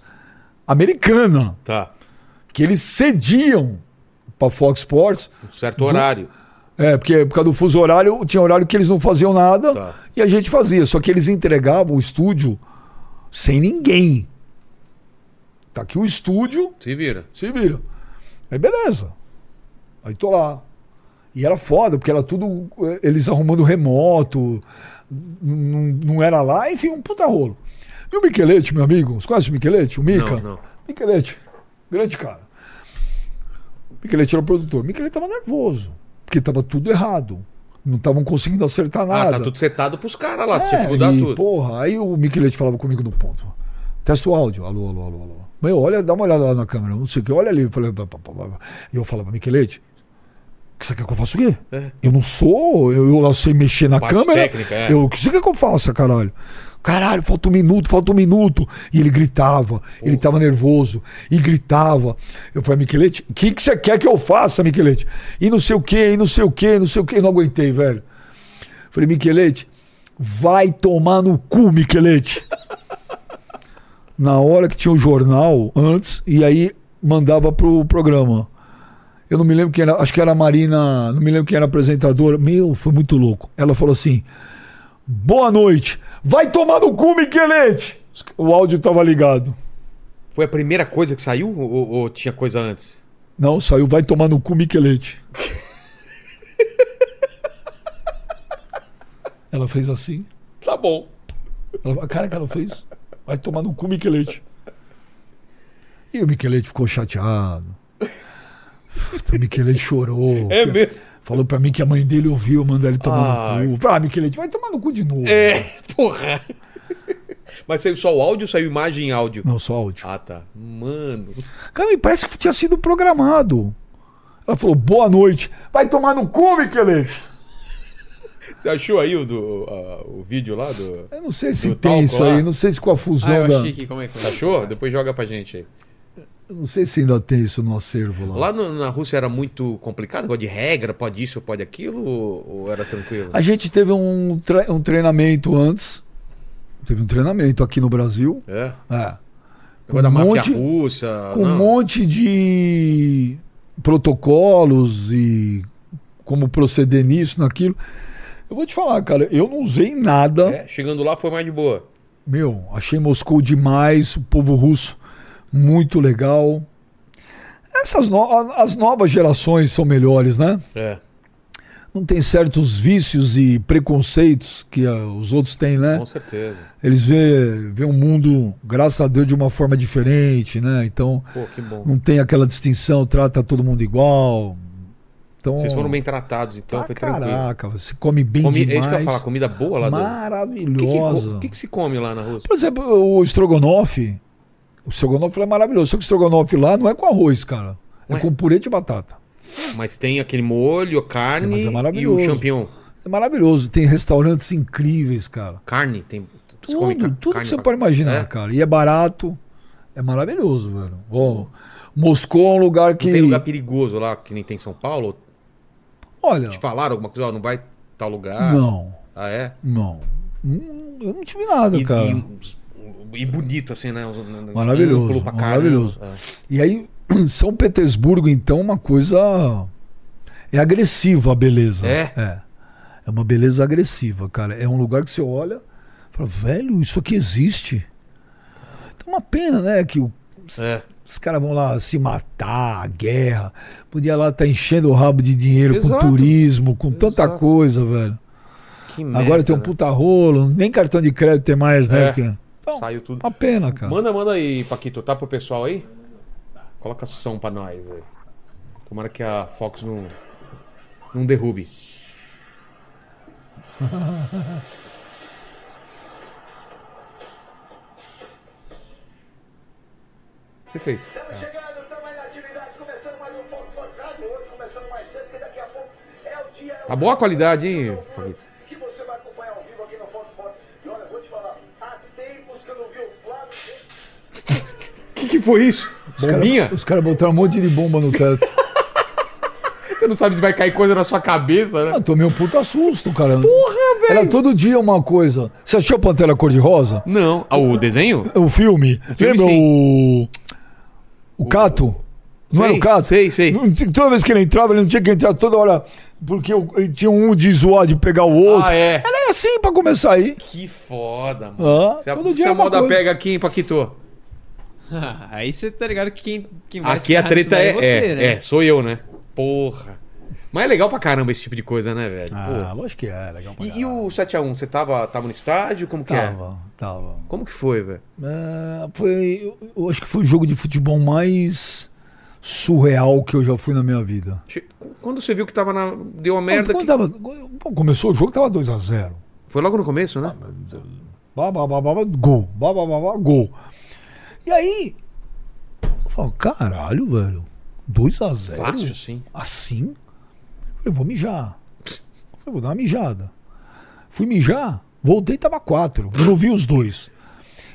[SPEAKER 3] americana,
[SPEAKER 1] Tá.
[SPEAKER 3] que eles cediam pra Fox Sports.
[SPEAKER 1] Um certo horário.
[SPEAKER 3] É, porque por causa do fuso horário, tinha horário que eles não faziam nada
[SPEAKER 1] Tá.
[SPEAKER 3] e a gente fazia. Só que eles entregavam o estúdio sem ninguém. Tá aqui o estúdio,
[SPEAKER 1] Se vira.
[SPEAKER 3] se vira. Aí beleza. Aí tô lá. E era foda, porque era tudo. eh, Eles arrumando remoto, n- n- não era lá, enfim, um puta rolo. E o Miquelete, meu amigo, você conhece o Miquelete? O Mica?
[SPEAKER 1] Não, não.
[SPEAKER 3] Miquelete, grande cara. O Miquelete era o produtor. O Miquelete tava nervoso, porque tava tudo errado. Não estavam conseguindo acertar
[SPEAKER 1] Ah,
[SPEAKER 3] nada.
[SPEAKER 1] tá tudo setado pros caras lá.
[SPEAKER 3] É,
[SPEAKER 1] Tinha que mudar
[SPEAKER 3] e,
[SPEAKER 1] tudo.
[SPEAKER 3] Porra, aí o Miquelete falava comigo no ponto. Testa o áudio. Alô, alô, alô, alô. Meu, olha, dá uma olhada lá na câmera. Não sei o que, olha ali. Eu falei, pá, pá, pá, pá. E eu falava, Miquelete, o que você quer que eu faça o quê?
[SPEAKER 1] É.
[SPEAKER 3] Eu não sou, eu, eu lá sei mexer na
[SPEAKER 1] Parte
[SPEAKER 3] câmera.
[SPEAKER 1] técnica, é.
[SPEAKER 3] Eu, o que você quer que eu faça, caralho? Caralho, falta um minuto, falta um minuto. E ele gritava,
[SPEAKER 1] Oh.
[SPEAKER 3] ele tava nervoso, e gritava. Eu falei, Miquelete, o que, que você quer que eu faça, Miquelete? E não sei o quê, e não sei o quê, não sei o quê. Eu não aguentei, velho. Falei, Miquelete, vai tomar no cu, Miquelete. Na hora que tinha o jornal antes, e aí mandava pro programa. Eu não me lembro quem era, acho que era a Marina, não me lembro quem era a apresentadora. Meu, foi muito louco. Ela falou assim: Boa noite, vai tomar no cu, Miquelete. O áudio tava ligado.
[SPEAKER 1] Foi a primeira coisa que saiu ou, ou- ou tinha coisa antes?
[SPEAKER 3] Não, saiu, vai tomar no cu, Miquelete. Ela fez assim.
[SPEAKER 1] Tá bom.
[SPEAKER 3] Ela- a cara que ela fez. Vai tomar no cu, Miquelete. E o Miquelete ficou chateado. O Miquelete chorou.
[SPEAKER 1] É
[SPEAKER 3] Que-
[SPEAKER 1] mesmo.
[SPEAKER 3] Falou pra mim que a mãe dele ouviu mandar ele tomar
[SPEAKER 1] Ai.
[SPEAKER 3] no cu. Falei, Ah, Miquelete, vai tomar no cu de novo.
[SPEAKER 1] É, porra. Mas saiu só o áudio, saiu imagem e áudio.
[SPEAKER 3] Não, só áudio.
[SPEAKER 1] Ah, tá. Mano.
[SPEAKER 3] Cara, me parece que tinha sido programado. Ela falou, boa noite. Vai tomar no cu, Miquelete.
[SPEAKER 1] Você achou aí o, do, a- o vídeo lá do.
[SPEAKER 3] Eu não sei se
[SPEAKER 1] Do
[SPEAKER 3] tem
[SPEAKER 1] talco
[SPEAKER 3] isso
[SPEAKER 1] lá?
[SPEAKER 3] aí, não sei se com a fusão
[SPEAKER 2] Ah, eu
[SPEAKER 3] da-
[SPEAKER 2] achei aqui, como é que é?
[SPEAKER 1] Achou? Depois joga pra gente aí.
[SPEAKER 3] eu Não sei se ainda tem isso no acervo lá.
[SPEAKER 1] Lá no- na Rússia era muito complicado, negócio de regra, pode isso, pode aquilo, ou, ou era tranquilo?
[SPEAKER 3] A gente teve um, tre- um treinamento antes. Teve um treinamento aqui no Brasil.
[SPEAKER 1] É?
[SPEAKER 3] É.
[SPEAKER 1] Negócio da
[SPEAKER 3] um
[SPEAKER 1] máfia
[SPEAKER 3] monte-
[SPEAKER 1] russa.
[SPEAKER 3] com um
[SPEAKER 1] Ah, não.
[SPEAKER 3] monte de protocolos e como proceder nisso, naquilo. Eu vou te falar, cara, eu não usei nada.
[SPEAKER 1] É, chegando lá foi mais de boa.
[SPEAKER 3] Meu, achei Moscou demais, o povo russo muito legal. Essas no- a- as novas gerações são melhores, né?
[SPEAKER 1] É,
[SPEAKER 3] Não tem certos vícios e preconceitos que ah, os outros têm, né?
[SPEAKER 1] com certeza.
[SPEAKER 3] Eles vê, vê o mundo, graças a Deus, de uma forma diferente, né? Então,
[SPEAKER 1] Pô, que bom.
[SPEAKER 3] não tem aquela distinção, trata todo mundo igual. Então,
[SPEAKER 1] Vocês foram bem tratados, então
[SPEAKER 3] ah,
[SPEAKER 1] foi tranquilo.
[SPEAKER 3] caraca, você come bem
[SPEAKER 1] Comi... É isso que eu ia
[SPEAKER 3] demais.
[SPEAKER 1] falar, comida boa lá do. O que que co-
[SPEAKER 3] maravilhosa.
[SPEAKER 1] O que, que se come lá na Rússia?
[SPEAKER 3] Por exemplo, o estrogonofe, o estrogonofe lá é maravilhoso, só que o estrogonofe lá não é com arroz, cara. É
[SPEAKER 1] Ué.
[SPEAKER 3] com purê de batata.
[SPEAKER 1] Mas tem aquele molho, carne
[SPEAKER 3] Mas é
[SPEAKER 1] e o
[SPEAKER 3] maravilhoso.
[SPEAKER 1] champignon.
[SPEAKER 3] É maravilhoso, tem restaurantes incríveis, cara.
[SPEAKER 1] Carne, tem. Vocês comem
[SPEAKER 3] Tudo,
[SPEAKER 1] ca-
[SPEAKER 3] tudo que
[SPEAKER 1] carne
[SPEAKER 3] você
[SPEAKER 1] pra-
[SPEAKER 3] pode imaginar,
[SPEAKER 1] É?
[SPEAKER 3] cara. E é barato, é maravilhoso, velho. Ó, Moscou é um lugar que...
[SPEAKER 1] Não tem lugar perigoso lá, que nem tem em São Paulo?
[SPEAKER 3] Olha,
[SPEAKER 1] Te falaram alguma coisa? Ó, não vai tal lugar?
[SPEAKER 3] não,
[SPEAKER 1] Ah, é?
[SPEAKER 3] não. Hum, Eu não tive nada,
[SPEAKER 1] E,
[SPEAKER 3] cara.
[SPEAKER 1] e- e bonito, assim, né? Os-
[SPEAKER 3] Maravilhoso,
[SPEAKER 1] amplo pra caramba.
[SPEAKER 3] maravilhoso.
[SPEAKER 1] É.
[SPEAKER 3] E aí São Petersburgo, então, é uma coisa. É agressiva a beleza.
[SPEAKER 1] É?
[SPEAKER 3] É. É uma beleza agressiva, cara. É um lugar que você olha e fala, velho, isso aqui existe. Então, uma pena, né? Que o-
[SPEAKER 1] É.
[SPEAKER 3] os caras vão lá se matar, guerra. Podia lá estar enchendo o rabo de dinheiro
[SPEAKER 1] Exato.
[SPEAKER 3] com turismo, com tanta
[SPEAKER 1] Exato.
[SPEAKER 3] coisa, velho.
[SPEAKER 1] Que
[SPEAKER 3] Agora
[SPEAKER 1] merda,
[SPEAKER 3] tem um
[SPEAKER 1] né?
[SPEAKER 3] puta rolo, nem cartão de crédito tem mais, né?
[SPEAKER 1] É.
[SPEAKER 3] cara? Então,
[SPEAKER 1] Saiu tudo.
[SPEAKER 3] uma pena, cara.
[SPEAKER 1] Manda, manda aí, Paquito. Tá pro pessoal aí? Coloca som pra nós aí. Tomara que a Fox não, não derrube. O que você fez?
[SPEAKER 4] Estamos Tá chegando, estamos aí na atividade, começando mais um Fox Sports Rádio, hoje começando mais cedo, que daqui a pouco é o dia...
[SPEAKER 1] Tá boa a qualidade, hein, Paquito?
[SPEAKER 4] Que você vai acompanhar ao vivo aqui no Fox Sports. E olha, eu vou te falar, há tempos que eu não vi o Flávio...
[SPEAKER 1] O que, que foi isso?
[SPEAKER 3] Os cara-
[SPEAKER 1] Bombinha?
[SPEAKER 3] Os caras botaram um monte de bomba no teto.
[SPEAKER 1] Você não sabe se vai cair coisa na sua cabeça, né?
[SPEAKER 3] Eu tomei um puta susto, cara.
[SPEAKER 1] Porra, velho!
[SPEAKER 3] Era todo dia uma coisa. Você achou Pantera Cor-de-Rosa?
[SPEAKER 1] Não. Ah, o desenho?
[SPEAKER 3] O
[SPEAKER 1] filme,
[SPEAKER 3] filme. Lembra
[SPEAKER 1] sim.
[SPEAKER 3] o. O Cato? Não
[SPEAKER 1] Sei,
[SPEAKER 3] era o Cato?
[SPEAKER 1] sei, sei.
[SPEAKER 3] Não tinha- Toda vez que ele entrava, ele não tinha que entrar toda hora. Porque o- ele tinha um de zoar, de pegar o outro.
[SPEAKER 1] Ah, é.
[SPEAKER 3] Era assim pra começar aí.
[SPEAKER 1] Que foda, mano.
[SPEAKER 3] Ah,
[SPEAKER 1] se a,
[SPEAKER 3] todo
[SPEAKER 1] se
[SPEAKER 3] dia
[SPEAKER 1] a
[SPEAKER 3] é uma
[SPEAKER 1] moda
[SPEAKER 3] coisa.
[SPEAKER 1] pega aqui, hein, Paquito?
[SPEAKER 2] Aí você tá ligado que quem, quem vai se
[SPEAKER 1] Aqui a
[SPEAKER 2] ferrar nisso
[SPEAKER 1] treta
[SPEAKER 2] daí
[SPEAKER 1] é,
[SPEAKER 2] é você,
[SPEAKER 1] é,
[SPEAKER 2] né?
[SPEAKER 1] é, sou eu, né? Porra. Mas é legal pra caramba esse tipo de coisa, né, velho?
[SPEAKER 3] Ah,
[SPEAKER 1] Pô.
[SPEAKER 3] lógico que é. Legal pra
[SPEAKER 1] E, e o 7x1, você tava, tava no estádio? Como que é?
[SPEAKER 3] Tava, tava.
[SPEAKER 1] Como que foi, velho?
[SPEAKER 3] É, foi, eu- eu acho que foi o jogo de futebol mais surreal que eu já fui na minha vida.
[SPEAKER 1] Che- Quando você viu que tava na. Deu uma merda.
[SPEAKER 3] Ah, Quando
[SPEAKER 1] que-
[SPEAKER 3] tava- pô, começou o jogo, tava 2x0.
[SPEAKER 1] Foi logo no começo,
[SPEAKER 2] Ah,
[SPEAKER 1] né?
[SPEAKER 3] Bá, bá, bá, bá, bá, gol. Bá, bá, bá, bá, gol. E aí, eu falo, caralho, velho. 2x0.
[SPEAKER 1] Fácil, sim.
[SPEAKER 3] Assim? Eu vou mijar. Eu vou dar uma mijada. Fui mijar, voltei, tava quatro. Eu não vi os dois.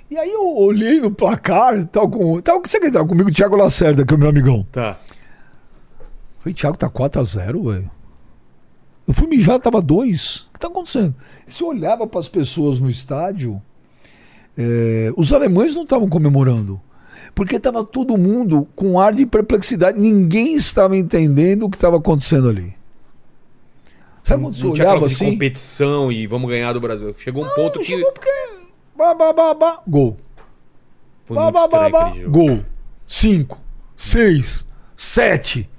[SPEAKER 3] E aí eu olhei no placar, tal com. Tal, você que tava comigo, o Thiago Lacerda, que é o meu amigão.
[SPEAKER 1] Tá.
[SPEAKER 3] Falei, Thiago, tá 4x0, velho. Eu fui mijar, tava 2. O que tá acontecendo? Se eu olhava pras pessoas no estádio, eh, os alemães não estavam comemorando. Porque tava todo mundo com ar de perplexidade. Ninguém estava entendendo o que estava acontecendo ali. Sabe quando você
[SPEAKER 1] Não tinha aquela
[SPEAKER 3] olhava
[SPEAKER 1] coisa de
[SPEAKER 3] assim?
[SPEAKER 1] competição e vamos ganhar do Brasil. Chegou um ponto que.
[SPEAKER 3] Chegou porque... Bá, bá, bá, bá. Gol.
[SPEAKER 1] Foi
[SPEAKER 3] Bá,
[SPEAKER 1] muito
[SPEAKER 3] bá, bá,
[SPEAKER 1] estranho
[SPEAKER 3] bá.
[SPEAKER 1] aquele jogo.
[SPEAKER 3] Gol. 5, 6, 7.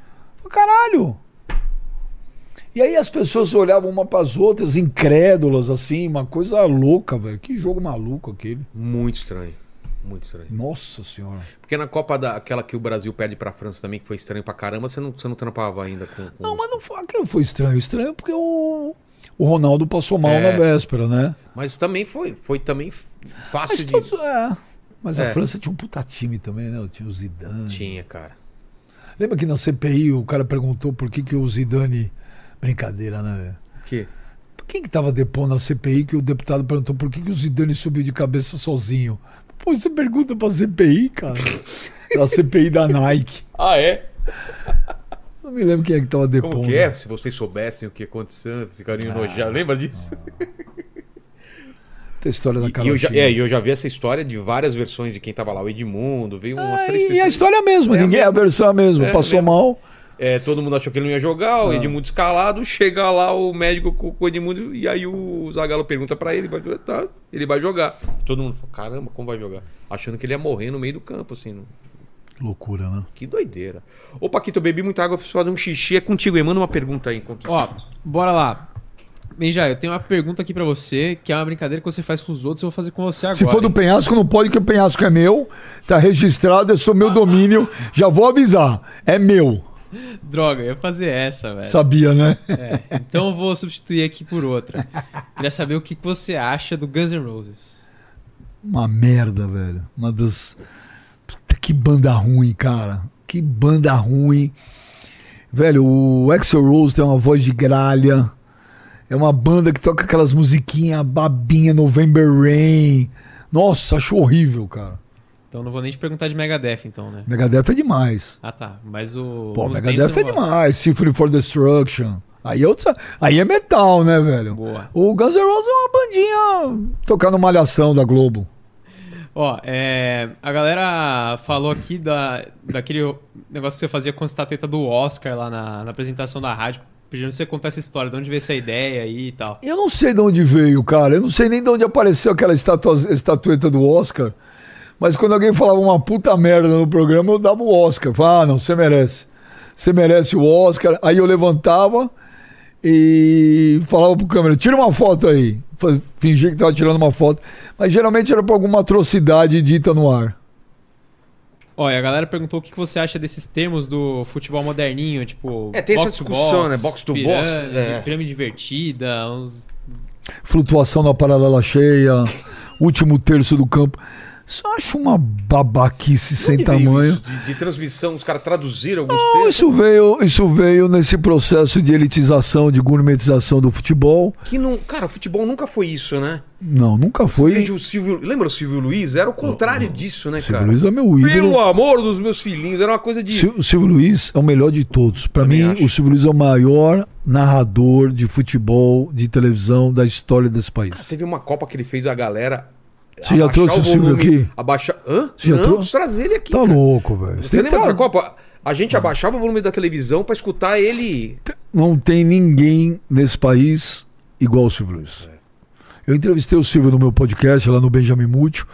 [SPEAKER 3] Caralho! E aí as pessoas olhavam uma para as outras, incrédulas, assim, uma coisa louca, velho. Que jogo maluco aquele.
[SPEAKER 1] Muito estranho. Muito estranho.
[SPEAKER 3] Nossa senhora.
[SPEAKER 1] Porque na Copa da, aquela que o Brasil perde pra França também, que foi estranho pra caramba, você não, você não trampava ainda com. com-
[SPEAKER 3] Não, mas não foi, aquilo foi estranho. Estranho porque o, o Ronaldo passou mal
[SPEAKER 1] É.
[SPEAKER 3] na véspera, né?
[SPEAKER 1] Mas também foi. Foi também f- fácil
[SPEAKER 3] Mas,
[SPEAKER 1] de.
[SPEAKER 3] todos, é. mas
[SPEAKER 1] É.
[SPEAKER 3] a França tinha um puta time também, né? Tinha o Zidane.
[SPEAKER 1] Tinha, cara.
[SPEAKER 3] Lembra que na CPI o cara perguntou por que, que o Zidane... Brincadeira, né, velho?
[SPEAKER 1] Que?
[SPEAKER 3] Quem que tava depondo na CPI que o deputado perguntou por que, que o Zidane subiu de cabeça sozinho? Pô, você pergunta pra CPI, cara. da CPI da Nike.
[SPEAKER 1] Ah, é?
[SPEAKER 3] Não me lembro quem é que tava
[SPEAKER 1] Como
[SPEAKER 3] depondo.
[SPEAKER 1] que é? Se vocês soubessem o que aconteceu, ficariam enojados. Lembra disso?
[SPEAKER 3] Tem a história da
[SPEAKER 1] E-
[SPEAKER 3] cara
[SPEAKER 1] E eu, já, é, e eu já vi essa história de várias versões de quem tava lá. O Edmundo, veio umas três
[SPEAKER 3] Ah, e a
[SPEAKER 1] pessoas.
[SPEAKER 3] história é a mesma.
[SPEAKER 1] É a
[SPEAKER 3] ninguém, a versão é a mesma.
[SPEAKER 1] É,
[SPEAKER 3] Passou
[SPEAKER 1] mesmo.
[SPEAKER 3] mal.
[SPEAKER 1] É, todo mundo achou que ele não ia jogar, o Edmundo escalado, chega lá o médico com com o Edmundo, e aí o Zagallo pergunta pra ele, vai jogar? tá, ele vai jogar. Todo mundo fala, caramba, como vai jogar? Achando que ele ia morrer no meio do campo, assim. não-
[SPEAKER 3] Loucura, né?
[SPEAKER 1] Que doideira. Ô, Paquito, eu bebi muita água, preciso fazer um xixi, é contigo, hein? Manda uma pergunta aí. Enquanto...
[SPEAKER 2] Ó, bora lá. Benja, eu tenho uma pergunta aqui pra você, que é uma brincadeira que você faz com os outros, eu vou fazer com você agora.
[SPEAKER 3] Se for do
[SPEAKER 2] hein?
[SPEAKER 3] penhasco, não pode, que o penhasco é meu. Tá registrado, é só meu domínio. Já vou avisar. É meu.
[SPEAKER 2] Droga, eu ia fazer essa, velho.
[SPEAKER 3] Sabia, né?
[SPEAKER 2] É, então eu vou substituir aqui por outra. Queria saber o que que você acha do Guns N' Roses.
[SPEAKER 3] Uma merda, velho. Uma das. Puta, que banda ruim, cara. Que banda ruim. Velho, o Axel Rose tem uma voz de gralha. É uma banda que toca aquelas musiquinhas babinha, November Rain. Nossa, acho horrível, cara.
[SPEAKER 2] Então não vou nem te perguntar de Megadeth, então, né?
[SPEAKER 3] Megadeth é demais.
[SPEAKER 2] Ah, tá. Mas o.
[SPEAKER 3] Pô,
[SPEAKER 2] Mustaine
[SPEAKER 3] Megadeth
[SPEAKER 2] você
[SPEAKER 3] é
[SPEAKER 2] não gosta.
[SPEAKER 3] demais. Symphony for Destruction. Aí é, outra, aí é metal, né, velho?
[SPEAKER 2] Boa.
[SPEAKER 3] O Guns N' Roses é uma bandinha tocando malhação da Globo.
[SPEAKER 2] Ó, é, a galera falou aqui da, daquele negócio que você fazia com a estatueta do Oscar lá na, na apresentação da rádio. Pedindo pra você contar essa história, de onde veio essa ideia aí e tal.
[SPEAKER 3] Eu não sei de onde veio, cara. Eu não sei nem de onde apareceu aquela estatua, estatueta do Oscar. Mas quando alguém falava uma puta merda no programa, eu dava o Oscar. Falava, ah, não, você merece. Você merece o Oscar. Aí eu levantava e falava pro câmera, tira uma foto aí. Faz- Fingia que tava tirando uma foto. Mas geralmente era pra alguma atrocidade dita no ar.
[SPEAKER 2] Ó, e a galera perguntou o que que você acha desses termos do futebol moderninho, tipo.
[SPEAKER 1] É, tem essa
[SPEAKER 2] box to
[SPEAKER 1] discussão, né? Box to box,
[SPEAKER 2] pirâmide,
[SPEAKER 1] é.
[SPEAKER 2] pirâmide invertida, uns.
[SPEAKER 3] Flutuação na paralela cheia, último terço do campo. Só acho uma babaquice sem
[SPEAKER 1] Que veio
[SPEAKER 3] tamanho.
[SPEAKER 1] isso De, de transmissão, os caras traduziram alguns
[SPEAKER 3] Não,
[SPEAKER 1] textos.
[SPEAKER 3] isso veio, isso veio nesse processo de elitização, de gourmetização do futebol.
[SPEAKER 1] Que não, cara, futebol nunca foi isso, né?
[SPEAKER 3] Não, nunca foi.
[SPEAKER 1] Veja o Silvio, lembra o Silvio Luiz? Era o contrário disso, né,
[SPEAKER 3] Silvio
[SPEAKER 1] cara?
[SPEAKER 3] Luiz é meu ídolo.
[SPEAKER 1] Pelo amor dos meus filhinhos, era uma coisa de.
[SPEAKER 3] Sil- O Silvio Luiz é o melhor de todos. Para
[SPEAKER 1] Também
[SPEAKER 3] mim,
[SPEAKER 1] acho.
[SPEAKER 3] o Silvio Luiz é o maior narrador de futebol, de televisão da história desse país. Tá
[SPEAKER 1] Teve uma Copa que ele fez a galera.
[SPEAKER 3] Você já
[SPEAKER 1] abaixar
[SPEAKER 3] trouxe o Silvio
[SPEAKER 1] volume,
[SPEAKER 3] aqui?
[SPEAKER 1] Abaixar. Hã?
[SPEAKER 3] Você já
[SPEAKER 1] não,
[SPEAKER 3] trouxe?
[SPEAKER 1] preciso trazer ele aqui.
[SPEAKER 3] Tá
[SPEAKER 1] cara.
[SPEAKER 3] louco, Ah. velho.
[SPEAKER 1] Você
[SPEAKER 3] Tem-
[SPEAKER 1] lembra
[SPEAKER 3] tá-
[SPEAKER 1] da Copa? A gente abaixava o volume da televisão pra escutar ele.
[SPEAKER 3] Não tem ninguém nesse país igual o Silvio Luiz.
[SPEAKER 1] É.
[SPEAKER 3] Eu entrevistei o Silvio no meu podcast lá no Benjamin Múcio.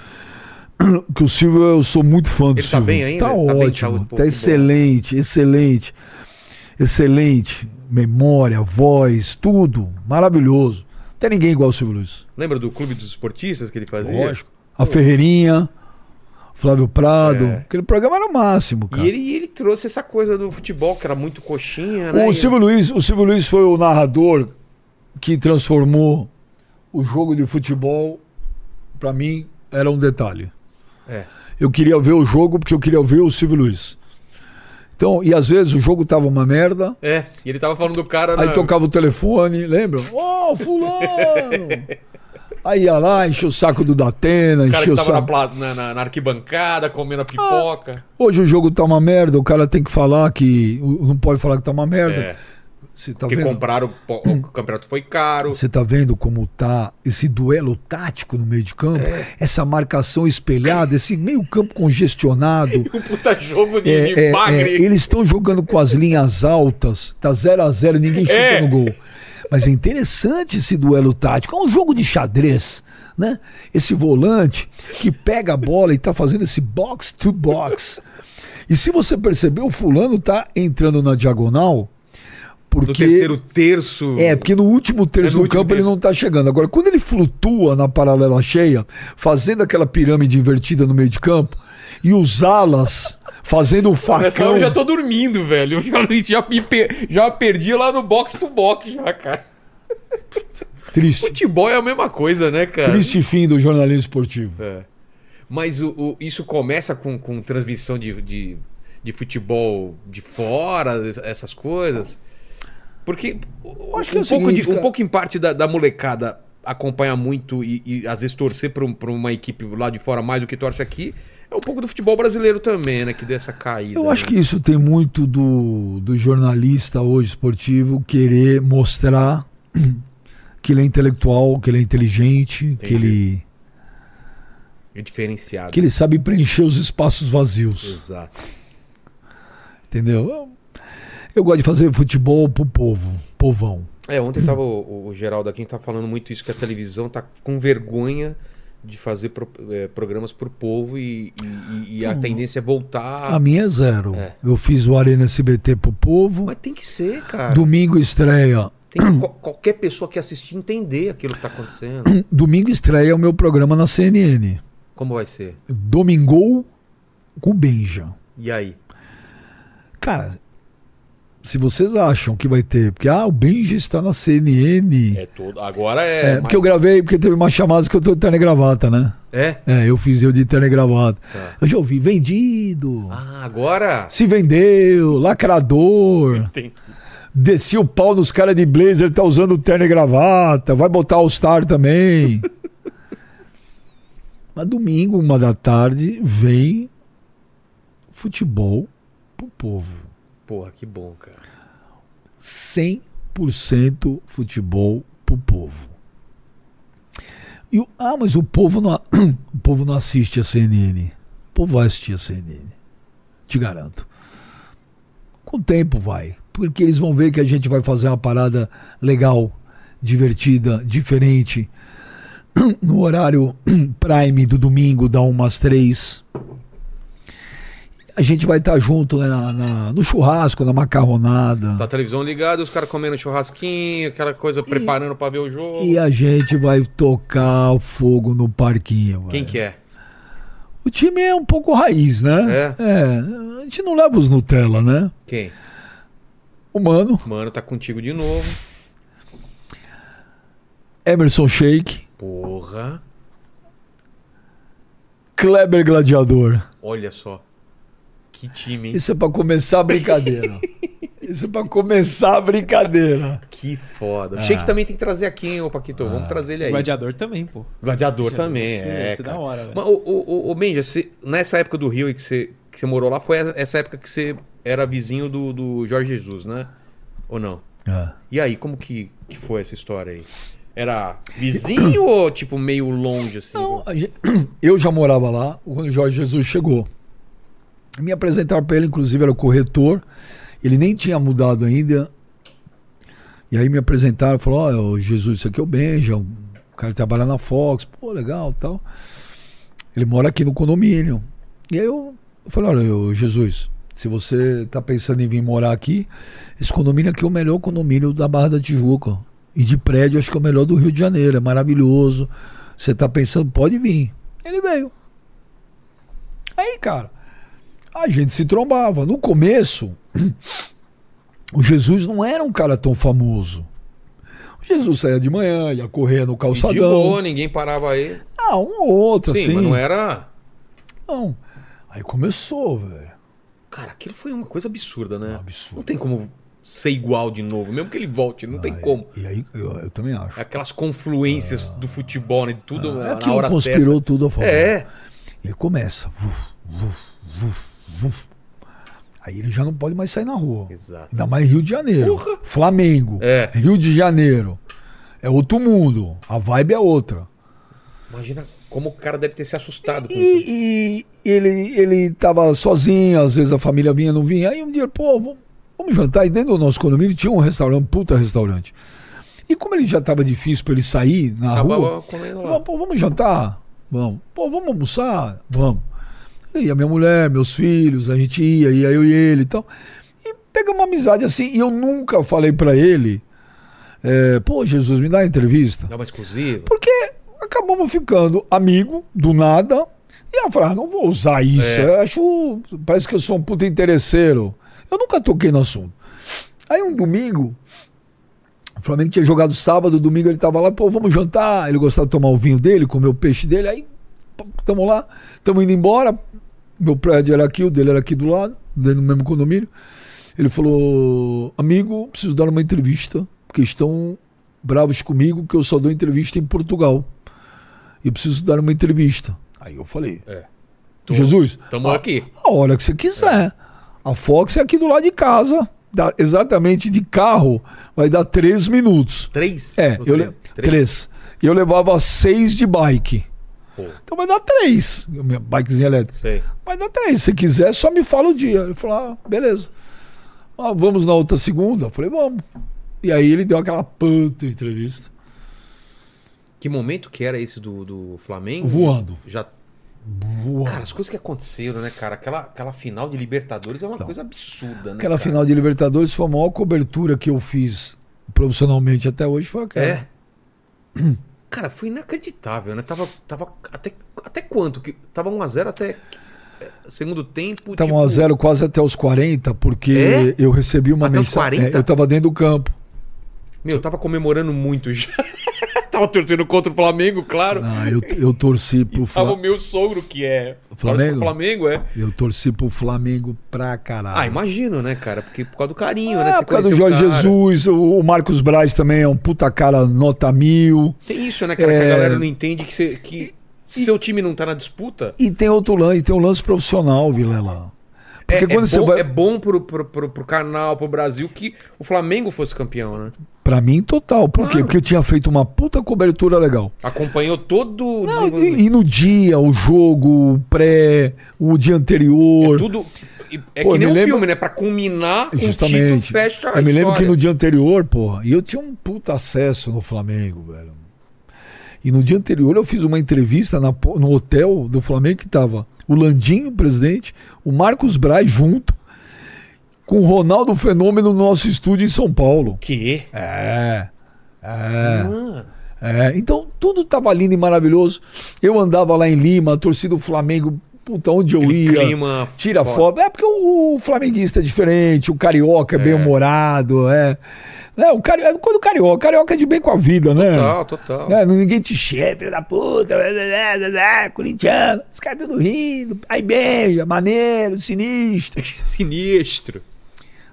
[SPEAKER 3] Que o Silvio, eu sou muito fã do
[SPEAKER 1] Ele tá
[SPEAKER 3] Silvio.
[SPEAKER 1] bem ainda?
[SPEAKER 3] Tá
[SPEAKER 1] Tá bem, tá
[SPEAKER 3] ótimo.
[SPEAKER 1] um
[SPEAKER 3] Tá,
[SPEAKER 1] pouco bom.
[SPEAKER 3] excelente, excelente. Excelente. Memória, voz, tudo. Maravilhoso. Não tem ninguém igual o Silvio Luiz.
[SPEAKER 1] Lembra do Clube dos Esportistas que ele fazia?
[SPEAKER 3] Lógico. A Ferreirinha, Flávio Prado. Aquele programa era o máximo, cara.
[SPEAKER 1] É. E ele, ele trouxe essa coisa do futebol, que era muito coxinha, né?
[SPEAKER 3] O
[SPEAKER 1] E-
[SPEAKER 3] Silvio Luiz, o Silvio Luiz foi o narrador que transformou o jogo de futebol. Pra mim, era um detalhe.
[SPEAKER 1] É.
[SPEAKER 3] Eu queria ver o jogo porque eu queria ver o Silvio Luiz. Então, e às vezes o jogo tava uma merda,
[SPEAKER 1] É, e ele tava falando do cara.
[SPEAKER 3] aí
[SPEAKER 1] na-
[SPEAKER 3] tocava o telefone, lembra? Ô, fulano! aí ia lá, enchia o saco do Datena,
[SPEAKER 1] O cara que
[SPEAKER 3] enchia o
[SPEAKER 1] tava na,
[SPEAKER 3] saco.
[SPEAKER 1] pla- na, na- na arquibancada, comendo a pipoca.
[SPEAKER 3] Hoje o jogo tá uma merda, o cara tem que falar que. o- Não pode falar que tá uma merda.
[SPEAKER 1] é.
[SPEAKER 3] Você tá
[SPEAKER 1] Porque
[SPEAKER 3] vendo?
[SPEAKER 1] compraram, po- o campeonato foi caro.
[SPEAKER 3] Você tá vendo como tá esse duelo tático no meio de campo?
[SPEAKER 1] É.
[SPEAKER 3] Essa marcação espelhada, esse meio campo congestionado.
[SPEAKER 1] Um puta jogo de,
[SPEAKER 3] É,
[SPEAKER 1] de
[SPEAKER 3] é,
[SPEAKER 1] bagre.
[SPEAKER 3] é, eles estão jogando com as linhas altas, tá 0 a 0 ninguém chuta
[SPEAKER 1] É.
[SPEAKER 3] no gol. Mas é interessante esse duelo tático, é um jogo de xadrez, né? Esse volante que pega a bola e tá fazendo esse box to box. E se você percebeu, o fulano tá entrando na diagonal porque
[SPEAKER 1] No terceiro terço.
[SPEAKER 3] é, porque no último
[SPEAKER 1] É,
[SPEAKER 3] terço
[SPEAKER 1] no
[SPEAKER 3] do
[SPEAKER 1] último
[SPEAKER 3] campo ele
[SPEAKER 1] terço.
[SPEAKER 3] não tá chegando. Agora, quando ele flutua na paralela cheia, fazendo aquela pirâmide invertida no meio de campo, e os alas fazendo o
[SPEAKER 1] Nessa hora
[SPEAKER 3] facão.
[SPEAKER 1] eu já tô dormindo, velho. Eu já, já, me per- já perdi lá no box to box já, cara.
[SPEAKER 3] Triste.
[SPEAKER 1] Futebol é a mesma coisa, né, cara?
[SPEAKER 3] Triste fim do jornalismo esportivo.
[SPEAKER 1] É. Mas o, o- isso começa com, com transmissão de, de, de futebol de fora, es- essas coisas. Porque o-
[SPEAKER 3] acho que é
[SPEAKER 1] um,
[SPEAKER 3] o
[SPEAKER 1] pouco
[SPEAKER 3] seguinte,
[SPEAKER 1] de- um
[SPEAKER 3] cara.
[SPEAKER 1] pouco em parte da, da molecada acompanha muito e, e às vezes torcer pra, um- pra uma equipe lá de fora mais do que torce aqui. É um pouco do futebol brasileiro também, né? Que deu essa caída.
[SPEAKER 3] Eu acho
[SPEAKER 1] né?
[SPEAKER 3] que isso tem muito do, do jornalista hoje esportivo querer mostrar que ele é intelectual, que ele é inteligente, que ele,
[SPEAKER 1] É diferenciado.
[SPEAKER 3] que ele sabe preencher os espaços vazios.
[SPEAKER 1] Exato.
[SPEAKER 3] Entendeu? Eu, eu gosto de fazer futebol pro povo, povão.
[SPEAKER 1] É, ontem tava o, o Geraldo aqui tava falando muito isso, que a televisão tá com vergonha de fazer pro- eh, programas pro povo e, e- e- e a tendência é voltar.
[SPEAKER 3] A minha é zero.
[SPEAKER 1] É.
[SPEAKER 3] Eu fiz o Arena SBT pro povo.
[SPEAKER 1] Mas tem que ser, cara.
[SPEAKER 3] Domingo estreia.
[SPEAKER 1] Tem que qual- qualquer pessoa que assistir entender aquilo que tá acontecendo.
[SPEAKER 3] Domingo estreia o meu programa na CNN.
[SPEAKER 1] Como vai ser?
[SPEAKER 3] Domingou com Benja.
[SPEAKER 1] E aí?
[SPEAKER 3] Cara, se vocês acham que vai ter, porque ah, o Benja está na CNN. É,
[SPEAKER 1] todo. Agora é.
[SPEAKER 3] porque eu gravei, porque teve umas chamadas que eu tô de terno e gravata, né?
[SPEAKER 1] É?
[SPEAKER 3] É, eu fiz eu de terno e gravata.
[SPEAKER 1] Tá.
[SPEAKER 3] Eu já ouvi vendido.
[SPEAKER 1] Ah, agora.
[SPEAKER 3] Se vendeu, lacrador.
[SPEAKER 1] Tem.
[SPEAKER 3] Desci o pau nos caras de blazer, tá usando terno e gravata, vai botar All Star também. Mas domingo, uma da tarde, vem futebol pro povo.
[SPEAKER 1] Porra, que bom, cara.
[SPEAKER 3] 100% futebol pro povo. E, o- ah, mas o povo, não, o povo não assiste a CNN. O povo vai assistir a CNN. Te garanto. Com o tempo vai. Porque eles vão ver que a gente vai fazer uma parada legal, divertida, diferente. No horário prime do domingo, da 1 às 3. A gente vai estar junto né, na- na- no churrasco, na macarronada.
[SPEAKER 1] Tá a televisão ligada, os caras comendo churrasquinho, aquela coisa preparando pra ver o jogo.
[SPEAKER 3] E a gente vai tocar o fogo no parquinho.
[SPEAKER 1] Quem
[SPEAKER 3] velho.
[SPEAKER 1] que é?
[SPEAKER 3] O time é um pouco raiz, né?
[SPEAKER 1] É?
[SPEAKER 3] A gente não leva os Nutella, né?
[SPEAKER 1] Quem?
[SPEAKER 3] O Mano,
[SPEAKER 1] Mano, tá contigo de novo.
[SPEAKER 3] Emerson Shake,
[SPEAKER 1] Porra.
[SPEAKER 3] Kleber Gladiador.
[SPEAKER 1] Olha só. Que time, hein?
[SPEAKER 3] Isso é pra começar a brincadeira. Isso é pra começar a brincadeira.
[SPEAKER 1] Que foda. O Sheik também tem que trazer aqui, hein, ô Paquito? Vamos trazer ele aí.
[SPEAKER 2] Ah. Gladiador também, pô.
[SPEAKER 1] Gladiador também,
[SPEAKER 2] Esse-
[SPEAKER 1] é.
[SPEAKER 2] esse
[SPEAKER 1] cara.
[SPEAKER 2] da hora, velho.
[SPEAKER 1] Mas, ô, ô, ô, ô, Benja, você- nessa época do Rio e que você, que você morou lá, foi essa época que você era vizinho do, do Jorge Jesus, né? Ou não?
[SPEAKER 3] É.
[SPEAKER 1] E aí, como que, que foi essa história aí? Era vizinho ou, tipo, meio longe, assim?
[SPEAKER 3] Não, a gente- eu já morava lá quando o Jorge Jesus chegou. Me apresentaram para ele, inclusive era o corretor. Ele nem tinha mudado ainda. E aí me apresentaram, falou: "Ó, é o Jesus, isso aqui é o Benja, o cara trabalha na Fox, pô, legal, tal. Ele mora aqui no condomínio. E aí eu, eu falei: "Olha, ô, Jesus, se você tá pensando em vir morar aqui, esse condomínio aqui é o melhor condomínio da Barra da Tijuca. E de prédio, acho que é o melhor do Rio de Janeiro. É maravilhoso. Você tá pensando, pode vir. Ele veio. Aí, cara, a gente se trombava. No começo, o Jesus não era um cara tão famoso. O Jesus saía de manhã, ia correr no
[SPEAKER 1] E de
[SPEAKER 3] calçadão.
[SPEAKER 1] boa, ninguém parava aí.
[SPEAKER 3] Ah, um ou outro,
[SPEAKER 1] Sim,
[SPEAKER 3] assim.
[SPEAKER 1] mas não é era...
[SPEAKER 3] Não. Aí começou, velho.
[SPEAKER 1] Cara, aquilo foi uma coisa absurda, né?
[SPEAKER 3] Um Absurdo.
[SPEAKER 1] Não tem como ser igual de novo, mesmo que ele volte, não tem
[SPEAKER 3] Aí-
[SPEAKER 1] como.
[SPEAKER 3] E aí, eu, eu também acho.
[SPEAKER 1] Aquelas confluências do futebol, né? De tudo
[SPEAKER 3] Ah. É
[SPEAKER 1] na hora
[SPEAKER 3] que conspirou né? tudo a favor.
[SPEAKER 1] certa. É.
[SPEAKER 3] E aí começa. Vuf, vuf, vuf, vuf. Aí ele já não pode mais sair na rua.
[SPEAKER 1] Exato.
[SPEAKER 3] Ainda mais Rio de Janeiro.
[SPEAKER 1] Porra.
[SPEAKER 3] Flamengo.
[SPEAKER 1] É.
[SPEAKER 3] Rio de Janeiro. É outro mundo. A vibe é outra.
[SPEAKER 1] Imagina como o cara deve ter se assustado com isso.
[SPEAKER 3] E, e ele, ele tava sozinho, às vezes a família vinha, não vinha. Aí um dia, pô, vamos, vamos jantar. E dentro do nosso condomínio tinha um restaurante, um puta restaurante. E como ele já tava difícil pra ele sair na rua.
[SPEAKER 1] Acabava comendo
[SPEAKER 3] Falei,
[SPEAKER 1] lá.
[SPEAKER 3] pô, vamos jantar? Vamos. Pô, vamos almoçar? Vamos. E a minha mulher, meus filhos, a gente ia, ia eu e ele e tal. E pega uma amizade assim. E eu nunca falei pra ele, eh, pô, Jesus, me dá a entrevista.
[SPEAKER 1] Dá uma exclusiva.
[SPEAKER 3] Porque acabamos ficando amigo, do nada. E ela falou, ah, não vou usar isso.
[SPEAKER 1] É.
[SPEAKER 3] Eu acho, parece que eu sou um puta interesseiro. Eu nunca toquei no assunto. Aí um domingo, o Flamengo tinha jogado sábado, domingo ele tava lá, pô, vamos jantar. Ele gostava de tomar o vinho dele, comer o peixe dele. Aí, pô, tamo lá, tamo indo embora. Meu prédio era aqui, o dele era aqui do lado, dentro do mesmo condomínio. Ele falou: Amigo, preciso dar uma entrevista, porque estão bravos comigo, que eu só dou entrevista em Portugal. E preciso dar uma entrevista. Aí eu falei:
[SPEAKER 1] É.
[SPEAKER 3] Jesus,
[SPEAKER 1] Tamo
[SPEAKER 3] a-
[SPEAKER 1] aqui.
[SPEAKER 3] a hora que você quiser. A Fox é aqui do lado de casa. Dá exatamente de carro, vai dar três minutos.
[SPEAKER 1] Três?
[SPEAKER 3] É,
[SPEAKER 1] Ou
[SPEAKER 3] eu
[SPEAKER 1] três?
[SPEAKER 3] le- três. E eu levava seis de bike.
[SPEAKER 1] Pô,
[SPEAKER 3] Então vai dar três. Minha bikezinha elétrica.
[SPEAKER 1] sei.
[SPEAKER 3] Vai dar três. Se quiser, só me fala o dia. Ele falou, ah, beleza. Ah, vamos na outra segunda? Eu falei, vamos. E aí ele deu aquela puta entrevista.
[SPEAKER 1] Que momento que era esse do, do Flamengo?
[SPEAKER 3] Voando.
[SPEAKER 1] Já... Cara,
[SPEAKER 3] Voando.
[SPEAKER 1] as coisas que aconteceram, né, cara? Aquela, aquela final de Libertadores é uma coisa absurda, né?
[SPEAKER 3] Então. Aquela
[SPEAKER 1] cara?
[SPEAKER 3] final de Libertadores foi a maior cobertura que eu fiz profissionalmente até hoje. Foi aquela.
[SPEAKER 1] É. Cara, foi inacreditável, né? Tava, tava até, até quanto? Que, tava 1x0 até é, segundo tempo.
[SPEAKER 3] Tava
[SPEAKER 1] tipo, É?
[SPEAKER 3] 1 a 0 quase até os 40, porque eu recebi uma
[SPEAKER 1] Até os
[SPEAKER 3] mensagem.
[SPEAKER 1] 40?
[SPEAKER 3] É, eu tava dentro do campo.
[SPEAKER 1] Meu, tava comemorando muito já. tava torcendo contra o Flamengo, claro.
[SPEAKER 3] Ah, eu, eu torci pro
[SPEAKER 1] Tava o
[SPEAKER 3] Flamengo.
[SPEAKER 1] meu sogro, que é.
[SPEAKER 3] Flamengo?
[SPEAKER 1] torce pro Flamengo, é.
[SPEAKER 3] Eu torci pro Flamengo pra caralho.
[SPEAKER 1] Ah, imagino, né, cara? Porque por causa do carinho, né?
[SPEAKER 3] É,
[SPEAKER 1] Você
[SPEAKER 3] por causa do
[SPEAKER 1] conheceu o
[SPEAKER 3] Jorge
[SPEAKER 1] cara.
[SPEAKER 3] Jesus, o o Marcos Braz também é um puta cara nota mil.
[SPEAKER 1] Tem isso, né, cara? Que a
[SPEAKER 3] É.
[SPEAKER 1] galera não entende que, você- que seu time não tá na disputa.
[SPEAKER 3] E tem outro lance, tem um lance profissional, Vilela.
[SPEAKER 1] É,
[SPEAKER 3] Porque
[SPEAKER 1] é
[SPEAKER 3] quando você
[SPEAKER 1] bom,
[SPEAKER 3] vai.
[SPEAKER 1] é bom pro, pro, pro, pro canal, pro Brasil, que o Flamengo fosse campeão, né?
[SPEAKER 3] Pra mim, total. Por quê?
[SPEAKER 1] Claro.
[SPEAKER 3] Porque eu tinha feito uma puta cobertura legal.
[SPEAKER 1] Acompanhou todo.
[SPEAKER 3] Não, e, e no dia, o jogo, o pré, o dia anterior.
[SPEAKER 1] É tudo. e- É
[SPEAKER 3] Pô,
[SPEAKER 1] que
[SPEAKER 3] me
[SPEAKER 1] nem um
[SPEAKER 3] lembro-
[SPEAKER 1] filme, né? Pra culminar, o título
[SPEAKER 3] Justamente.
[SPEAKER 1] fecha a
[SPEAKER 3] eu me lembro que
[SPEAKER 1] história.
[SPEAKER 3] no dia anterior, porra, e eu tinha um puta acesso no Flamengo, velho. E no dia anterior eu fiz uma entrevista na po- no hotel do Flamengo que tava o Landinho, presidente, o Marcos Braz junto, com o Ronaldo Fenômeno no nosso estúdio em São Paulo.
[SPEAKER 1] Que?
[SPEAKER 3] É. É.
[SPEAKER 1] Mano.
[SPEAKER 3] É, então tudo tava lindo e maravilhoso. Eu andava lá em Lima, a torcida do Flamengo, puta, onde eu
[SPEAKER 1] Aquele
[SPEAKER 3] ia.
[SPEAKER 1] clima
[SPEAKER 3] tira
[SPEAKER 1] foda.
[SPEAKER 3] foto. É porque o, o flamenguista é diferente, o carioca é, bem humorado, é. É, o cari... é quando o carioca, o carioca é de bem com a vida, né?
[SPEAKER 1] Total, total.
[SPEAKER 3] É, ninguém te chefe, filho da puta, blá, blá, blá, blá, blá, corintiano, os caras tudo rindo, aí beija, maneiro, sinistro.
[SPEAKER 1] Sinistro.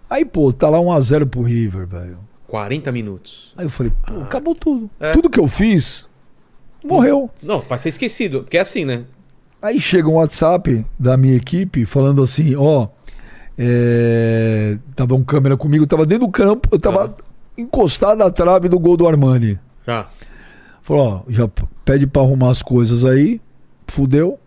[SPEAKER 3] Aí, pô, tá lá 1x0 pro River, velho.
[SPEAKER 1] 40 minutos.
[SPEAKER 3] Aí eu falei, pô, acabou tudo.
[SPEAKER 1] É.
[SPEAKER 3] Tudo que eu fiz morreu.
[SPEAKER 1] Não, pra ser esquecido. Porque é assim, né?
[SPEAKER 3] Aí chega um WhatsApp da minha equipe falando assim, ó, é, tava um câmera comigo, tava dentro do campo, eu tava encostado à trave do gol do Armani.
[SPEAKER 1] Já.
[SPEAKER 3] Falou, ó, já p- pede pra arrumar as coisas aí, fudeu,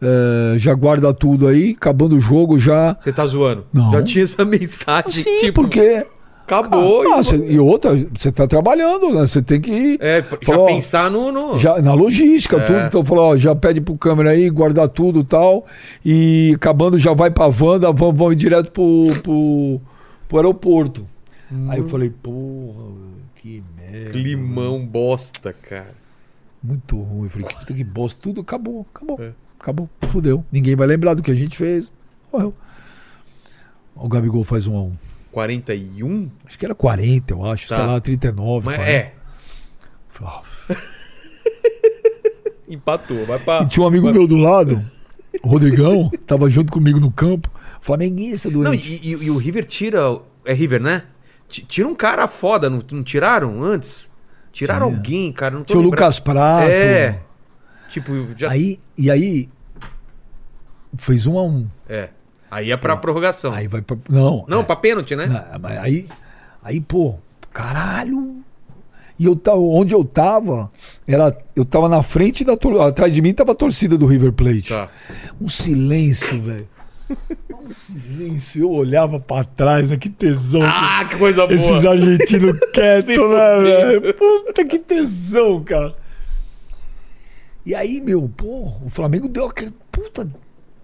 [SPEAKER 3] é, já guarda tudo aí, acabando o jogo já.
[SPEAKER 1] Você tá zoando.
[SPEAKER 3] Não.
[SPEAKER 1] Já tinha essa mensagem.
[SPEAKER 3] Sim,
[SPEAKER 1] tipo,
[SPEAKER 3] porque
[SPEAKER 1] Acabou.
[SPEAKER 3] Ah,
[SPEAKER 1] e-
[SPEAKER 3] cê- e outra, você tá trabalhando, né? Você tem que.
[SPEAKER 1] É, já
[SPEAKER 3] Falou, ó,
[SPEAKER 1] pensar no. no-
[SPEAKER 3] Já, na logística,
[SPEAKER 1] É.
[SPEAKER 3] tudo. Então falou, ó, já pede pro câmera aí, guardar tudo e tal. E acabando, já vai pra Wanda, vamos, vamos direto pro, pro, pro aeroporto.
[SPEAKER 1] Hum.
[SPEAKER 3] Aí eu falei, porra, que merda.
[SPEAKER 1] Climão bosta, cara.
[SPEAKER 3] Muito ruim. Eu falei, puta que bosta, tudo acabou, acabou,
[SPEAKER 1] É.
[SPEAKER 3] acabou, fudeu. Ninguém vai lembrar do que a gente fez. Morreu. O Gabigol faz um a um.
[SPEAKER 1] 41?
[SPEAKER 3] Acho que era 40, eu acho,
[SPEAKER 1] Tá.
[SPEAKER 3] sei lá, 39.
[SPEAKER 1] um? Mas
[SPEAKER 3] 40.
[SPEAKER 1] é,
[SPEAKER 3] Falei, ó,
[SPEAKER 1] empatou. Vai pra.
[SPEAKER 3] E tinha um amigo meu do lado, o Rodrigão, tava junto comigo no campo, flamenguista
[SPEAKER 1] Não,
[SPEAKER 3] doente.
[SPEAKER 1] e, e- e o River tira. É River, né? Ti- Tira um cara foda, não, não tiraram antes? Tiraram
[SPEAKER 3] Tira.
[SPEAKER 1] alguém, cara. Não tô
[SPEAKER 3] Tinha o
[SPEAKER 1] lembrado.
[SPEAKER 3] Lucas Prato.
[SPEAKER 1] É. Tipo, já.
[SPEAKER 3] Aí, e aí, fez um a um.
[SPEAKER 1] É. Aí é pra prorrogação.
[SPEAKER 3] Aí vai pra. Não.
[SPEAKER 1] Não,
[SPEAKER 3] é,
[SPEAKER 1] pra pênalti, né?
[SPEAKER 3] não, mas aí, aí, pô, caralho. E eu tava, onde eu tava, era, eu tava na frente da torcida, atrás de mim tava a torcida do River Plate.
[SPEAKER 1] Tá.
[SPEAKER 3] Um silêncio, velho. Um silêncio. Eu olhava pra trás, né? que tesão. que eu
[SPEAKER 1] Ah, que coisa boa.
[SPEAKER 3] Esses argentinos
[SPEAKER 1] Se
[SPEAKER 3] quietos, né,
[SPEAKER 1] fuder.
[SPEAKER 3] velho? Puta que tesão, cara. E aí, meu, pô, o Flamengo deu aquele. Puta.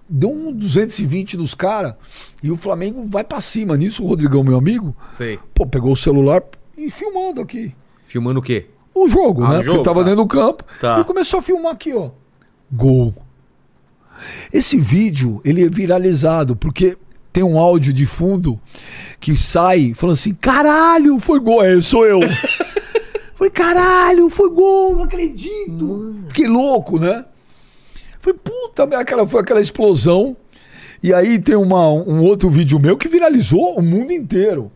[SPEAKER 3] Deu um 220 nos caras. E o Flamengo vai pra cima. Nisso, o Rodrigão, meu amigo,
[SPEAKER 1] Sei.
[SPEAKER 3] pô, pegou o celular e filmando aqui.
[SPEAKER 1] Filmando o quê?
[SPEAKER 3] O jogo,
[SPEAKER 1] Ah,
[SPEAKER 3] né?
[SPEAKER 1] o
[SPEAKER 3] Porque
[SPEAKER 1] jogo,
[SPEAKER 3] eu tava
[SPEAKER 1] tá.
[SPEAKER 3] dentro do campo.
[SPEAKER 1] Tá.
[SPEAKER 3] E começou a filmar aqui, ó. Gol. Esse vídeo, ele é viralizado, porque tem um áudio de fundo que sai falando assim: caralho, foi gol. É, sou eu. Falei, caralho, foi gol, não acredito.
[SPEAKER 1] Hum.
[SPEAKER 3] Fiquei louco, né? Falei, puta, merda, aquela, foi aquela explosão. E aí tem uma, um outro vídeo meu que viralizou o mundo inteiro.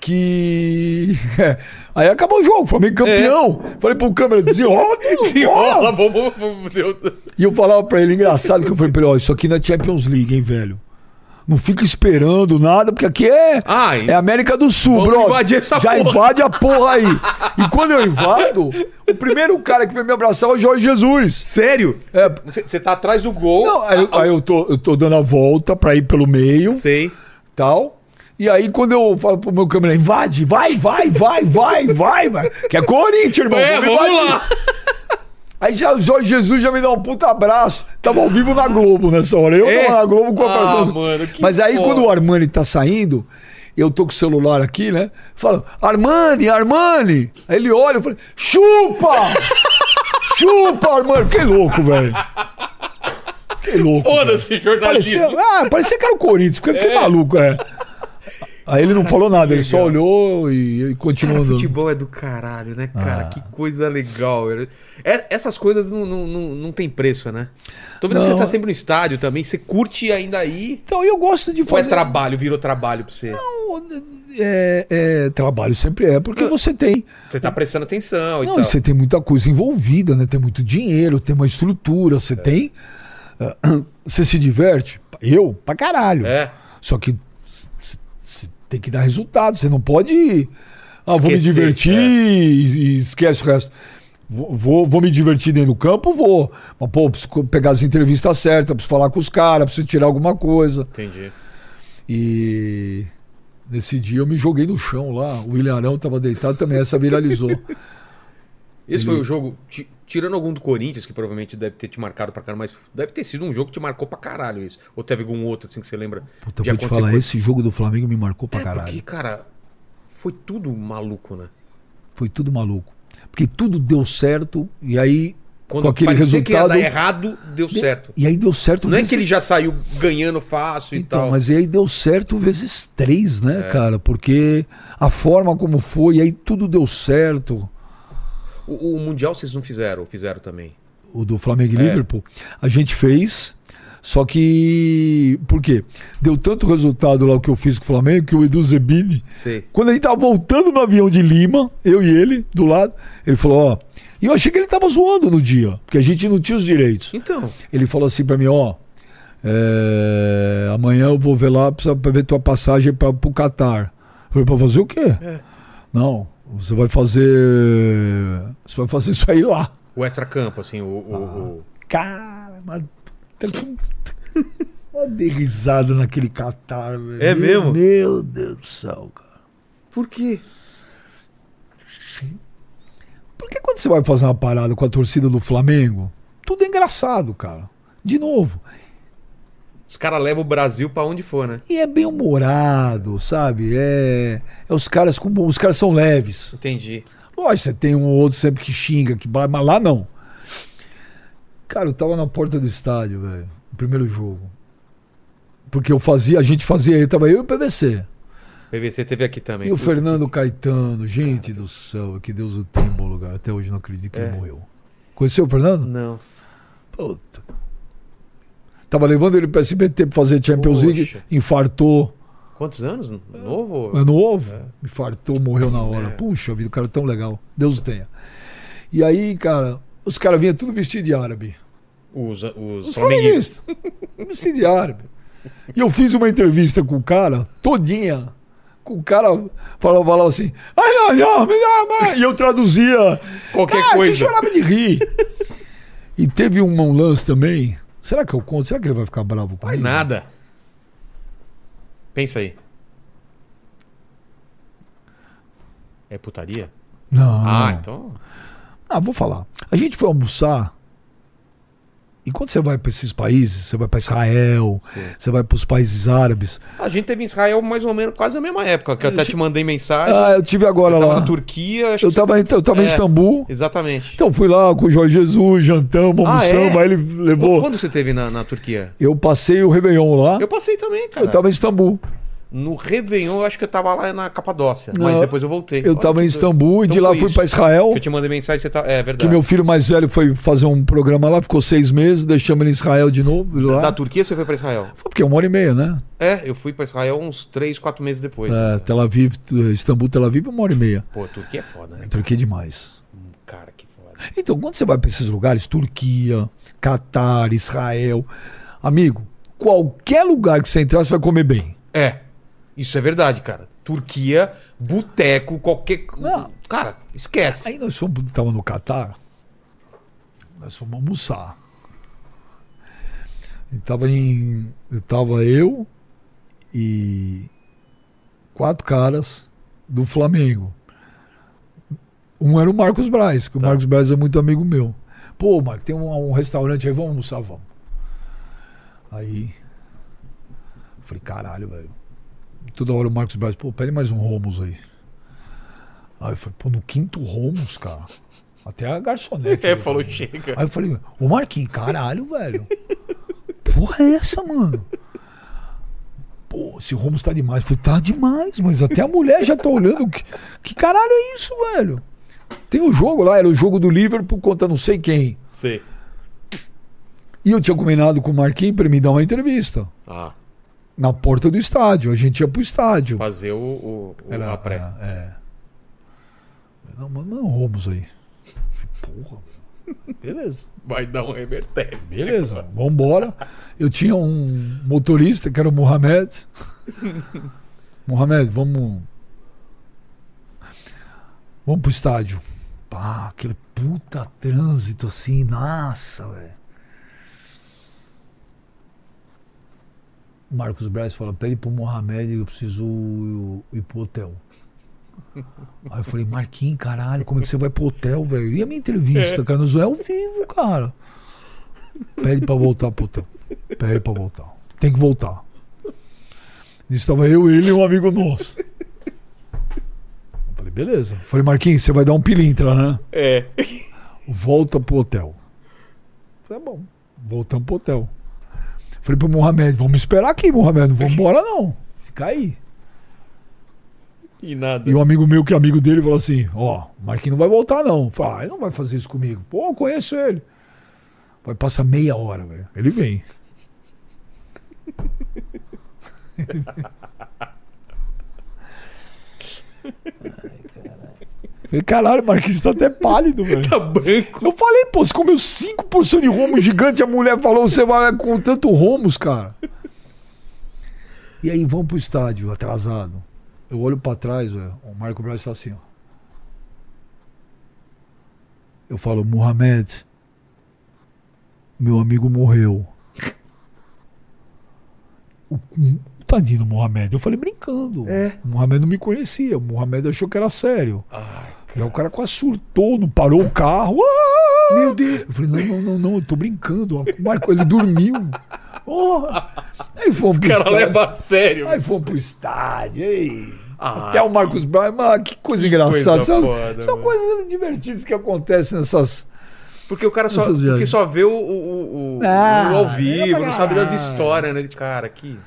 [SPEAKER 3] Que. Aí acabou o jogo, Flamengo campeão. Falei pro câmera, desenrola, tudo,
[SPEAKER 1] É. Desenrola,
[SPEAKER 3] bora.
[SPEAKER 1] bom, bom, bom, meu Deus.
[SPEAKER 3] E eu falava pra ele, engraçado, que eu falei pra ele: ó, isso aqui não é Champions League, hein, velho. Não fica esperando nada, porque aqui é,
[SPEAKER 1] Ai.
[SPEAKER 3] é América do Sul,
[SPEAKER 1] Vamos
[SPEAKER 3] bro.
[SPEAKER 1] invadir essa
[SPEAKER 3] Já
[SPEAKER 1] porra.
[SPEAKER 3] invade a porra aí. E quando eu invado, o primeiro cara que veio me abraçar é o Jorge Jesus.
[SPEAKER 1] Sério?
[SPEAKER 3] É.
[SPEAKER 1] Você tá atrás do gol.
[SPEAKER 3] Não, aí, eu-
[SPEAKER 1] Ah,
[SPEAKER 3] aí eu, tô, eu tô dando a volta pra ir pelo meio
[SPEAKER 1] Sei.
[SPEAKER 3] tal. E aí, quando eu falo pro meu câmera, invade, vai, vai, vai, vai, vai, vai. Que é Corinthians, irmão.
[SPEAKER 1] É,
[SPEAKER 3] vamos
[SPEAKER 1] vamos
[SPEAKER 3] invadir.
[SPEAKER 1] lá.
[SPEAKER 3] Aí já o Jorge Jesus já me dá um puta abraço. Tava ao vivo na Globo nessa hora. Eu
[SPEAKER 1] É?
[SPEAKER 3] tava na Globo com a
[SPEAKER 1] Ah,
[SPEAKER 3] pessoa.
[SPEAKER 1] mano, que
[SPEAKER 3] Mas aí,
[SPEAKER 1] foda.
[SPEAKER 3] quando o Armani tá saindo, eu tô com o celular aqui, né? Falo, Armani, Armani. Aí ele olha, eu falei, chupa! chupa, Armani. Fiquei louco, velho. Fiquei louco. velho.
[SPEAKER 1] Foda-se, jornalista.
[SPEAKER 3] Parecia, ah, parecia que era o Corinthians, porque eu fiquei maluco, é. Aí ele não falou nada, ele só olhou e, e continuou
[SPEAKER 1] Cara,
[SPEAKER 3] andando.
[SPEAKER 1] futebol é do caralho, né, cara?
[SPEAKER 3] Ah.
[SPEAKER 1] Que coisa legal. velho. É- essas coisas não, não, não, não tem preço, né? Tô vendo que
[SPEAKER 3] Não.
[SPEAKER 1] você tá sempre no estádio também. Você curte ainda aí.
[SPEAKER 3] Então, eu gosto de
[SPEAKER 1] Ou é
[SPEAKER 3] fazer.
[SPEAKER 1] trabalho, virou trabalho pra você?
[SPEAKER 3] É, é, trabalho sempre é, porque você tem.
[SPEAKER 1] Você tá prestando atenção e
[SPEAKER 3] Não,
[SPEAKER 1] tal.
[SPEAKER 3] e você tem muita coisa
[SPEAKER 1] É.
[SPEAKER 3] envolvida, né? Tem muito dinheiro, tem uma estrutura, você tem. ah, Você se diverte? Eu? Pra caralho.
[SPEAKER 1] É.
[SPEAKER 3] Só que c- c- tem que dar resultado. Você não pode. Ah, vou me
[SPEAKER 1] Esquecer,
[SPEAKER 3] divertir
[SPEAKER 1] é.
[SPEAKER 3] e, e esquece o resto. Vou, vou, vou me divertir dentro do campo? Vou. Mas, pô, preciso co- pegar as entrevistas certas, preciso falar com os caras, preciso tirar alguma coisa.
[SPEAKER 1] Entendi.
[SPEAKER 3] E nesse dia eu me joguei no chão lá. O Ilharão tava deitado também, essa viralizou.
[SPEAKER 1] Esse
[SPEAKER 3] Uhum.
[SPEAKER 1] foi o jogo, ti- tirando algum do Corinthians, que provavelmente deve ter te marcado pra caralho, mas deve ter sido um jogo que te marcou pra caralho isso. Ou teve algum outro, assim, que você lembra?
[SPEAKER 3] Puta, eu
[SPEAKER 1] de
[SPEAKER 3] vou te
[SPEAKER 1] acontecer
[SPEAKER 3] falar,
[SPEAKER 1] coisa-
[SPEAKER 3] esse jogo do Flamengo me marcou pra
[SPEAKER 1] É,
[SPEAKER 3] caralho.
[SPEAKER 1] porque, cara, foi tudo maluco, né?
[SPEAKER 3] Foi tudo maluco. Porque tudo deu certo e aí
[SPEAKER 1] Quando
[SPEAKER 3] com aquele
[SPEAKER 1] parecia que ia
[SPEAKER 3] resultado. Né?
[SPEAKER 1] dar errado, deu certo.
[SPEAKER 3] E aí deu certo.
[SPEAKER 1] Não é
[SPEAKER 3] vezes-
[SPEAKER 1] que ele já saiu ganhando fácil e
[SPEAKER 3] Então,
[SPEAKER 1] tal. É.
[SPEAKER 3] mas e aí deu certo vezes três, né, cara? Porque a forma como foi, e aí tudo deu certo.
[SPEAKER 1] O, o Mundial vocês não fizeram, ou fizeram também.
[SPEAKER 3] O do Flamengo e
[SPEAKER 1] É.
[SPEAKER 3] Liverpool, a gente fez. Só que. Por quê? Deu tanto resultado lá o que eu fiz com o Flamengo que o Edu Zebini.
[SPEAKER 1] Sei.
[SPEAKER 3] Quando a gente tava voltando no avião de Lima, eu e ele, do lado, ele falou, ó. E eu achei que ele tava zoando no dia, porque a gente não tinha os direitos.
[SPEAKER 1] Então,
[SPEAKER 3] Ele falou assim pra mim, ó. é, amanhã eu vou ver lá pra, pra ver tua passagem pra, pro Catar. Eu falei, pra fazer o quê?
[SPEAKER 1] É.
[SPEAKER 3] Não, você vai fazer. Você vai fazer isso aí lá.
[SPEAKER 1] o extra-campo, assim, o.
[SPEAKER 3] Ah.
[SPEAKER 1] o- o-
[SPEAKER 3] Cara, mas. tá com- Uma de risada naquele Catar, velho.
[SPEAKER 1] É mesmo?
[SPEAKER 3] Meu Deus do céu, cara.
[SPEAKER 1] Por quê?
[SPEAKER 3] Porque quando você vai fazer uma parada com a torcida do Flamengo, tudo é engraçado, cara. De novo,
[SPEAKER 1] Os caras levam o Brasil pra onde for, né?
[SPEAKER 3] E é bem humorado, sabe? É, é os caras com os caras são leves.
[SPEAKER 1] Entendi.
[SPEAKER 3] Lógico, você tem um ou outro sempre que xinga, que bate, mas lá não. Cara, eu tava na porta do estádio, velho, no primeiro jogo. Porque eu fazia, a gente fazia, tava eu e o PVC.
[SPEAKER 1] PVC teve aqui também.
[SPEAKER 3] E o Fernando Caetano, gente do céu, que Deus o tenha em bom lugar. Até hoje não acredito que
[SPEAKER 1] É. Hum.
[SPEAKER 3] ele morreu. Conheceu o Fernando?
[SPEAKER 1] Não.
[SPEAKER 3] Puta. Tava levando ele pro SBT pra fazer Champions League,
[SPEAKER 1] Poxa.
[SPEAKER 3] infartou.
[SPEAKER 1] Quantos anos? Novo?
[SPEAKER 3] Ano ovo?
[SPEAKER 1] É.
[SPEAKER 3] Infartou, morreu na hora. Puxa vida, o cara é tão legal. Deus o tenha. E aí, cara, os caras vinham tudo vestido de árabe.
[SPEAKER 1] Os, os,
[SPEAKER 3] Os
[SPEAKER 1] flamenguistas.
[SPEAKER 3] flamenguistas. vestido de árabe. E eu fiz uma entrevista com o cara, todinha. Com o cara falava, falava assim. "Ai, não, não, me dá, mãe." E eu traduzia.
[SPEAKER 1] Qualquer
[SPEAKER 3] Ah,
[SPEAKER 1] coisa.
[SPEAKER 3] Você chorava de rir. e teve um, um lance também. Será que eu conto? Será que ele vai ficar bravo comigo?
[SPEAKER 1] Vai nada. Pensa aí. É putaria?
[SPEAKER 3] Não.
[SPEAKER 1] Ah,
[SPEAKER 3] não.
[SPEAKER 1] então.
[SPEAKER 3] Ah, vou falar. A gente foi almoçar. E quando você vai para esses países, você vai para Israel, você vai para os países árabes.
[SPEAKER 1] A gente teve em Israel mais ou menos quase na mesma época, que eu até te mandei mensagem.
[SPEAKER 3] Ah, eu tive agora
[SPEAKER 1] eu tava
[SPEAKER 3] lá.
[SPEAKER 1] na Turquia, acho
[SPEAKER 3] Eu
[SPEAKER 1] que você-
[SPEAKER 3] estava eu tava em
[SPEAKER 1] É.
[SPEAKER 3] Istambul.
[SPEAKER 1] Exatamente.
[SPEAKER 3] Então fui lá com o Jorge Jesus, jantamos,
[SPEAKER 1] Ah, é?
[SPEAKER 3] almoçamos, aí ele levou.
[SPEAKER 1] Quando você teve na, na Turquia?
[SPEAKER 3] Eu passei o Réveillon lá.
[SPEAKER 1] Eu passei também, cara.
[SPEAKER 3] Eu tava em Istambul.
[SPEAKER 1] No Réveillon, eu acho que eu tava lá na Capadócia.
[SPEAKER 3] Não,
[SPEAKER 1] mas depois eu voltei.
[SPEAKER 3] Eu
[SPEAKER 1] Olha
[SPEAKER 3] tava
[SPEAKER 1] que
[SPEAKER 3] em
[SPEAKER 1] doido.
[SPEAKER 3] Istambul e
[SPEAKER 1] Então
[SPEAKER 3] de lá
[SPEAKER 1] foi
[SPEAKER 3] fui
[SPEAKER 1] isso.
[SPEAKER 3] para Israel.
[SPEAKER 1] Que eu te mandei mensagem, você tá. É
[SPEAKER 3] Que
[SPEAKER 1] verdade.
[SPEAKER 3] meu filho mais velho foi fazer um programa lá, ficou seis meses, deixamos ele em Israel de novo.
[SPEAKER 1] Da
[SPEAKER 3] Lá.
[SPEAKER 1] Turquia você foi pra Israel?
[SPEAKER 3] Foi porque é uma hora e meia, né?
[SPEAKER 1] É, eu fui pra Israel uns 3, 4 meses depois.
[SPEAKER 3] É, Tel Aviv, Istambul, Tel Aviv, uma hora e meia.
[SPEAKER 1] Pô, Turquia é foda, né?
[SPEAKER 3] Turquia é demais.
[SPEAKER 1] Cara, que foda.
[SPEAKER 3] Então, quando você vai para esses lugares, Turquia, Catar, Israel, amigo, qualquer lugar que você entrar, você vai comer bem.
[SPEAKER 1] É. Isso é verdade, cara. Turquia, boteco, qualquer.
[SPEAKER 3] Não.
[SPEAKER 1] Cara, esquece.
[SPEAKER 3] Aí nós fomos, estava no Catar, nós fomos almoçar. E tava em, eu tava eu e quatro caras do Flamengo. Um era o Marcos Braz, que
[SPEAKER 1] Tá.
[SPEAKER 3] o Marcos Braz é muito amigo meu. Pô, Marco, tem um, um restaurante aí, vamos almoçar, vamos. Aí, eu falei, caralho, velho. Toda hora o Marcos Braz, pô, pede mais um Romos aí. Aí eu falei, pô, no quinto Romos, cara. Até a garçonete.
[SPEAKER 1] É,
[SPEAKER 3] ali,
[SPEAKER 1] falou,
[SPEAKER 3] cara.
[SPEAKER 1] chega.
[SPEAKER 3] Aí eu falei, ô Marquinhos, caralho, velho. Porra é essa, mano? Pô, esse Romos tá demais. Eu falei, tá demais, mas até a mulher já tá olhando. Que, que caralho é isso, velho? Tem o jogo lá, era o jogo do Liverpool contra não sei quem.
[SPEAKER 1] Sei.
[SPEAKER 3] E eu tinha combinado com o Marquinhos pra ele me dar uma entrevista.
[SPEAKER 1] Ah,
[SPEAKER 3] Na porta do estádio. A gente ia pro estádio.
[SPEAKER 1] fazer o, o, o a pré.
[SPEAKER 3] Ah. É. Não, manda um Romos aí. Falei, Porra, Beleza.
[SPEAKER 1] Vai dar um revertério.
[SPEAKER 3] Beleza, vambora. Eu tinha um motorista que era o Mohamed. Mohamed, vamos. Vamos pro estádio. Pá, aquele puta trânsito assim, nossa, velho. Marcos Braz fala: pede pro Mohamed, eu preciso ir, ir pro hotel. Aí eu falei, Marquinhos, caralho, como é que você vai pro hotel, velho? E a minha entrevista, cara? Não é ao vivo, cara. Pede pra voltar pro hotel. Pede pra voltar. Tem que voltar. Nisso tava eu, ele e um amigo nosso. Eu falei, beleza. Eu falei, Marquinhos, você vai dar um pilintra, né?
[SPEAKER 1] É.
[SPEAKER 3] Volta pro hotel. Eu falei, tá bom. Voltamos pro hotel. Eu falei pro Mohamed, vamos esperar aqui, Mohamed. Não vamos embora, não. Fica aí.
[SPEAKER 1] E nada.
[SPEAKER 3] E um amigo meu, que é amigo dele, falou assim: Ó, o Marquinhos não vai voltar, não. Fala, ah, ele não vai fazer isso comigo. Pô, eu conheço ele. Vai passar meia hora, velho. Ele vem. Ele vem. Ai, caralho. Falei, caralho, o Marquinhos tá até pálido, velho.
[SPEAKER 1] Tá branco.
[SPEAKER 3] Eu falei, pô, você comeu cinco porções de rombo gigante, a mulher falou, você vai com tanto romos, cara. E aí vamos pro estádio, atrasado. Eu olho pra trás, velho, o Marco Braz tá assim, ó. Eu falo, Mohamed, meu amigo morreu. O, o tadinho do Mohamed. Eu falei, brincando.
[SPEAKER 1] É.
[SPEAKER 3] O Mohamed não me conhecia. O Mohamed achou que era sério. Aí o cara quase surtou, não parou o carro. Ah!
[SPEAKER 1] Meu Deus.
[SPEAKER 3] Eu falei, não, não, não, não, eu tô brincando. O Marco, ele dormiu. Oh. Aí fomos
[SPEAKER 1] O
[SPEAKER 3] pro
[SPEAKER 1] cara
[SPEAKER 3] estádio.
[SPEAKER 1] leva a sério.
[SPEAKER 3] Aí fomos pro estádio. Ei.
[SPEAKER 1] Ah,
[SPEAKER 3] Até o Marcos Braz, mas ah, que coisa engraçada.
[SPEAKER 1] coisa
[SPEAKER 3] são
[SPEAKER 1] foda,
[SPEAKER 3] são
[SPEAKER 1] mano.
[SPEAKER 3] coisas divertidas que acontecem nessas.
[SPEAKER 1] Porque o cara só,
[SPEAKER 3] Essas viagens.
[SPEAKER 1] porque só vê o, o, o- o-
[SPEAKER 3] Ah,
[SPEAKER 1] o ao
[SPEAKER 3] é
[SPEAKER 1] vivo,
[SPEAKER 3] pra
[SPEAKER 1] não sabe das
[SPEAKER 3] caralho.
[SPEAKER 1] histórias, né? Cara, aqui.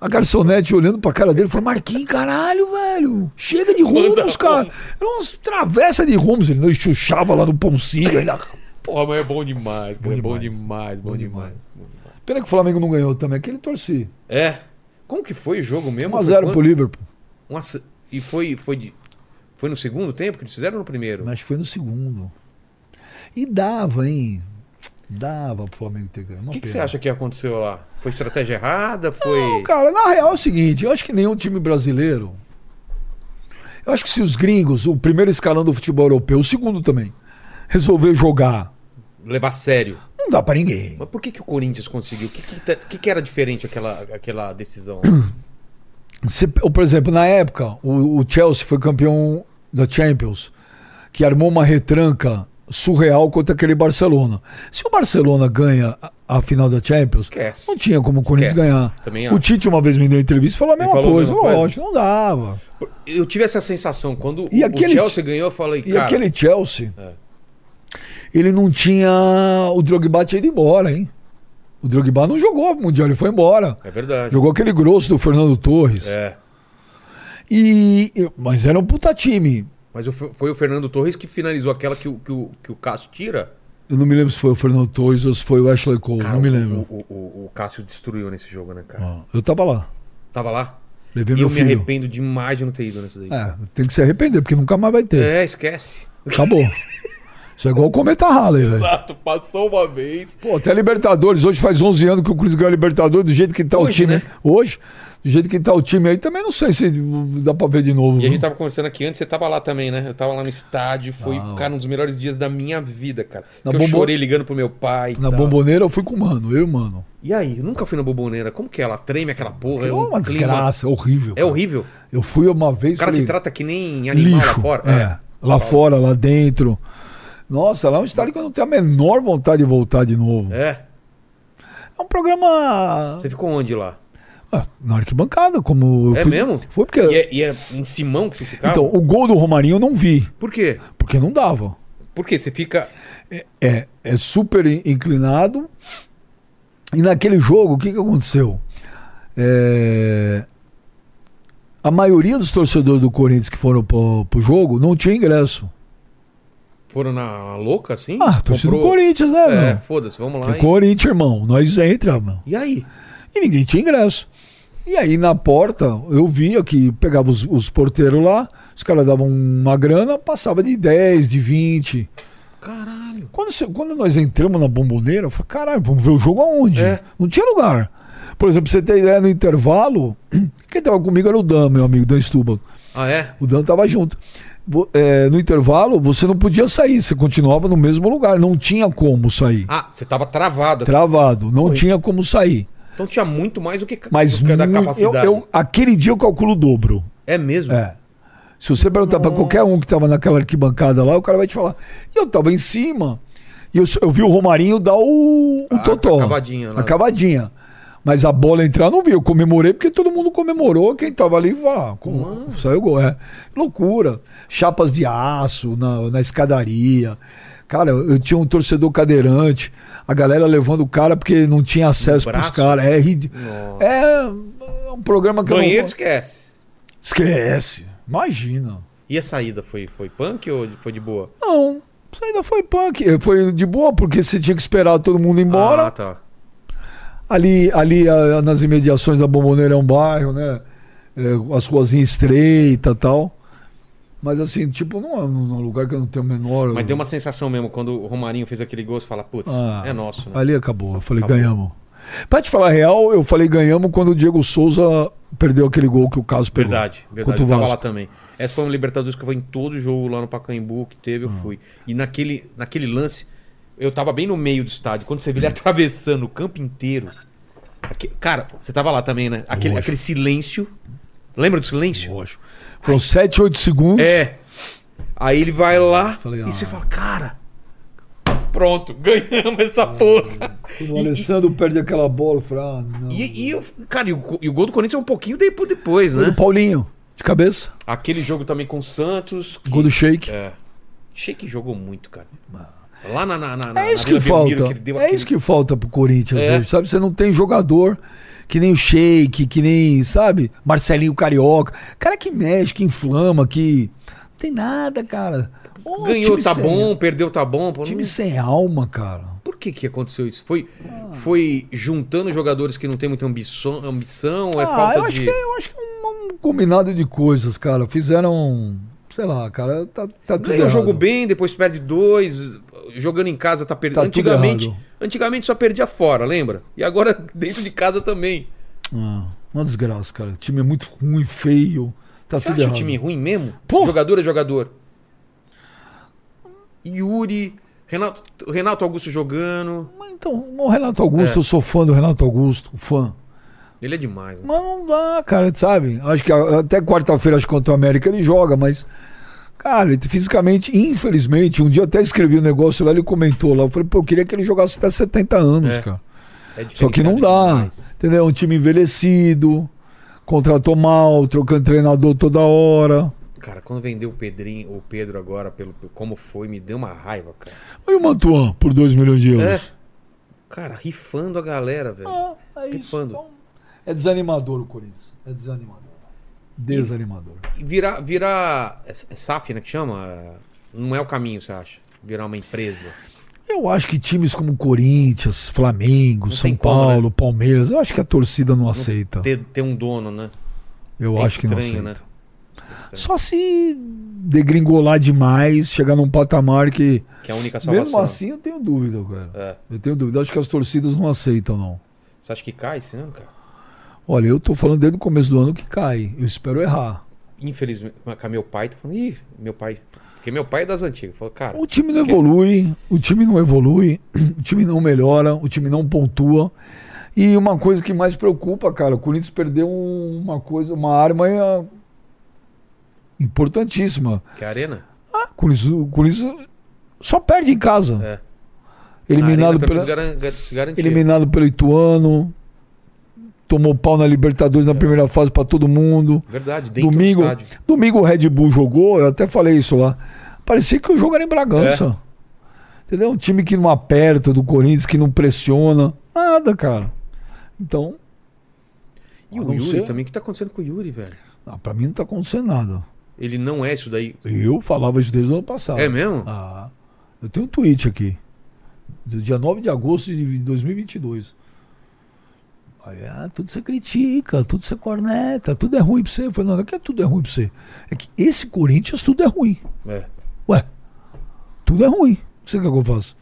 [SPEAKER 3] A garçonete olhando pra cara dele, falou: Marquinhos, caralho, velho. Chega de rumos, cara. Era umas travessa de rumos. Ele não chuchava lá no Poncilho. Ainda...
[SPEAKER 1] Porra, mas é bom demais, cara.
[SPEAKER 3] Bom
[SPEAKER 1] é bom
[SPEAKER 3] demais.
[SPEAKER 1] demais, bom
[SPEAKER 3] Bom
[SPEAKER 1] demais.
[SPEAKER 3] demais.
[SPEAKER 1] bom demais.
[SPEAKER 3] Pena que o Flamengo não ganhou também, aquele torci.
[SPEAKER 1] É. Como que foi o jogo mesmo? Foi
[SPEAKER 3] 1x0
[SPEAKER 1] quando?
[SPEAKER 3] pro Liverpool.
[SPEAKER 1] Nossa, e foi, foi, de- foi no segundo tempo que eles fizeram ou no primeiro?
[SPEAKER 3] Mas foi no segundo. E dava, hein? Dava pro Flamengo ter ganho. É
[SPEAKER 1] O que, que você acha que aconteceu lá? Foi estratégia errada? Foi.
[SPEAKER 3] Não, cara, na real é o seguinte, eu acho que nenhum time brasileiro. Eu acho que se os gringos, o primeiro escalão do futebol europeu, o segundo também, resolver jogar,
[SPEAKER 1] Levar a sério.
[SPEAKER 3] não dá pra ninguém.
[SPEAKER 1] Mas por que, que o Corinthians conseguiu? O que, que, tá- o que, que era diferente aquela, aquela decisão?
[SPEAKER 3] Se, ou, por exemplo, na época, o, o Chelsea foi campeão da Champions, que armou uma retranca surreal contra aquele Barcelona. Se o Barcelona ganha a, a final da Champions,
[SPEAKER 1] Esquece.
[SPEAKER 3] não tinha como o Corinthians
[SPEAKER 1] Esquece.
[SPEAKER 3] ganhar.
[SPEAKER 1] Também
[SPEAKER 3] O
[SPEAKER 1] acho.
[SPEAKER 3] Tite uma vez me deu entrevista e falou a mesma
[SPEAKER 1] falou a
[SPEAKER 3] coisa.
[SPEAKER 1] mesma coisa?
[SPEAKER 3] Lógico, não dava.
[SPEAKER 1] Eu tive essa sensação. Quando
[SPEAKER 3] E
[SPEAKER 1] o
[SPEAKER 3] aquele-
[SPEAKER 1] Chelsea ganhou, eu falei,
[SPEAKER 3] E
[SPEAKER 1] cara.
[SPEAKER 3] aquele Chelsea,
[SPEAKER 1] É.
[SPEAKER 3] ele não tinha. O Drogba tinha ido embora, hein? O Drogba não jogou o Mundial, ele foi embora.
[SPEAKER 1] É verdade.
[SPEAKER 3] Jogou aquele grosso do Fernando Torres.
[SPEAKER 1] É.
[SPEAKER 3] E... e- Mas era um puta time.
[SPEAKER 1] Mas o- foi o Fernando Torres que finalizou aquela que o, que o, que o Cássio tira.
[SPEAKER 3] Eu não me lembro se foi o Fernando Torres ou se foi o Ashley Cole,
[SPEAKER 1] Cara,
[SPEAKER 3] não me
[SPEAKER 1] o-
[SPEAKER 3] lembro.
[SPEAKER 1] O, o, o Cássio destruiu nesse jogo, né, cara?
[SPEAKER 3] Ah, Eu tava lá,
[SPEAKER 1] Tava lá?
[SPEAKER 3] levei
[SPEAKER 1] E
[SPEAKER 3] meu
[SPEAKER 1] eu me
[SPEAKER 3] filho.
[SPEAKER 1] arrependo demais de não ter ido nessa daí.
[SPEAKER 3] É, tem que se arrepender, porque nunca mais vai ter.
[SPEAKER 1] É, esquece.
[SPEAKER 3] Acabou. Isso é igual o Cometa Halley, velho.
[SPEAKER 1] Exato, passou uma vez.
[SPEAKER 3] Pô, até a Libertadores, hoje faz 11 anos que o Cruz ganhou a Libertadores, do jeito que tá
[SPEAKER 1] Hoje,
[SPEAKER 3] o time.
[SPEAKER 1] né?
[SPEAKER 3] Hoje, do jeito que tá o time aí, também não sei se dá pra ver de novo.
[SPEAKER 1] E a gente tá-
[SPEAKER 3] viu?
[SPEAKER 1] tava conversando aqui antes, você tava lá também, né? Eu tava lá no estádio, foi, cara, um dos melhores dias da minha vida, cara.
[SPEAKER 3] Na
[SPEAKER 1] Que eu
[SPEAKER 3] bombo-
[SPEAKER 1] chorei ligando pro meu pai. e
[SPEAKER 3] Na
[SPEAKER 1] tal.
[SPEAKER 3] bomboneira eu fui com o Mano, eu e o Mano.
[SPEAKER 1] E aí, eu nunca fui na bomboneira. Como que é? Ela treme aquela porra?
[SPEAKER 3] É
[SPEAKER 1] um
[SPEAKER 3] uma
[SPEAKER 1] clima-
[SPEAKER 3] desgraça, horrível.
[SPEAKER 1] É horrível.
[SPEAKER 3] Eu fui uma
[SPEAKER 1] O
[SPEAKER 3] vez.
[SPEAKER 1] cara te
[SPEAKER 3] falei,
[SPEAKER 1] trata que nem animal lá fora. Ah.
[SPEAKER 3] É, lá fora, lá dentro. Nossa, lá é um estádio que eu não tenho a menor vontade de voltar de novo. É,
[SPEAKER 1] É.
[SPEAKER 3] um programa
[SPEAKER 1] Você ficou onde lá?
[SPEAKER 3] ah, na arquibancada, como eu
[SPEAKER 1] É
[SPEAKER 3] fui.
[SPEAKER 1] mesmo?
[SPEAKER 3] Foi porque.
[SPEAKER 1] E é, e é em Simão que você ficava?
[SPEAKER 3] Então, o gol do Romarinho eu não vi,
[SPEAKER 1] Por quê?
[SPEAKER 3] porque não dava.
[SPEAKER 1] Porque você fica.
[SPEAKER 3] é, é super in- inclinado. E naquele jogo, o que, que aconteceu? É, A maioria dos torcedores do Corinthians que foram pro, pro jogo não tinha ingresso.
[SPEAKER 1] Foram na louca assim?
[SPEAKER 3] Ah, torcida do Corinthians, né,
[SPEAKER 1] É,
[SPEAKER 3] meu?
[SPEAKER 1] foda-se, vamos lá.
[SPEAKER 3] É
[SPEAKER 1] hein?
[SPEAKER 3] Corinthians, irmão. Nós entra, meu.
[SPEAKER 1] E aí?
[SPEAKER 3] E ninguém tinha ingresso. E aí na porta eu via que pegava os, os porteiros lá, os caras davam uma grana, passava de 10, de 20.
[SPEAKER 1] Caralho.
[SPEAKER 3] Quando, você- quando nós entramos na bomboneira, eu falei, caralho, vamos ver o jogo aonde?
[SPEAKER 1] É.
[SPEAKER 3] Não tinha lugar. Por exemplo, pra você ter ideia, no intervalo, quem tava comigo era o Dan, meu amigo, Dan Stuba.
[SPEAKER 1] Ah, é?
[SPEAKER 3] O Dan tava junto. Vo- é, no intervalo, você não podia sair, você continuava no mesmo lugar, não tinha como sair.
[SPEAKER 1] Ah, você tava travado.
[SPEAKER 3] Travado, não tinha como sair.
[SPEAKER 1] Então tinha muito mais do que, ca-
[SPEAKER 3] Mas
[SPEAKER 1] do que é da
[SPEAKER 3] mui- eu,
[SPEAKER 1] capacidade.
[SPEAKER 3] eu- aquele dia eu calculo o dobro.
[SPEAKER 1] É mesmo?
[SPEAKER 3] É. Se você perguntar pra qualquer um que tava naquela arquibancada lá, o cara vai te falar. E eu tava em cima. E eu, só- eu vi o Romarinho dar o, o
[SPEAKER 1] Ah,
[SPEAKER 3] Totó.
[SPEAKER 1] a cavadinha, né?
[SPEAKER 3] A cavadinha. Mas a bola entrar, não vi. Eu comemorei porque todo mundo comemorou. Quem tava ali, ah, com- saiu gol. É. Loucura. Chapas de aço na, na escadaria. Cara, eu eu tinha um torcedor cadeirante. A galera levando o cara porque não tinha acesso pros
[SPEAKER 1] braço?
[SPEAKER 3] caras. É, rid- é um programa que eu
[SPEAKER 1] Banheiro
[SPEAKER 3] não...
[SPEAKER 1] esquece.
[SPEAKER 3] Esquece. Imagina.
[SPEAKER 1] E a saída foi, foi punk ou foi de boa?
[SPEAKER 3] Não, isso ainda foi punk. Eh, Foi de boa, porque você tinha que esperar todo mundo ir
[SPEAKER 1] Ah,
[SPEAKER 3] embora.
[SPEAKER 1] tá.
[SPEAKER 3] Ali, ali ah, nas imediações da Bomboneira é um bairro, né? Eh, As ruazinhas estreitas e tal. Mas assim, tipo, não é um um lugar que eu não tenho o menor.
[SPEAKER 1] Mas deu uma sensação mesmo quando o Romarinho fez aquele gol, você fala, putz,
[SPEAKER 3] Ah.
[SPEAKER 1] é nosso, né?
[SPEAKER 3] Ali acabou. Eu falei,
[SPEAKER 1] Acabou.
[SPEAKER 3] ganhamos. Pra te falar a real, eu falei ganhamos quando o Diego Souza perdeu aquele gol que o Caso pegou.
[SPEAKER 1] Verdade, verdade.
[SPEAKER 3] Contra o
[SPEAKER 1] Eu tava
[SPEAKER 3] Vasco.
[SPEAKER 1] lá também. Essa foi uma Libertadores que eu fui em todo jogo lá no Pacaembu que teve,
[SPEAKER 3] Ah.
[SPEAKER 1] eu fui. E naquele, naquele lance, eu tava bem no meio do estádio. Quando você vê ele atravessando o campo inteiro. aque- Cara, você tava lá também, né? Aquele,
[SPEAKER 3] Lógico.
[SPEAKER 1] aquele silêncio. Lembra do silêncio?
[SPEAKER 3] Lógico. Foram 7, 8 segundos.
[SPEAKER 1] É. Aí ele vai lá
[SPEAKER 3] Falei,
[SPEAKER 1] e
[SPEAKER 3] ah.
[SPEAKER 1] você fala, cara, pronto, ganhamos
[SPEAKER 3] Ah,
[SPEAKER 1] essa porra.
[SPEAKER 3] O Alessandro perde aquela bola. Eu falei, ah, não.
[SPEAKER 1] E, e eu, cara, e o, co- e o gol do Corinthians é um pouquinho tempo depois,
[SPEAKER 3] Foi do
[SPEAKER 1] né?
[SPEAKER 3] Paulinho, de cabeça.
[SPEAKER 1] Aquele jogo também com o Santos. que-
[SPEAKER 3] Gol do Shake.
[SPEAKER 1] É. Shake jogou muito, cara. Lá na. na, na- na-
[SPEAKER 3] É isso
[SPEAKER 1] na
[SPEAKER 3] que
[SPEAKER 1] Vila Belmiro,
[SPEAKER 3] falta.
[SPEAKER 1] que ele deu
[SPEAKER 3] é
[SPEAKER 1] aquele-
[SPEAKER 3] isso que falta pro Corinthians
[SPEAKER 1] É.
[SPEAKER 3] hoje, sabe? Você não tem jogador que nem o Sheik, que nem, sabe? Marcelinho Carioca. Cara que mexe, que inflama, que. Não tem nada, cara. Ô,
[SPEAKER 1] Ganhou,
[SPEAKER 3] time
[SPEAKER 1] tá
[SPEAKER 3] sem-
[SPEAKER 1] bom, perdeu, tá bom. Pô,
[SPEAKER 3] Time
[SPEAKER 1] não-
[SPEAKER 3] sem alma, cara.
[SPEAKER 1] Por que que aconteceu isso? Foi, foi juntando jogadores que não tem muita ambição, ambição é
[SPEAKER 3] ah, eu,
[SPEAKER 1] falta
[SPEAKER 3] acho
[SPEAKER 1] de.
[SPEAKER 3] que, eu acho que é um, um combinado de coisas, cara. Fizeram. Sei lá, cara. Tá, tá tudo
[SPEAKER 1] Ganhou o
[SPEAKER 3] errado.
[SPEAKER 1] jogo bem, depois perde dois. Jogando em casa tá perdendo.
[SPEAKER 3] Tá tudo
[SPEAKER 1] antigamente,
[SPEAKER 3] errado.
[SPEAKER 1] antigamente só perdia fora, lembra? E agora dentro de casa também.
[SPEAKER 3] Ah, uma desgraça, cara. O time é muito ruim, feio. Tá
[SPEAKER 1] Você
[SPEAKER 3] tudo
[SPEAKER 1] acha
[SPEAKER 3] errado.
[SPEAKER 1] o time ruim mesmo?
[SPEAKER 3] Pô.
[SPEAKER 1] Jogador é jogador. Yuri, Renato, Renato Augusto jogando.
[SPEAKER 3] Mas Então, o Renato Augusto,
[SPEAKER 1] É.
[SPEAKER 3] eu sou fã do Renato Augusto, um fã.
[SPEAKER 1] Ele é demais, né?
[SPEAKER 3] Mas não dá, cara, sabe? Acho que a- até quarta-feira, acho que contra o América ele joga, mas. Cara, ele fisicamente, infelizmente, um dia eu até escrevi um negócio lá, ele comentou lá. Eu falei, pô, eu queria que ele jogasse até 70 anos,
[SPEAKER 1] É.
[SPEAKER 3] cara.
[SPEAKER 1] É
[SPEAKER 3] Só que não dá.
[SPEAKER 1] diferenciado demais.
[SPEAKER 3] Entendeu? É um time envelhecido, contratou mal, trocando treinador toda hora.
[SPEAKER 1] Cara, quando vendeu o Pedrinho, o Pedro agora, pelo pelo- como foi, me deu uma raiva, cara.
[SPEAKER 3] E o Mantuan por 2 milhões de
[SPEAKER 1] É.
[SPEAKER 3] euros?
[SPEAKER 1] Cara, rifando a galera, velho.
[SPEAKER 3] É, é
[SPEAKER 1] Pifando.
[SPEAKER 3] Então, é desanimador o Corinthians. É desanimador. Desanimador.
[SPEAKER 1] E Virar, virar. É, é SAF, né? Que chama? Não é o caminho, você acha? Virar uma empresa.
[SPEAKER 3] Eu acho que times como Corinthians, Flamengo,
[SPEAKER 1] Não
[SPEAKER 3] São
[SPEAKER 1] tem como, né?
[SPEAKER 3] Paulo, Palmeiras, eu acho que a torcida não aceita.
[SPEAKER 1] Ter, ter um dono, né?
[SPEAKER 3] Eu
[SPEAKER 1] é
[SPEAKER 3] acho que
[SPEAKER 1] estranho,
[SPEAKER 3] não
[SPEAKER 1] né?
[SPEAKER 3] aceita.
[SPEAKER 1] Estranho.
[SPEAKER 3] Só se degringolar demais, chegar num patamar que.
[SPEAKER 1] Que é a única salvação.
[SPEAKER 3] Mesmo assim, eu tenho dúvida, cara.
[SPEAKER 1] É.
[SPEAKER 3] Eu tenho dúvida. Eu Acho que as torcidas não aceitam, não.
[SPEAKER 1] Você acha que cai esse ano, cara?
[SPEAKER 3] Olha, eu tô falando desde o começo do ano que cai. Eu espero errar.
[SPEAKER 1] Infelizmente, com meu pai, tá falando, ih, meu pai. Porque meu pai é das antigas. Falou, cara,
[SPEAKER 3] O time não evolui, o time não evolui, o time não melhora, o time não pontua. E uma coisa que mais preocupa, cara, o Corinthians perdeu um- uma coisa, uma arma eh, importantíssima.
[SPEAKER 1] que arena?
[SPEAKER 3] O Corinthians, o Corinthians só perde em casa.
[SPEAKER 1] É. Ah,
[SPEAKER 3] Eliminado, pela,
[SPEAKER 1] pelo menos garantia.
[SPEAKER 3] eliminado pelo Ituano, tomou pau na Libertadores na primeira fase pra todo mundo.
[SPEAKER 1] Verdade, dentro
[SPEAKER 3] domingo,
[SPEAKER 1] do estádio.
[SPEAKER 3] domingo o Red Bull jogou, eu até falei isso lá. Parecia que o jogo era em Bragança.
[SPEAKER 1] É.
[SPEAKER 3] Entendeu? Um time que não aperta do Corinthians, que não pressiona. Nada, cara. Então,
[SPEAKER 1] E
[SPEAKER 3] A
[SPEAKER 1] o
[SPEAKER 3] não
[SPEAKER 1] Yuri
[SPEAKER 3] ser-
[SPEAKER 1] também, o que tá acontecendo com o Yuri, velho?
[SPEAKER 3] ah, pra mim não tá acontecendo nada.
[SPEAKER 1] Ele não é isso daí.
[SPEAKER 3] Eu falava isso desde o ano passado.
[SPEAKER 1] É mesmo?
[SPEAKER 3] Ah, eu tenho um tweet aqui. Do dia 9 de agosto de 2022. Aí, ah, tudo você critica, tudo você corneta, tudo é ruim pra você. Eu falei, não, não é que tudo é ruim pra você. É que esse Corinthians tudo é ruim.
[SPEAKER 1] É.
[SPEAKER 3] Ué, tudo é ruim. sei o que, é que eu faço.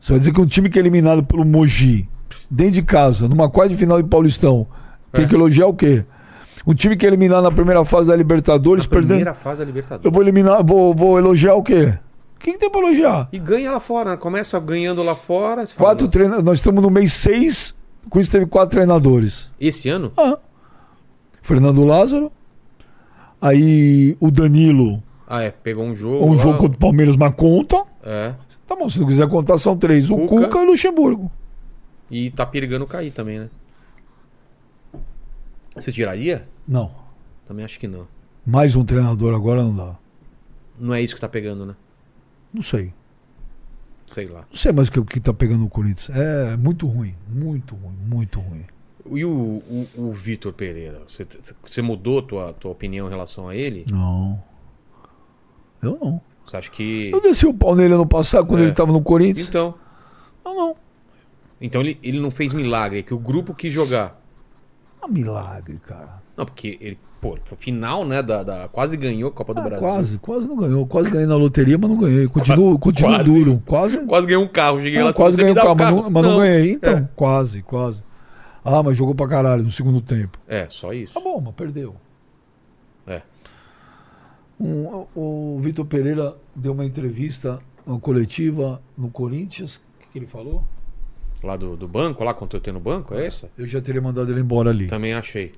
[SPEAKER 3] Você vai dizer que um time que é eliminado pelo Mogi, dentro de casa, numa quarta de final de Paulistão,
[SPEAKER 1] É.
[SPEAKER 3] tem que elogiar o quê? Um time que é eliminado na primeira fase da Libertadores,
[SPEAKER 1] Na primeira
[SPEAKER 3] perdendo.
[SPEAKER 1] fase da Libertadores.
[SPEAKER 3] Eu vou eliminar, vou, vou elogiar o quê? O que, que tem pra elogiar?
[SPEAKER 1] E ganha lá fora, né? começa ganhando lá fora. você fala,
[SPEAKER 3] Quatro
[SPEAKER 1] "Não,
[SPEAKER 3] treina- Nós estamos no mês seis, com isso teve quatro treinadores.
[SPEAKER 1] Esse ano?
[SPEAKER 3] Ah. Fernando Lázaro. Aí o Danilo,
[SPEAKER 1] Ah, é. Pegou um jogo.
[SPEAKER 3] um
[SPEAKER 1] lá,
[SPEAKER 3] jogo contra o Palmeiras, mas conta.
[SPEAKER 1] É.
[SPEAKER 3] Tá bom, se não quiser contar, são três. O
[SPEAKER 1] Cuca.
[SPEAKER 3] Cuca, e o Luxemburgo.
[SPEAKER 1] E tá perigando cair também, né? Você tiraria?
[SPEAKER 3] Não.
[SPEAKER 1] Também acho que não.
[SPEAKER 3] Mais um treinador agora não dá.
[SPEAKER 1] Não é isso que tá pegando, né?
[SPEAKER 3] Não sei.
[SPEAKER 1] Sei lá.
[SPEAKER 3] Não sei mais o que, o que tá pegando o Corinthians. É muito ruim. Muito ruim, muito ruim.
[SPEAKER 1] E o, o, o Vitor Pereira? Você, você mudou tua, tua opinião em relação a ele?
[SPEAKER 3] Não. Eu não.
[SPEAKER 1] Você acha que.
[SPEAKER 3] Eu desci o pau nele ano passado quando
[SPEAKER 1] É.
[SPEAKER 3] ele tava no Corinthians.
[SPEAKER 1] Então.
[SPEAKER 3] Não, não.
[SPEAKER 1] Então ele, ele não fez milagre, é que o grupo quis jogar.
[SPEAKER 3] É um milagre, cara.
[SPEAKER 1] Não, porque ele, pô, foi final, né? Da, da- quase ganhou a Copa do
[SPEAKER 3] Ah,
[SPEAKER 1] Brasil.
[SPEAKER 3] quase, quase não ganhou. Quase ganhei na loteria, mas não ganhei. Continuo, continuo
[SPEAKER 1] Quase.
[SPEAKER 3] duro. Quase.
[SPEAKER 1] Quase ganhou um carro. Cheguei lá
[SPEAKER 3] Não,
[SPEAKER 1] você
[SPEAKER 3] quase
[SPEAKER 1] me
[SPEAKER 3] ganhei o
[SPEAKER 1] dá
[SPEAKER 3] carro, mas, não, mas não ganhei. Então,
[SPEAKER 1] É.
[SPEAKER 3] quase, quase. Ah, mas jogou pra caralho no segundo tempo.
[SPEAKER 1] É, só isso.
[SPEAKER 3] Tá bom, mas perdeu.
[SPEAKER 1] É.
[SPEAKER 3] Um- o Vitor Pereira deu uma entrevista, uma coletiva no Corinthians. O que, que ele falou?
[SPEAKER 1] Lá do, do banco, lá quando eu tenho no banco, é essa?
[SPEAKER 3] Eu já teria mandado ele embora ali.
[SPEAKER 1] Também achei.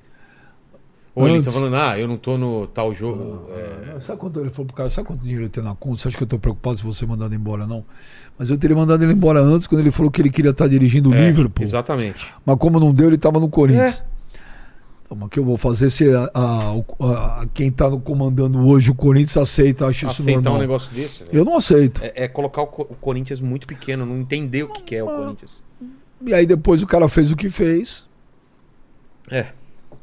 [SPEAKER 1] Ou ele tá
[SPEAKER 3] Antes.
[SPEAKER 1] falando, ah, eu não tô no tal jogo. é,
[SPEAKER 3] Sabe quanto ele falou pro cara? Sabe quanto dinheiro ele tem na conta? Você acha que eu tô preocupado se você mandar ele embora, não? Mas eu teria mandado ele embora antes, quando ele falou que ele queria estar dirigindo o
[SPEAKER 1] é,
[SPEAKER 3] Liverpool.
[SPEAKER 1] Exatamente.
[SPEAKER 3] Mas como não deu, ele estava no Corinthians. Então, mas o que eu vou fazer se a, a- o- a- quem está comandando hoje o Corinthians aceita, acha isso
[SPEAKER 1] Aceitar
[SPEAKER 3] normal?
[SPEAKER 1] um negócio desse, velho.
[SPEAKER 3] Eu não aceito.
[SPEAKER 1] É, é colocar o, Co- o Corinthians muito pequeno, não entender o que, que é o Corinthians.
[SPEAKER 3] E aí depois o cara fez o que fez,
[SPEAKER 1] É,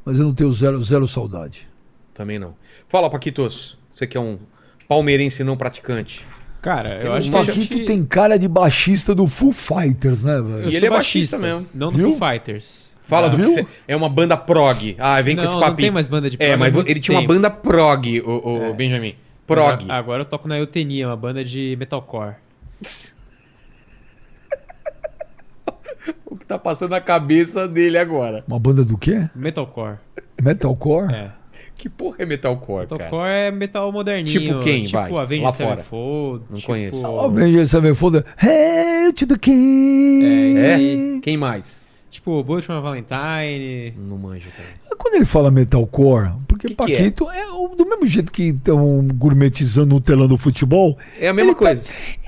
[SPEAKER 3] mas eu não tenho zero, zero saudade.
[SPEAKER 1] também não. Fala, Paquitos. Você que é um palmeirense não praticante.
[SPEAKER 2] Cara, eu
[SPEAKER 1] O
[SPEAKER 2] acho
[SPEAKER 3] O
[SPEAKER 2] que a
[SPEAKER 3] Paquito
[SPEAKER 2] gente...
[SPEAKER 3] tem cara de baixista do Full Fighters, né,
[SPEAKER 2] Eu
[SPEAKER 3] velho?
[SPEAKER 1] E
[SPEAKER 2] sou
[SPEAKER 1] ele é
[SPEAKER 2] baixista,
[SPEAKER 1] baixista mesmo.
[SPEAKER 2] Não do
[SPEAKER 3] Viu?
[SPEAKER 2] Foo Fighters.
[SPEAKER 1] Fala
[SPEAKER 2] Ah,
[SPEAKER 1] do que
[SPEAKER 3] viu?
[SPEAKER 1] você. É uma banda prog. Ah, vem com
[SPEAKER 2] Não,
[SPEAKER 1] esse
[SPEAKER 2] não
[SPEAKER 1] papinho.
[SPEAKER 2] tem mais banda de prog
[SPEAKER 1] É,
[SPEAKER 2] há
[SPEAKER 1] mas vo-
[SPEAKER 2] muito
[SPEAKER 1] ele tinha uma
[SPEAKER 2] tempo. É.
[SPEAKER 1] banda prog, o, o Benjamin. Prog.
[SPEAKER 2] Mas a- Agora eu toco na Eutenia, uma banda de metalcore.
[SPEAKER 1] O que tá passando na cabeça dele agora?
[SPEAKER 3] Uma banda do quê?
[SPEAKER 2] Metalcore.
[SPEAKER 3] Metalcore?
[SPEAKER 2] É.
[SPEAKER 1] Que porra é metalcore, cara?
[SPEAKER 2] Metalcore é metal moderninho.
[SPEAKER 1] Tipo quem,
[SPEAKER 2] Tipo
[SPEAKER 1] vai? Lá
[SPEAKER 2] Avenged
[SPEAKER 1] fora.
[SPEAKER 2] Sevenfold.
[SPEAKER 1] Não
[SPEAKER 2] tipo...
[SPEAKER 1] conheço. Tá
[SPEAKER 3] Ó, vem esse foda. Hail to the
[SPEAKER 2] É,
[SPEAKER 3] King!
[SPEAKER 2] isso
[SPEAKER 1] É?
[SPEAKER 2] aí.
[SPEAKER 1] Quem mais?
[SPEAKER 2] Tipo Bullet from a Valentine.
[SPEAKER 1] Não manjo, cara.
[SPEAKER 3] Quando ele fala metalcore, porque
[SPEAKER 1] Que que é?
[SPEAKER 3] Paquito é? o- do mesmo jeito que estão gourmetizando Nutella no futebol.
[SPEAKER 1] É a mesma
[SPEAKER 3] ele tá-
[SPEAKER 1] coisa.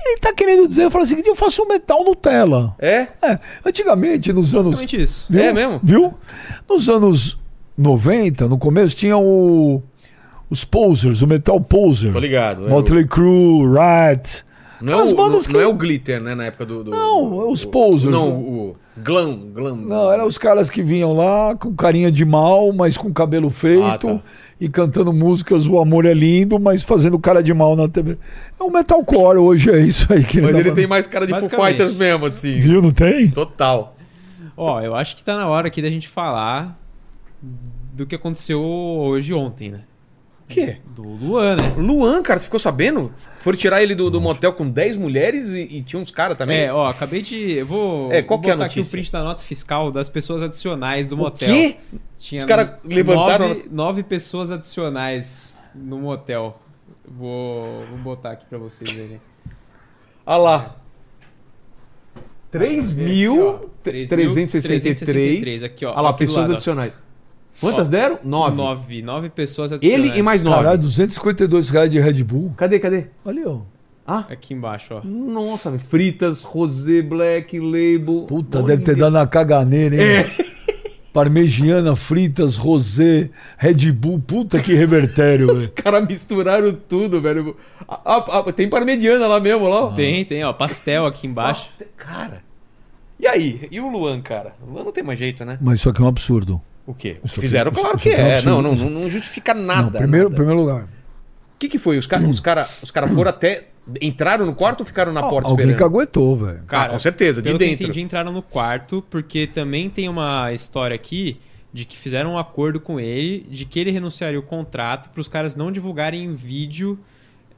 [SPEAKER 3] ele tá querendo dizer, fala assim, eu faço um metal Nutella.
[SPEAKER 1] É?
[SPEAKER 3] É, antigamente, nos anos.
[SPEAKER 2] Basicamente isso.
[SPEAKER 3] Viu?
[SPEAKER 1] É mesmo?
[SPEAKER 3] Viu? Nos anos 90, no começo, tinha o, os posers, o metal poser.
[SPEAKER 1] Tô ligado. é
[SPEAKER 3] Motley Crue, Rat.
[SPEAKER 1] o- não, é
[SPEAKER 3] As
[SPEAKER 1] o,
[SPEAKER 3] bandas
[SPEAKER 1] não,
[SPEAKER 3] que-
[SPEAKER 1] não é o Glitter, né? Na época do. do-
[SPEAKER 3] Não, é os
[SPEAKER 1] o-
[SPEAKER 3] posers,
[SPEAKER 1] Não,
[SPEAKER 3] né?
[SPEAKER 1] o. Glam. Glam.
[SPEAKER 3] Não, eram os caras que vinham lá com carinha de mal, mas com cabelo feito
[SPEAKER 1] Ah, tá.
[SPEAKER 3] e cantando músicas O Amor é Lindo, mas fazendo cara de mal na TV. É um metalcore hoje, é isso aí que
[SPEAKER 1] Mas
[SPEAKER 3] tá
[SPEAKER 1] ele
[SPEAKER 3] falando.
[SPEAKER 1] tem mais cara de Foo
[SPEAKER 2] Basicamente.
[SPEAKER 1] Fighters mesmo, assim.
[SPEAKER 3] Viu, não tem?
[SPEAKER 1] Total.
[SPEAKER 2] Ó, eu acho que tá na hora aqui da gente falar do que aconteceu hoje e ontem, né?
[SPEAKER 1] O quê?
[SPEAKER 2] Do Luan, né?
[SPEAKER 1] Luan, cara, você ficou sabendo? Foram tirar ele do, do motel com 10 mulheres e, e tinha uns caras também.
[SPEAKER 2] É, ó, acabei de. Eu vou
[SPEAKER 1] É, qual
[SPEAKER 2] vou
[SPEAKER 1] que é a
[SPEAKER 2] botar aqui o
[SPEAKER 1] notícia?
[SPEAKER 2] print da nota fiscal das pessoas adicionais do
[SPEAKER 1] o
[SPEAKER 2] motel.
[SPEAKER 1] quê?
[SPEAKER 2] Tinha
[SPEAKER 1] Os caras
[SPEAKER 2] nove-
[SPEAKER 1] levantaram-
[SPEAKER 2] Nove, nove pessoas adicionais no motel. Vou, vou botar aqui pra vocês verem.
[SPEAKER 1] Olha lá. 3 mil.
[SPEAKER 2] 3.363, aqui, ó.
[SPEAKER 1] Olha lá,
[SPEAKER 2] Aqui do
[SPEAKER 1] pessoas
[SPEAKER 2] lado, ó.
[SPEAKER 1] adicionais. Quantas deram? 9.
[SPEAKER 2] Nove. Nove pessoas adicionais.
[SPEAKER 1] Ele e mais 9.
[SPEAKER 3] Caralho, 252 reais de Red Bull.
[SPEAKER 1] Cadê, cadê?
[SPEAKER 3] Olha, ó.
[SPEAKER 2] Aqui embaixo, ó.
[SPEAKER 1] Nossa, velho. fritas, rosé, black, label.
[SPEAKER 3] Puta,
[SPEAKER 1] Olha. É.
[SPEAKER 3] deve ter dado na caganeira, hein? Parmegiana, fritas, rosé, Red Bull. Puta que revertério, velho.
[SPEAKER 1] Os caras misturaram tudo, velho. Ah, ah, ah, tem parmediana lá mesmo, lá. ó.
[SPEAKER 2] Tem, tem, ó. Pastel aqui embaixo.
[SPEAKER 1] Cara. E aí? E o Luan, cara? O Luan não tem mais jeito, né?
[SPEAKER 3] Mas isso aqui é um absurdo.
[SPEAKER 1] O quê?
[SPEAKER 3] Isso aqui-
[SPEAKER 1] Fizeram?
[SPEAKER 3] isso-
[SPEAKER 1] Claro
[SPEAKER 3] isso
[SPEAKER 1] que
[SPEAKER 3] aqui é um
[SPEAKER 1] é. Não,
[SPEAKER 3] absurdo.
[SPEAKER 1] não, não, não justifica nada.
[SPEAKER 3] Não, primeiro,
[SPEAKER 1] nada.
[SPEAKER 3] primeiro lugar.
[SPEAKER 1] O que, que foi? Os caras os cara, os cara foram até. Entraram no quarto ou ficaram na porta
[SPEAKER 3] Ah, Alguém
[SPEAKER 1] esperando?
[SPEAKER 3] caguetou, velho.
[SPEAKER 1] Ah, com certeza, de
[SPEAKER 2] pelo que
[SPEAKER 1] dentro.
[SPEAKER 2] eu entendi, entraram no quarto, porque também tem uma história aqui de que fizeram um acordo com ele, de que ele renunciaria o contrato para os caras não divulgarem em vídeo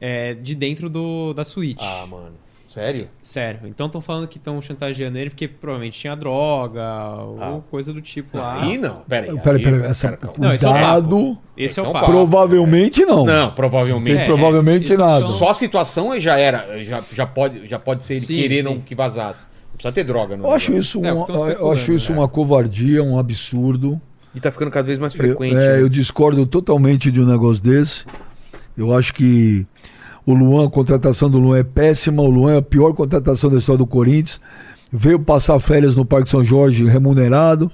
[SPEAKER 2] é, de dentro do, da suíte.
[SPEAKER 1] Ah, mano. Sério?
[SPEAKER 2] Sério. Então estão falando que estão chantageando ele porque provavelmente tinha droga
[SPEAKER 1] Ah.
[SPEAKER 2] ou coisa do tipo lá.
[SPEAKER 1] Aí não. Peraí.
[SPEAKER 3] Peraí,
[SPEAKER 1] aí,
[SPEAKER 3] peraí, essa
[SPEAKER 1] calma.
[SPEAKER 2] Não, esse é o papo.
[SPEAKER 3] cuidado.
[SPEAKER 2] Esse é
[SPEAKER 1] Esse
[SPEAKER 2] o
[SPEAKER 1] é um
[SPEAKER 2] papo.
[SPEAKER 1] papo.
[SPEAKER 3] Provavelmente não.
[SPEAKER 1] Não, provavelmente. é.
[SPEAKER 3] Tem provavelmente
[SPEAKER 2] isso é
[SPEAKER 3] nada.
[SPEAKER 2] são-
[SPEAKER 1] Só a situação aí já era. Já, já, pode, já pode ser ele
[SPEAKER 2] Sim,
[SPEAKER 1] querer
[SPEAKER 2] sim.
[SPEAKER 1] não que vazasse. Não precisa ter droga, não.
[SPEAKER 3] Eu acho isso,
[SPEAKER 2] É, o
[SPEAKER 3] uma,
[SPEAKER 2] que tão
[SPEAKER 3] eu acho
[SPEAKER 2] especulando,
[SPEAKER 3] isso
[SPEAKER 2] né?
[SPEAKER 3] uma covardia, um absurdo.
[SPEAKER 1] E tá ficando cada vez mais
[SPEAKER 3] Eu,
[SPEAKER 1] frequente.
[SPEAKER 3] é,
[SPEAKER 1] né?
[SPEAKER 3] eu discordo totalmente de um negócio desse. Eu acho que o Luan, a contratação do Luan é péssima. O Luan é a pior contratação da história do Corinthians. Veio passar férias no Parque São Jorge remunerado.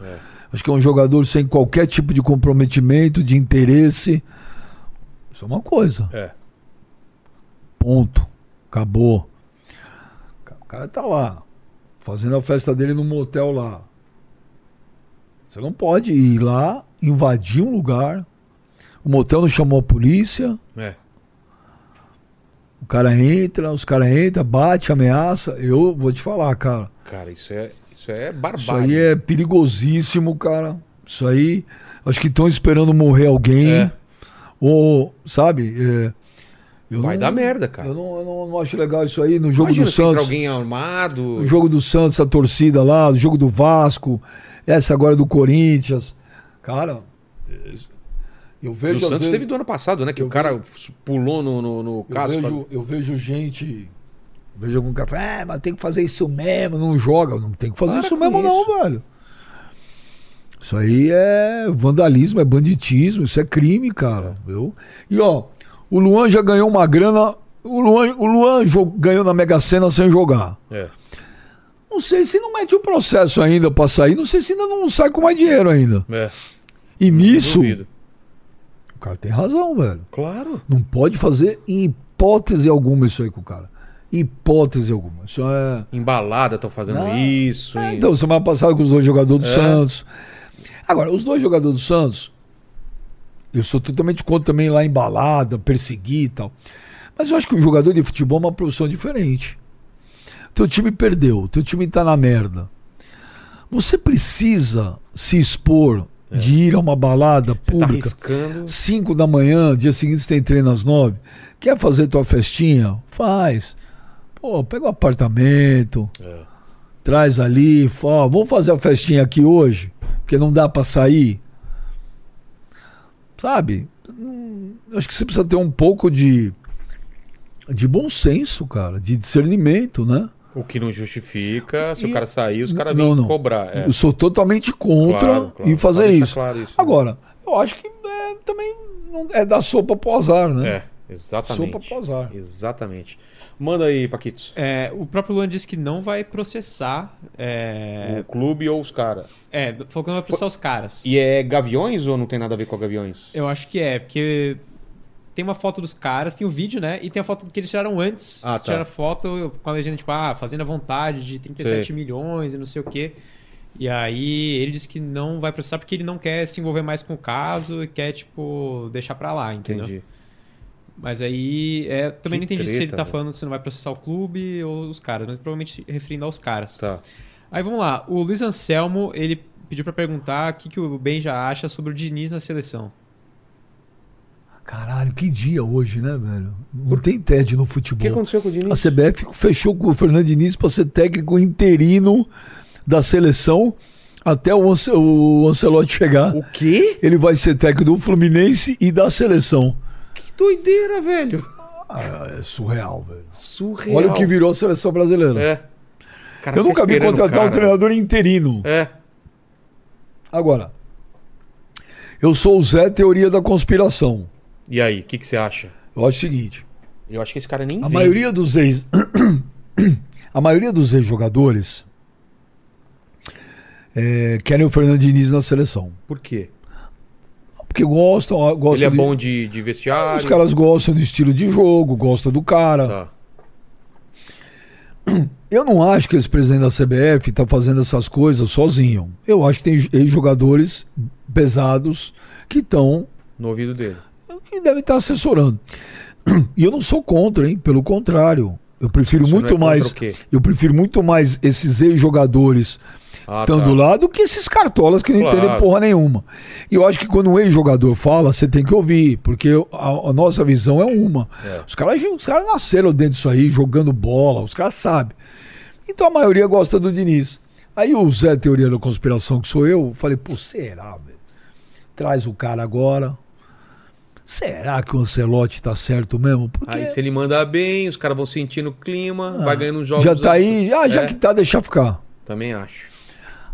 [SPEAKER 3] Acho que é um jogador sem qualquer tipo de comprometimento, de interesse. Isso é uma coisa.
[SPEAKER 1] É.
[SPEAKER 3] Ponto. Acabou. O cara tá lá, fazendo a festa dele num motel lá. Você não pode ir lá, invadir um lugar. O motel não chamou a polícia.
[SPEAKER 1] É.
[SPEAKER 3] O cara entra, os caras entram, bate, ameaça. Eu vou te falar, cara.
[SPEAKER 1] Cara, isso é, isso é
[SPEAKER 3] Isso
[SPEAKER 1] barbárie.
[SPEAKER 3] aí é perigosíssimo, cara. Isso aí. Acho que estão esperando morrer alguém.
[SPEAKER 1] É.
[SPEAKER 3] Ou, sabe? é, eu
[SPEAKER 1] Vai
[SPEAKER 3] não-
[SPEAKER 1] dar merda, cara.
[SPEAKER 3] Eu não, eu não- não acho legal isso aí. No jogo
[SPEAKER 1] Imagina
[SPEAKER 3] do
[SPEAKER 1] se entra
[SPEAKER 3] Santos.
[SPEAKER 1] alguém armado.
[SPEAKER 3] O jogo do Santos, a torcida lá, o jogo do Vasco, essa agora do Corinthians. Cara, eu
[SPEAKER 1] O
[SPEAKER 3] vejo. às
[SPEAKER 1] Santos
[SPEAKER 3] vezes-
[SPEAKER 1] teve do ano passado, né? Que o cara pulou no, no, no
[SPEAKER 3] eu,
[SPEAKER 1] casco.
[SPEAKER 3] vejo, eu vejo gente. Vejo algum cara falando, ah, mas tem que fazer isso mesmo, não joga. Não tem que fazer
[SPEAKER 1] Para
[SPEAKER 3] isso
[SPEAKER 1] com
[SPEAKER 3] mesmo, não,
[SPEAKER 1] isso.
[SPEAKER 3] velho. Isso aí é vandalismo, é banditismo, isso é crime, cara.
[SPEAKER 1] É.
[SPEAKER 3] Viu? E ó, o Luan já ganhou uma grana. O Luan, o Luan jo- ganhou na Mega Sena sem jogar.
[SPEAKER 1] É.
[SPEAKER 3] Não sei se não mete o processo ainda pra sair, não sei se ainda não sai com mais dinheiro ainda.
[SPEAKER 1] É.
[SPEAKER 3] E nisso,
[SPEAKER 1] Duvido.
[SPEAKER 3] o cara tem razão, velho.
[SPEAKER 1] Claro.
[SPEAKER 3] Não pode fazer em hipótese alguma isso aí com o cara. Hipótese alguma. Isso é.
[SPEAKER 1] Embalada estão fazendo
[SPEAKER 3] Não.
[SPEAKER 1] isso.
[SPEAKER 3] É,
[SPEAKER 1] e-
[SPEAKER 3] então, semana passada com os dois jogadores do
[SPEAKER 1] É.
[SPEAKER 3] Santos. Agora, os dois jogadores do Santos, eu sou totalmente contra também lá embalada, perseguir e tal. Mas eu acho que o jogador de futebol é uma profissão diferente. Teu time perdeu, teu time tá na merda. Você precisa se expor de ir a uma balada
[SPEAKER 1] É. Você tá
[SPEAKER 3] pública
[SPEAKER 1] arriscando.
[SPEAKER 3] 5 da manhã, dia seguinte você tem treino às 9. Quer fazer tua festinha? Faz. Pô, pega o apartamento,
[SPEAKER 1] É.
[SPEAKER 3] traz ali, fala, vamos fazer a festinha aqui hoje, porque não dá pra sair. Sabe? Hum, Acho que você precisa ter um pouco de de bom senso, cara, de discernimento, né?
[SPEAKER 1] O que não justifica. Se
[SPEAKER 3] E-
[SPEAKER 1] o cara sair, os caras
[SPEAKER 3] Não,
[SPEAKER 1] vêm
[SPEAKER 3] não.
[SPEAKER 1] cobrar. É.
[SPEAKER 3] Eu sou totalmente contra
[SPEAKER 1] Claro, claro.
[SPEAKER 3] em fazer
[SPEAKER 1] Pra deixar
[SPEAKER 3] isso.
[SPEAKER 1] claro isso, né?
[SPEAKER 3] Agora, eu acho que é, também não- é dar sopa pro azar, né?
[SPEAKER 1] É, exatamente.
[SPEAKER 3] Sopa pro azar.
[SPEAKER 1] Exatamente. Manda aí, Paquitos.
[SPEAKER 2] É, o próprio Luan disse que não vai processar. É,
[SPEAKER 1] O clube ou os caras?
[SPEAKER 2] é falou que não vai processar os caras.
[SPEAKER 1] E é Gaviões ou não tem nada a ver com a Gaviões?
[SPEAKER 2] Eu acho que é, porque tem uma foto dos caras, tem o vídeo, né? E tem a foto que eles tiraram antes.
[SPEAKER 1] Ah, tá.
[SPEAKER 2] Tiraram foto com a legenda, tipo, ah, fazendo à vontade de 37
[SPEAKER 1] Sei.
[SPEAKER 2] milhões e não sei o quê. E aí ele disse que não vai processar porque ele não quer se envolver mais com o caso e quer, tipo, deixar pra lá, entendeu?
[SPEAKER 1] Entendi.
[SPEAKER 2] Mas aí, é, também
[SPEAKER 1] Que
[SPEAKER 2] não entendi se ele
[SPEAKER 1] treta, né?
[SPEAKER 2] tá
[SPEAKER 1] velho.
[SPEAKER 2] falando se não vai processar o clube ou os caras, mas provavelmente referindo aos caras.
[SPEAKER 1] Tá.
[SPEAKER 2] Aí vamos lá, o Luiz Anselmo, ele pediu pra perguntar o que, que o Ben já acha sobre o Diniz na seleção.
[SPEAKER 3] Caralho, que dia hoje, né, velho? Não tem TED no
[SPEAKER 1] O que
[SPEAKER 3] futebol.
[SPEAKER 1] aconteceu com o
[SPEAKER 3] A
[SPEAKER 1] Diniz?
[SPEAKER 3] CBF fechou com o Fernando Diniz para ser técnico interino da seleção até o, Ance o Ancelotti chegar.
[SPEAKER 1] O quê?
[SPEAKER 3] Ele vai ser técnico do Fluminense e da seleção.
[SPEAKER 1] Que doideira, velho.
[SPEAKER 3] Ah, é surreal, velho.
[SPEAKER 1] Surreal.
[SPEAKER 3] Olha o que virou a seleção brasileira.
[SPEAKER 1] É. Cara,
[SPEAKER 3] Eu
[SPEAKER 1] tá
[SPEAKER 3] nunca vi
[SPEAKER 1] esperando o
[SPEAKER 3] contratar um
[SPEAKER 1] cara.
[SPEAKER 3] treinador interino.
[SPEAKER 1] É.
[SPEAKER 3] Agora, eu sou o Zé Teoria da Conspiração.
[SPEAKER 1] E aí, o que, que você acha?
[SPEAKER 3] Eu acho o seguinte.
[SPEAKER 1] Eu acho que esse cara nem
[SPEAKER 3] A
[SPEAKER 1] vem.
[SPEAKER 3] maioria dos ex. a maioria dos ex-jogadores eh, querem o Fernando Diniz na seleção.
[SPEAKER 1] Por quê?
[SPEAKER 3] Porque gostam, ah,
[SPEAKER 1] Ele
[SPEAKER 3] gostam
[SPEAKER 1] é
[SPEAKER 3] de-
[SPEAKER 1] bom de, de vestiário.
[SPEAKER 3] Os caras gostam do estilo de jogo, gostam do cara.
[SPEAKER 1] Tá.
[SPEAKER 3] Eu não acho que esse presidente da CBF está tá fazendo essas coisas sozinho. Eu acho que tem ex-jogadores pesados que estão.
[SPEAKER 1] No ouvido dele.
[SPEAKER 3] que devem estar assessorando. E eu não sou contra, hein? Pelo contrário. Eu prefiro
[SPEAKER 1] Você não é
[SPEAKER 3] muito
[SPEAKER 1] contra
[SPEAKER 3] mais.
[SPEAKER 1] o quê?
[SPEAKER 3] Eu prefiro muito mais esses ex-jogadores
[SPEAKER 1] Ah,
[SPEAKER 3] estando
[SPEAKER 1] tá.
[SPEAKER 3] lá do que esses cartolas que não
[SPEAKER 1] Claro.
[SPEAKER 3] entendem porra nenhuma. E eu acho que quando um ex-jogador fala, você tem que ouvir, porque a, a nossa visão é uma. Os, caras, os caras nasceram dentro disso aí, jogando bola, os caras sabem. Então a maioria gosta do Diniz. Aí o Zé Teoria da Conspiração, que sou eu, falei, pô, será, velho? Traz o cara agora. Será que o Ancelotti tá certo mesmo? Porque
[SPEAKER 1] Aí se ele mandar bem, os caras vão sentindo o clima, vai ganhando jogos.
[SPEAKER 3] Ah, já tá aí, ah, já
[SPEAKER 1] É.
[SPEAKER 3] que tá, deixa ficar.
[SPEAKER 1] Também acho.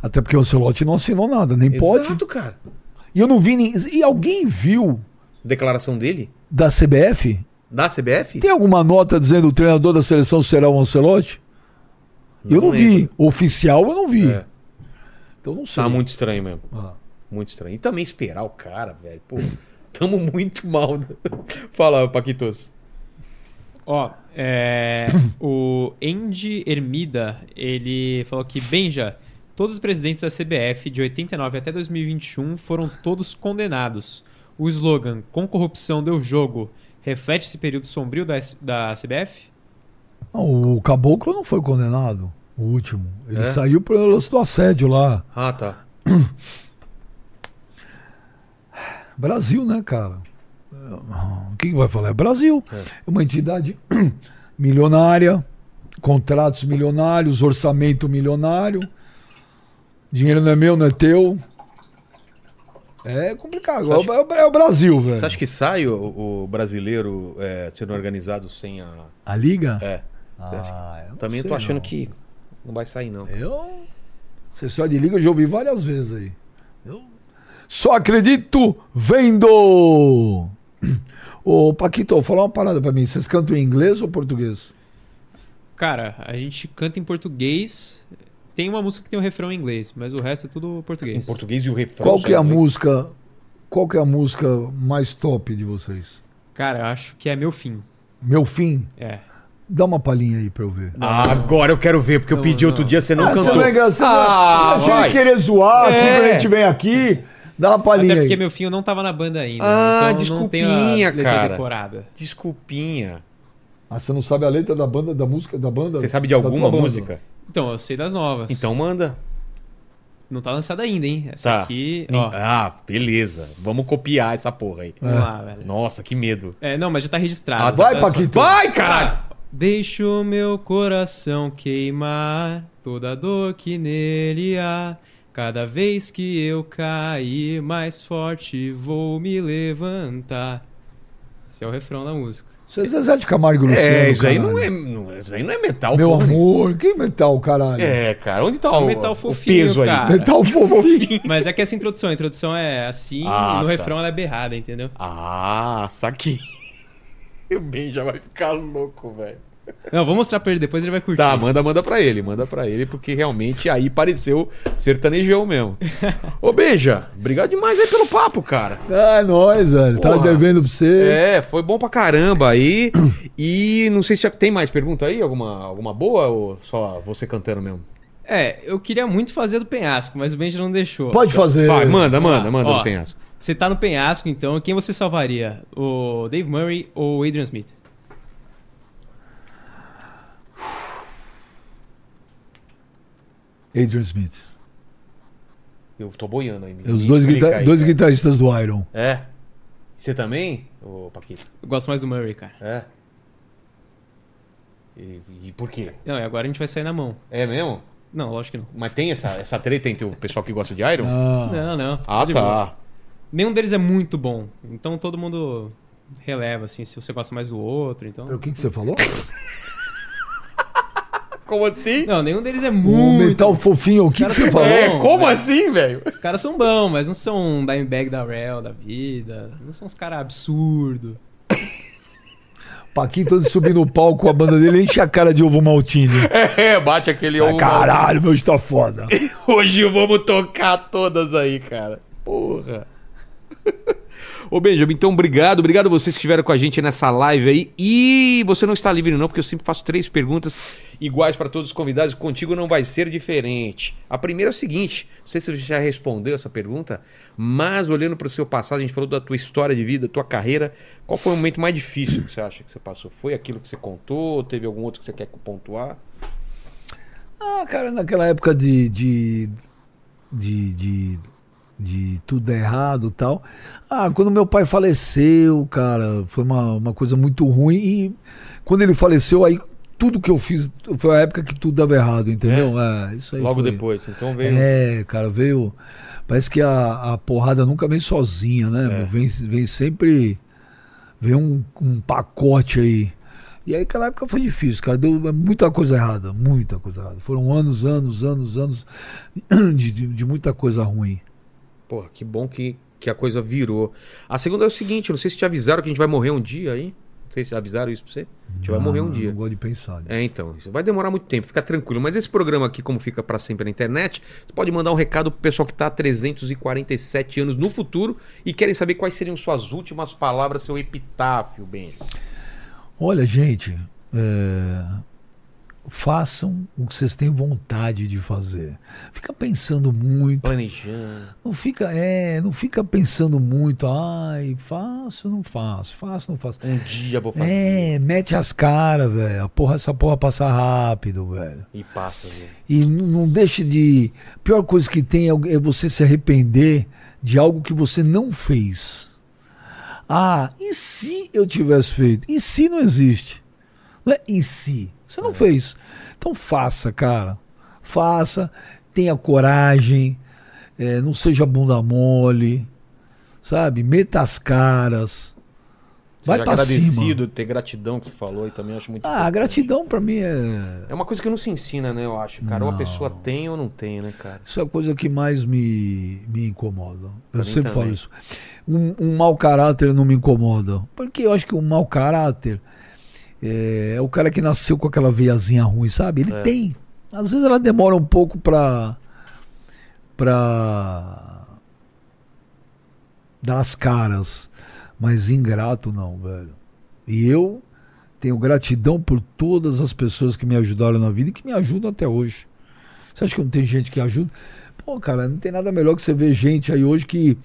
[SPEAKER 3] Até porque o Ancelotti não assinou nada, nem pode.
[SPEAKER 1] Exato, cara.
[SPEAKER 3] E eu não vi nem. E alguém viu
[SPEAKER 1] Declaração dele?
[SPEAKER 3] da CBF?
[SPEAKER 1] Da CBF?
[SPEAKER 3] Tem alguma nota dizendo que o treinador da seleção será o Ancelotti? eu não vi.
[SPEAKER 1] lembro.
[SPEAKER 3] Oficial eu não vi.
[SPEAKER 1] É.
[SPEAKER 3] Então não sei.
[SPEAKER 1] Tá muito estranho mesmo.
[SPEAKER 3] Ah.
[SPEAKER 1] Muito estranho. E também esperar o cara, velho. Pô, tamo muito mal. né? Fala, Paquitos.
[SPEAKER 2] Ó, é, o Andy Ermida, ele falou que, Benja, todos os presidentes da CBF de 89 até 2021 foram todos condenados. O slogan, com corrupção deu jogo, reflete esse período sombrio da, S- da CBF?
[SPEAKER 3] Não, o Caboclo não foi condenado, o último. Ele
[SPEAKER 1] É?
[SPEAKER 3] saiu pelo lance do assédio lá.
[SPEAKER 1] Ah, tá.
[SPEAKER 3] Brasil, né, cara? O que, que vai falar? É Brasil. É. Uma entidade milionária, contratos milionários, orçamento milionário. Dinheiro não é meu, não é teu. É complicado.
[SPEAKER 1] Você acha-
[SPEAKER 3] É, o, é o Brasil, velho.
[SPEAKER 1] Você acha que sai o, o brasileiro é, sendo organizado sem a.
[SPEAKER 3] A Liga?
[SPEAKER 1] É. Você acha que-
[SPEAKER 3] Ah, eu não
[SPEAKER 1] Também eu
[SPEAKER 3] sei,
[SPEAKER 1] tô achando
[SPEAKER 3] não.
[SPEAKER 1] que não vai sair, não.
[SPEAKER 3] Eu. Você só de liga, eu já ouvi várias vezes aí. Eu só acredito vendo! Ô, Paquito, fala uma parada pra mim. Vocês cantam em inglês ou português?
[SPEAKER 2] Cara, a gente canta em português, tem uma música que tem um refrão em inglês, mas o resto é tudo
[SPEAKER 1] Em
[SPEAKER 2] português.
[SPEAKER 1] português e o refrão.
[SPEAKER 3] Qual que é a
[SPEAKER 1] sabe?
[SPEAKER 3] música? Qual que é a música mais top de vocês?
[SPEAKER 2] Cara, eu acho que é meu fim.
[SPEAKER 3] Meu fim?
[SPEAKER 2] É.
[SPEAKER 3] Dá uma palhinha aí pra eu ver.
[SPEAKER 1] Ah, agora eu quero ver, porque eu
[SPEAKER 2] Não,
[SPEAKER 1] pedi outro
[SPEAKER 2] não.
[SPEAKER 1] dia, você não
[SPEAKER 3] Ah,
[SPEAKER 1] cantou.
[SPEAKER 3] você não é engraçado.
[SPEAKER 1] Ah,
[SPEAKER 3] a gente
[SPEAKER 1] vai.
[SPEAKER 3] querer zoar, aqui,
[SPEAKER 1] É.
[SPEAKER 3] quando a gente vem aqui, dá uma
[SPEAKER 2] Até
[SPEAKER 3] palhinha
[SPEAKER 2] porque
[SPEAKER 3] aí.
[SPEAKER 2] meu fim eu não tava na banda ainda.
[SPEAKER 1] Ah,
[SPEAKER 2] então não tenho a
[SPEAKER 1] desculpinha,
[SPEAKER 2] letra
[SPEAKER 1] cara.
[SPEAKER 2] decorada.
[SPEAKER 1] Desculpinha.
[SPEAKER 3] Ah, você não sabe a letra da banda, da música, da banda?
[SPEAKER 1] Você sabe de
[SPEAKER 3] da tua
[SPEAKER 1] alguma
[SPEAKER 3] banda?
[SPEAKER 1] música?
[SPEAKER 2] Então, eu sei das novas.
[SPEAKER 1] Então manda.
[SPEAKER 2] Não tá lançada ainda, hein? Essa
[SPEAKER 1] Tá.
[SPEAKER 2] aqui, ó.
[SPEAKER 1] Ah, beleza. Vamos copiar essa porra aí.
[SPEAKER 2] Vamos lá, velho.
[SPEAKER 1] Nossa, que medo.
[SPEAKER 2] É, não, mas já tá registrado.
[SPEAKER 1] Ah,
[SPEAKER 3] É. Vai,
[SPEAKER 2] tá
[SPEAKER 3] Paquito.
[SPEAKER 1] Vai, caralho!
[SPEAKER 2] Cara, deixa o meu coração queimar toda a dor que nele há. Cada vez que eu cair, mais forte vou me levantar. Esse é o refrão da música.
[SPEAKER 3] Isso é Zezé de Camargo e Luciano,
[SPEAKER 1] É, isso aí, não
[SPEAKER 3] caralho.
[SPEAKER 1] é, não- isso aí não é metal.
[SPEAKER 3] Meu
[SPEAKER 1] porra.
[SPEAKER 3] amor, que metal, caralho.
[SPEAKER 1] É, cara, onde tá
[SPEAKER 2] um
[SPEAKER 1] o,
[SPEAKER 2] metal
[SPEAKER 1] o
[SPEAKER 2] fofinho,
[SPEAKER 1] peso
[SPEAKER 2] cara.
[SPEAKER 1] aí?
[SPEAKER 3] Metal fofinho.
[SPEAKER 2] Mas é que essa introdução, a introdução é assim,
[SPEAKER 1] Ah,
[SPEAKER 2] e no
[SPEAKER 1] tá.
[SPEAKER 2] refrão ela é berrada, entendeu?
[SPEAKER 1] Ah, saquei. O Ben já vai ficar louco, velho.
[SPEAKER 2] Não, vou mostrar pra ele depois, ele vai curtir.
[SPEAKER 1] Tá, manda, manda pra ele, manda pra ele, porque realmente aí pareceu sertanejão mesmo. Ô, Benja, obrigado demais aí pelo papo, cara.
[SPEAKER 3] Ah, É nóis, velho. Tá
[SPEAKER 1] Porra.
[SPEAKER 3] devendo pra você.
[SPEAKER 1] É, foi bom pra caramba aí. E não sei se tem mais pergunta aí, alguma, alguma boa ou só você cantando mesmo?
[SPEAKER 2] É, eu queria muito fazer do penhasco, mas o Benji não deixou.
[SPEAKER 3] Pode fazer.
[SPEAKER 1] Vai, manda, manda,
[SPEAKER 2] Ah,
[SPEAKER 1] manda
[SPEAKER 2] ó.
[SPEAKER 1] no penhasco.
[SPEAKER 2] Você tá no penhasco, então, quem você salvaria? O Dave Murray ou o Adrian Smith?
[SPEAKER 3] Adrian Smith.
[SPEAKER 1] Eu tô boiando ainda.
[SPEAKER 3] Os dois,
[SPEAKER 1] Explica
[SPEAKER 3] guita-
[SPEAKER 1] aí,
[SPEAKER 3] dois
[SPEAKER 1] cara.
[SPEAKER 3] guitarristas do Iron.
[SPEAKER 1] né? É. Você também, ô Paquito?
[SPEAKER 2] Eu gosto mais do Murray, cara.
[SPEAKER 1] É. E, e por quê?
[SPEAKER 2] Não, e agora a gente vai sair na mão.
[SPEAKER 1] É mesmo?
[SPEAKER 2] Não, lógico que não.
[SPEAKER 1] Mas tem essa, essa treta entre o pessoal que gosta de Iron?
[SPEAKER 3] Ah,
[SPEAKER 2] Não, não.
[SPEAKER 1] ah,
[SPEAKER 2] de boa.
[SPEAKER 1] tá.
[SPEAKER 2] Nenhum deles é muito bom. Então todo mundo releva, assim, se você gosta mais do outro,
[SPEAKER 3] o
[SPEAKER 2] então...
[SPEAKER 3] que, que você falou?
[SPEAKER 1] Como assim?
[SPEAKER 2] Não, nenhum deles é
[SPEAKER 3] O
[SPEAKER 2] muito...
[SPEAKER 3] metal fofinho, o que, que
[SPEAKER 2] caras
[SPEAKER 3] você
[SPEAKER 2] são
[SPEAKER 3] falou?
[SPEAKER 1] é,
[SPEAKER 2] bom,
[SPEAKER 1] como
[SPEAKER 2] velho.
[SPEAKER 1] assim, velho?
[SPEAKER 2] Os caras são bons, mas não são um Dimebag da Rel, da vida. Não são uns caras absurdos.
[SPEAKER 3] Paquinho todo subindo no palco com a banda dele, enche a cara de ovo maltine.
[SPEAKER 1] É, bate aquele
[SPEAKER 3] Ah,
[SPEAKER 1] ovo.
[SPEAKER 3] caralho, meu, está foda.
[SPEAKER 1] Hoje vamos tocar todas aí, cara. Porra. Ô Benjamin, então obrigado, obrigado a vocês que estiveram com a gente nessa live aí. E você não está livre não, porque eu sempre faço três perguntas iguais para todos os convidados, e contigo não vai ser diferente. A primeira é o seguinte, não sei se você já respondeu essa pergunta, mas olhando para o seu passado, a gente falou da tua história de vida, tua carreira, qual foi o momento mais difícil que você acha que você passou? Foi aquilo que você contou? Teve algum outro que você quer pontuar?
[SPEAKER 3] Ah, cara, naquela época de. de, de, de, de tudo é errado e tal. Ah, quando meu pai faleceu, cara, foi uma, uma coisa muito ruim. E quando ele faleceu, aí tudo que eu fiz foi a época que tudo dava errado, entendeu? É, isso aí
[SPEAKER 1] Logo
[SPEAKER 3] foi.
[SPEAKER 1] depois. Então veio.
[SPEAKER 3] É, cara, veio. Parece que a, a porrada nunca vem sozinha, né?
[SPEAKER 1] É.
[SPEAKER 3] Vem, vem sempre. Vem um, um pacote aí. E aí, aquela época foi difícil, cara. Deu muita coisa errada, muita coisa errada. Foram anos, anos, anos, anos de, de, de muita coisa ruim.
[SPEAKER 1] Porra, que bom que, que a coisa virou. A segunda é o seguinte: não sei se te avisaram que a gente vai morrer um dia aí. Não sei se avisaram isso pra você. A gente vai morrer um
[SPEAKER 3] Ah,
[SPEAKER 1] dia.
[SPEAKER 3] Não gosto de pensar. né?
[SPEAKER 1] É, então, isso vai demorar muito tempo, fica tranquilo. Mas esse programa aqui, como fica pra sempre na internet, você pode mandar um recado pro pessoal que tá há 347 anos no futuro e querem saber quais seriam suas últimas palavras, seu epitáfio, Benjo.
[SPEAKER 3] Olha, gente, é, façam o que vocês têm vontade de fazer. Fica pensando muito.
[SPEAKER 1] Planejando.
[SPEAKER 3] Não fica, é, não fica pensando muito, ai, faço, não faço, faço, não faço.
[SPEAKER 1] Um dia vou fazer.
[SPEAKER 3] É, mete as caras, velho. A porra, essa porra passa rápido, velho.
[SPEAKER 1] E passa, velho.
[SPEAKER 3] E n- não deixe de. A pior coisa que tem é o- é você se arrepender de algo que você não fez. Ah, e se eu tivesse feito? E se não existe? Não é e se? Você
[SPEAKER 1] É.
[SPEAKER 3] não fez. Então faça, cara. Faça, tenha coragem, eh, não seja bunda mole, sabe? Meta as caras. Vai
[SPEAKER 1] Seja
[SPEAKER 3] pra
[SPEAKER 1] agradecido,
[SPEAKER 3] cima.
[SPEAKER 1] ter gratidão que você falou e também acho muito
[SPEAKER 3] Ah, a
[SPEAKER 1] importante.
[SPEAKER 3] gratidão pra mim é.
[SPEAKER 1] É uma coisa que não se ensina, né, eu acho, cara. Ou a
[SPEAKER 3] Não.
[SPEAKER 1] pessoa tem ou não tem, né, cara?
[SPEAKER 3] Isso é a coisa que mais me, me incomoda. Eu
[SPEAKER 1] mim
[SPEAKER 3] sempre falo
[SPEAKER 1] também.
[SPEAKER 3] isso. Um, um mau caráter não me incomoda. Porque eu acho que um mau caráter é, é o cara que nasceu com aquela veiazinha ruim, sabe? Ele
[SPEAKER 1] É.
[SPEAKER 3] tem. Às vezes ela demora um pouco pra. pra. dar as caras. Mas ingrato não, velho. E eu tenho gratidão por todas as pessoas que me ajudaram na vida e que me ajudam até hoje. Você acha que não tem gente que ajuda? Pô, cara, não tem nada melhor que você ver gente aí hoje que.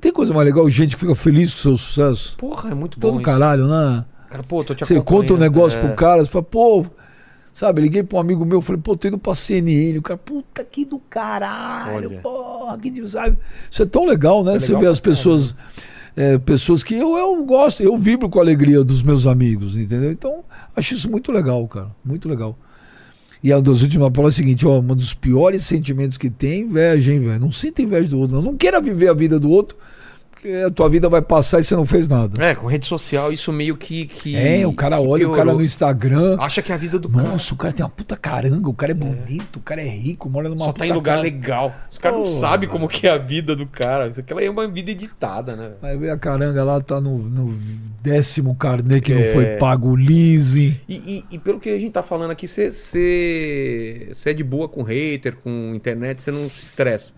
[SPEAKER 3] Tem coisa mais legal, gente que fica feliz com o seu sucesso?
[SPEAKER 1] Porra, é muito bom
[SPEAKER 3] Todo
[SPEAKER 1] isso.
[SPEAKER 3] caralho, né?
[SPEAKER 1] Cara, pô, tô te
[SPEAKER 3] Você conta um
[SPEAKER 1] acompanhando.
[SPEAKER 3] negócio
[SPEAKER 1] É.
[SPEAKER 3] pro cara, você fala, pô. Sabe, liguei pra um amigo meu, falei, pô, tô indo pra CNN. O cara, puta que do caralho,
[SPEAKER 1] Olha.
[SPEAKER 3] porra, que de- sabe? Isso é tão legal, né?
[SPEAKER 1] É
[SPEAKER 3] você
[SPEAKER 1] legal
[SPEAKER 3] vê
[SPEAKER 1] pra
[SPEAKER 3] as pessoas. é, pessoas que eu, eu gosto, eu vibro com a alegria dos meus amigos, entendeu? Então, acho isso muito legal, cara. Muito legal. E a das últimas palavras é o seguinte, ó, um dos piores sentimentos que tem é inveja, hein, velho? Não sinta inveja do outro, não. Não queira viver a vida do outro, porque a tua vida vai passar e você não fez nada.
[SPEAKER 1] É, com rede social, isso meio que. que
[SPEAKER 3] É, o cara
[SPEAKER 1] que
[SPEAKER 3] olha o cara
[SPEAKER 1] piorou.
[SPEAKER 3] no Instagram.
[SPEAKER 1] Acha que é a vida do cara.
[SPEAKER 3] Nossa, o cara tem uma puta caranga, o cara é bonito, o cara é rico, mora numa
[SPEAKER 1] Só
[SPEAKER 3] puta
[SPEAKER 1] tá em lugar
[SPEAKER 3] casa.
[SPEAKER 1] legal. Os caras não
[SPEAKER 3] Porra,
[SPEAKER 1] sabem como que é a vida do cara. Isso aqui é uma vida editada, né?
[SPEAKER 3] Vai ver a caranga lá, tá no, no décimo carnê que
[SPEAKER 1] É.
[SPEAKER 3] não foi pago o leasing.
[SPEAKER 1] E, e- e pelo que a gente tá falando aqui, você é de boa com hater, com internet, você não se estressa.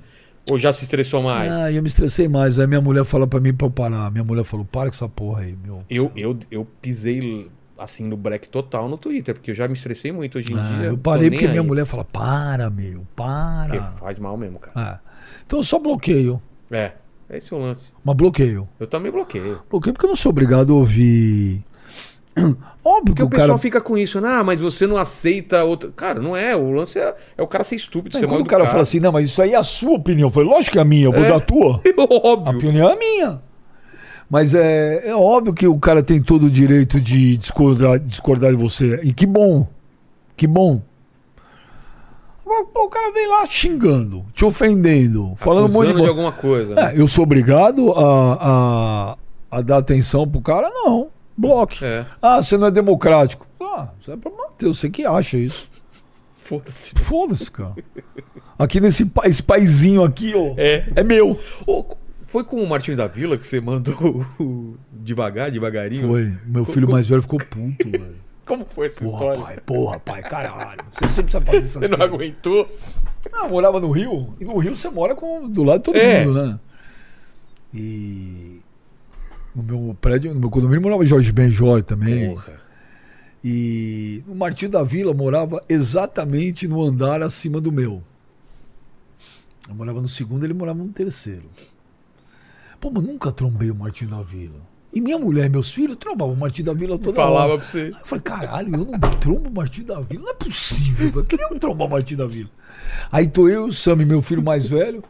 [SPEAKER 1] Ou já se estressou mais?
[SPEAKER 3] Ah, eu me estressei mais. Aí minha mulher fala pra mim pra eu parar. Minha mulher falou, para com essa porra aí, meu.
[SPEAKER 1] Eu, eu, eu pisei assim no break total no Twitter, porque eu já me estressei muito hoje em
[SPEAKER 3] Ah,
[SPEAKER 1] dia.
[SPEAKER 3] eu
[SPEAKER 1] tô
[SPEAKER 3] parei
[SPEAKER 1] nem
[SPEAKER 3] porque minha
[SPEAKER 1] aí.
[SPEAKER 3] mulher tá. fala, para, meu, para.
[SPEAKER 1] Porque faz mal mesmo, cara.
[SPEAKER 3] Ah, então eu só bloqueio,
[SPEAKER 1] É, é esse o lance.
[SPEAKER 3] mas bloqueio.
[SPEAKER 1] Eu também bloqueio.
[SPEAKER 3] Bloqueio porque eu não sou obrigado a ouvir. Óbvio
[SPEAKER 1] Porque
[SPEAKER 3] que
[SPEAKER 1] o
[SPEAKER 3] o cara
[SPEAKER 1] pessoal fica com isso, né? Ah, mas você não aceita outra. Cara, não é. O lance é, é o cara ser estúpido,
[SPEAKER 3] Mas
[SPEAKER 1] ser mal
[SPEAKER 3] quando o cara
[SPEAKER 1] educado.
[SPEAKER 3] fala assim, não, mas isso aí é a sua opinião. Eu falei, lógico que é a minha, eu vou dar a tua. A
[SPEAKER 1] Óbvio.
[SPEAKER 3] opinião é a minha. Mas é, é óbvio que o cara tem todo o direito de discordar, discordar de você. E que bom. Que bom. Agora, pô, o cara vem lá xingando, te ofendendo, falando
[SPEAKER 1] Acusando
[SPEAKER 3] muito
[SPEAKER 1] de
[SPEAKER 3] de
[SPEAKER 1] alguma coisa. né?
[SPEAKER 3] é, Eu sou obrigado a, a, a dar atenção pro cara? Não. Bloque.
[SPEAKER 1] É.
[SPEAKER 3] Ah, você não é democrático. Ah, isso é problema teu, você que acha isso.
[SPEAKER 1] Foda-se.
[SPEAKER 3] Foda-se, cara. Aqui nesse pa- esse paizinho aqui, ó.
[SPEAKER 1] É.
[SPEAKER 3] É meu.
[SPEAKER 1] Ô, foi com o Martinho da Vila que você mandou o- devagar, devagarinho?
[SPEAKER 3] Foi. Meu filho mais velho ficou puto, velho.
[SPEAKER 1] Como foi essa
[SPEAKER 3] Porra,
[SPEAKER 1] história?
[SPEAKER 3] pai, porra, pai, caralho. Você sempre sabe fazer essas
[SPEAKER 1] Você não
[SPEAKER 3] coisas.
[SPEAKER 1] aguentou?
[SPEAKER 3] Não, eu morava no Rio. E no Rio você mora com, do lado de todo
[SPEAKER 1] É.
[SPEAKER 3] mundo, né? E. No meu prédio, no meu condomínio morava Jorge Benjor também. E o Martinho da Vila morava exatamente no andar acima do meu. Eu morava no segundo, ele morava no terceiro. Pô, mas nunca trombei o Martinho da Vila. E minha mulher, meus filhos, trombavam o Martim da Vila toda
[SPEAKER 5] Falava
[SPEAKER 3] hora.
[SPEAKER 5] pra você.
[SPEAKER 3] Aí eu falei, caralho, eu não trombo o Martim da Vila. Não é possível, velho. Queria um trombar o Martim da Vila. Aí tô eu, o Sam, e meu filho mais velho,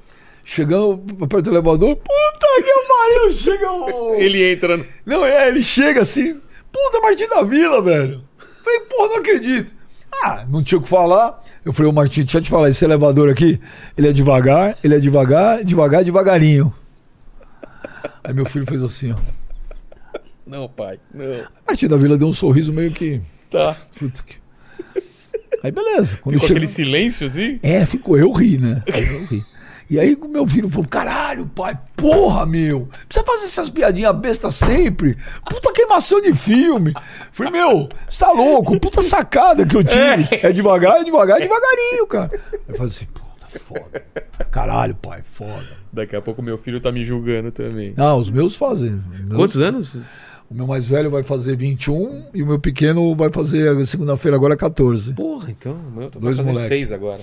[SPEAKER 3] chegando perto do elevador. Puta que pariu, chega o...
[SPEAKER 1] Ele entra. no-
[SPEAKER 3] Não, é, ele chega assim, puta Martim da Vila, velho. Falei, porra, não acredito. Ah, não tinha o que falar. Eu falei, ô Martim, deixa eu te falar, esse elevador aqui, ele é devagar, ele é devagar, devagar, devagarinho. Aí meu filho fez assim, ó.
[SPEAKER 5] Não, pai. Não.
[SPEAKER 3] Martim da Vila deu um sorriso meio que.
[SPEAKER 5] Tá.
[SPEAKER 3] Puta que... Aí beleza. Quando
[SPEAKER 5] Com
[SPEAKER 3] chegou-
[SPEAKER 5] aquele silêncio assim?
[SPEAKER 3] É, ficou. Eu ri, né? Eu ri. E aí o meu filho falou, caralho, pai, porra, meu. Precisa fazer essas piadinhas bestas sempre? Puta queimação de filme. Falei, meu, você tá louco? Puta sacada que eu tive. É devagar, é devagar, é devagarinho, cara. Aí faz assim, puta, foda. Caralho, pai, foda.
[SPEAKER 5] Daqui a pouco meu filho tá me julgando também.
[SPEAKER 3] Ah, os meus fazem. Os meus-
[SPEAKER 1] Quantos anos?
[SPEAKER 3] O meu mais velho vai fazer 21 e o meu pequeno vai fazer, segunda-feira agora, 14.
[SPEAKER 1] Porra, então, meu, eu tô
[SPEAKER 3] Dois
[SPEAKER 1] fazendo
[SPEAKER 3] moleque.
[SPEAKER 1] seis agora.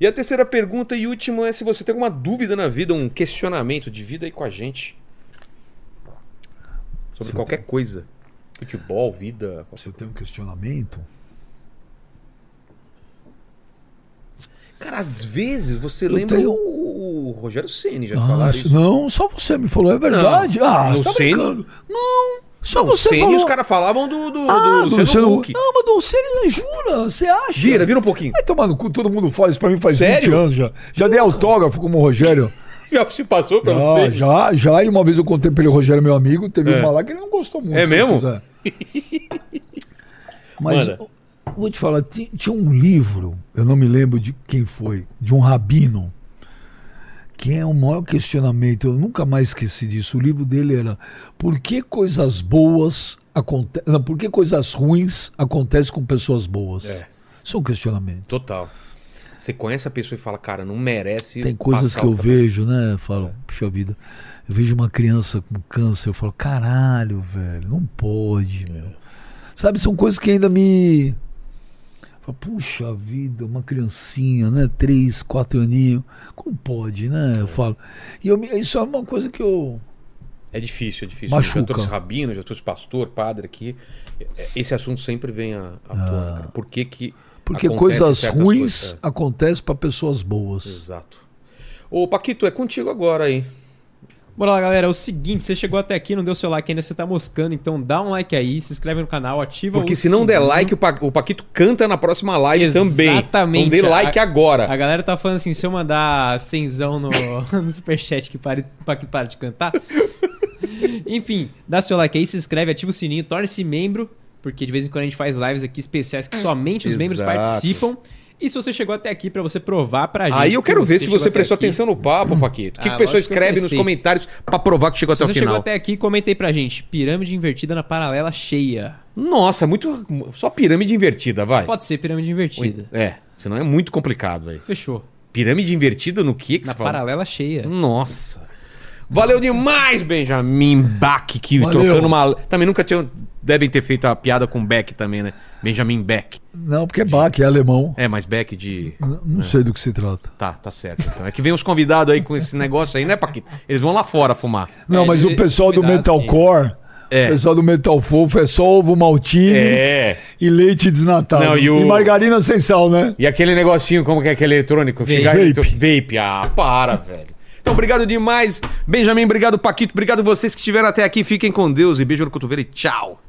[SPEAKER 1] E a terceira pergunta e última é se você tem alguma dúvida na vida, um questionamento de vida aí com a gente. Sobre qualquer coisa. Futebol, vida.
[SPEAKER 3] Você tem um questionamento?
[SPEAKER 1] Cara, às vezes você
[SPEAKER 3] Eu
[SPEAKER 1] lembra
[SPEAKER 3] tenho-
[SPEAKER 1] o, o Rogério Ceni já
[SPEAKER 3] Ah,
[SPEAKER 1] falaram
[SPEAKER 3] isso-
[SPEAKER 1] isso.
[SPEAKER 3] Não, só você me falou, é verdade. ah,
[SPEAKER 1] no
[SPEAKER 3] você tá
[SPEAKER 1] Ceni-
[SPEAKER 3] brincando. Não, só
[SPEAKER 1] Não, o
[SPEAKER 3] você
[SPEAKER 1] Ceni
[SPEAKER 3] falou.
[SPEAKER 1] os caras falavam do, do,
[SPEAKER 3] Ah,
[SPEAKER 1] do
[SPEAKER 3] do
[SPEAKER 1] Luciano
[SPEAKER 3] Luciano
[SPEAKER 1] Huck.
[SPEAKER 3] Não, mas do Ceni, jura, você acha?
[SPEAKER 1] Vira, vira um pouquinho.
[SPEAKER 3] Vai tomar no cu, todo mundo fala isso pra mim faz
[SPEAKER 1] Sério?
[SPEAKER 3] 20 anos já. Já dei autógrafo como o Rogério.
[SPEAKER 1] Já se passou pra
[SPEAKER 3] Já,
[SPEAKER 1] você?
[SPEAKER 3] já, já. E uma vez eu contei pra ele, o Rogério, é meu amigo, teve uma lá que ele não gostou muito.
[SPEAKER 1] É mesmo?
[SPEAKER 3] Mas, é. Mas
[SPEAKER 5] Manda.
[SPEAKER 3] eu vou te falar, ti- tinha um livro, eu não me lembro de quem foi, de um rabino, que é o maior questionamento, eu nunca mais esqueci disso. O livro dele era Por que coisas boas acontecem. Por que coisas ruins acontecem com pessoas boas?
[SPEAKER 1] É.
[SPEAKER 3] Isso é um questionamento.
[SPEAKER 1] Total. Você conhece a pessoa e fala, cara, não merece.
[SPEAKER 3] Tem coisas
[SPEAKER 1] passar
[SPEAKER 3] que eu
[SPEAKER 1] o É. trabalho.
[SPEAKER 3] vejo, né? Falo, puxa vida, eu vejo uma criança com câncer, eu falo, caralho, velho, não
[SPEAKER 1] É.
[SPEAKER 3] pode, meu. Sabe, são coisas que ainda me. falo, Puxa vida, uma criancinha, né? Três, quatro aninhos. Como pode, né? Eu falo. E eu me- isso é uma coisa que eu.
[SPEAKER 1] É difícil, é difícil.
[SPEAKER 3] Machuca.
[SPEAKER 1] Já trouxe rabino, já trouxe pastor, padre aqui. É, Esse assunto sempre vem à, à tona, cara. Por que que
[SPEAKER 3] Ah. Porque
[SPEAKER 1] acontece
[SPEAKER 3] coisas
[SPEAKER 1] certas
[SPEAKER 3] ruins
[SPEAKER 1] coisas?
[SPEAKER 3] acontecem para pessoas boas.
[SPEAKER 1] É, exato. Ô, Paquito, é contigo agora aí.
[SPEAKER 2] Bora lá, galera. É o seguinte, você chegou até aqui, não deu seu like ainda, você tá moscando, então dá um like aí, se inscreve no canal, ativa
[SPEAKER 1] Porque
[SPEAKER 2] o
[SPEAKER 1] se não der
[SPEAKER 2] sininho.
[SPEAKER 1] like, o Pa- o Paquito canta na próxima live também.
[SPEAKER 2] Exatamente.
[SPEAKER 1] Não dê like
[SPEAKER 2] A-
[SPEAKER 1] agora.
[SPEAKER 2] A galera tá falando assim, se eu mandar cenzão no, no superchat que pare, pra que pare de cantar. Enfim, dá seu like aí, se inscreve, ativa o sininho, torne-se membro, porque de vez em quando a gente faz lives aqui especiais que somente os membros
[SPEAKER 1] Exato.
[SPEAKER 2] participam. E se você chegou até aqui, pra você provar pra gente.
[SPEAKER 1] Aí eu
[SPEAKER 2] que
[SPEAKER 1] quero ver se
[SPEAKER 2] chegou
[SPEAKER 1] você
[SPEAKER 2] até
[SPEAKER 1] prestou
[SPEAKER 2] aqui.
[SPEAKER 1] atenção no papo, Paquito. O que,
[SPEAKER 2] Ah,
[SPEAKER 1] que o pessoal
[SPEAKER 2] lógico que eu
[SPEAKER 1] escreve nos
[SPEAKER 2] prestei.
[SPEAKER 1] comentários pra provar que chegou
[SPEAKER 2] Se
[SPEAKER 1] até o
[SPEAKER 2] você
[SPEAKER 1] final?
[SPEAKER 2] chegou até aqui, comenta aí pra gente. Pirâmide invertida na paralela cheia.
[SPEAKER 1] Nossa, muito. Só pirâmide invertida, vai.
[SPEAKER 2] Pode ser pirâmide invertida.
[SPEAKER 1] É, senão é muito complicado, velho.
[SPEAKER 2] Fechou.
[SPEAKER 1] Pirâmide invertida no que que
[SPEAKER 2] Na
[SPEAKER 1] você fala?
[SPEAKER 2] paralela cheia.
[SPEAKER 1] Nossa. Valeu demais, Benjamin Bach, que
[SPEAKER 3] Valeu.
[SPEAKER 1] trocando uma. Também nunca tinham. Devem ter feito a piada com Beck também, né? Benjamin Beck.
[SPEAKER 3] Não, porque é Bach, é alemão.
[SPEAKER 1] É, mas Beck de.
[SPEAKER 3] N- Não sei do que se trata.
[SPEAKER 1] Tá, tá certo. Então. É que vem os convidados aí com esse negócio aí, né, Paquito? Eles vão lá fora fumar.
[SPEAKER 3] Não,
[SPEAKER 2] É,
[SPEAKER 3] mas
[SPEAKER 2] ele-
[SPEAKER 3] o pessoal do
[SPEAKER 2] ele dá, assim.
[SPEAKER 3] metalcore,
[SPEAKER 1] É.
[SPEAKER 3] o pessoal do metal fofo é só ovo maltine
[SPEAKER 1] É.
[SPEAKER 3] e leite desnatado.
[SPEAKER 1] Não, e o-
[SPEAKER 3] margarina sem sal, né?
[SPEAKER 1] E aquele negocinho, como que é aquele eletrônico?
[SPEAKER 2] Vape.
[SPEAKER 1] Cigarro eletro- Vape. Ah, para, velho. Então, obrigado demais, Benjamin. Obrigado, Paquito. Obrigado vocês que estiveram até aqui. Fiquem com Deus e beijo no cotovelo e tchau.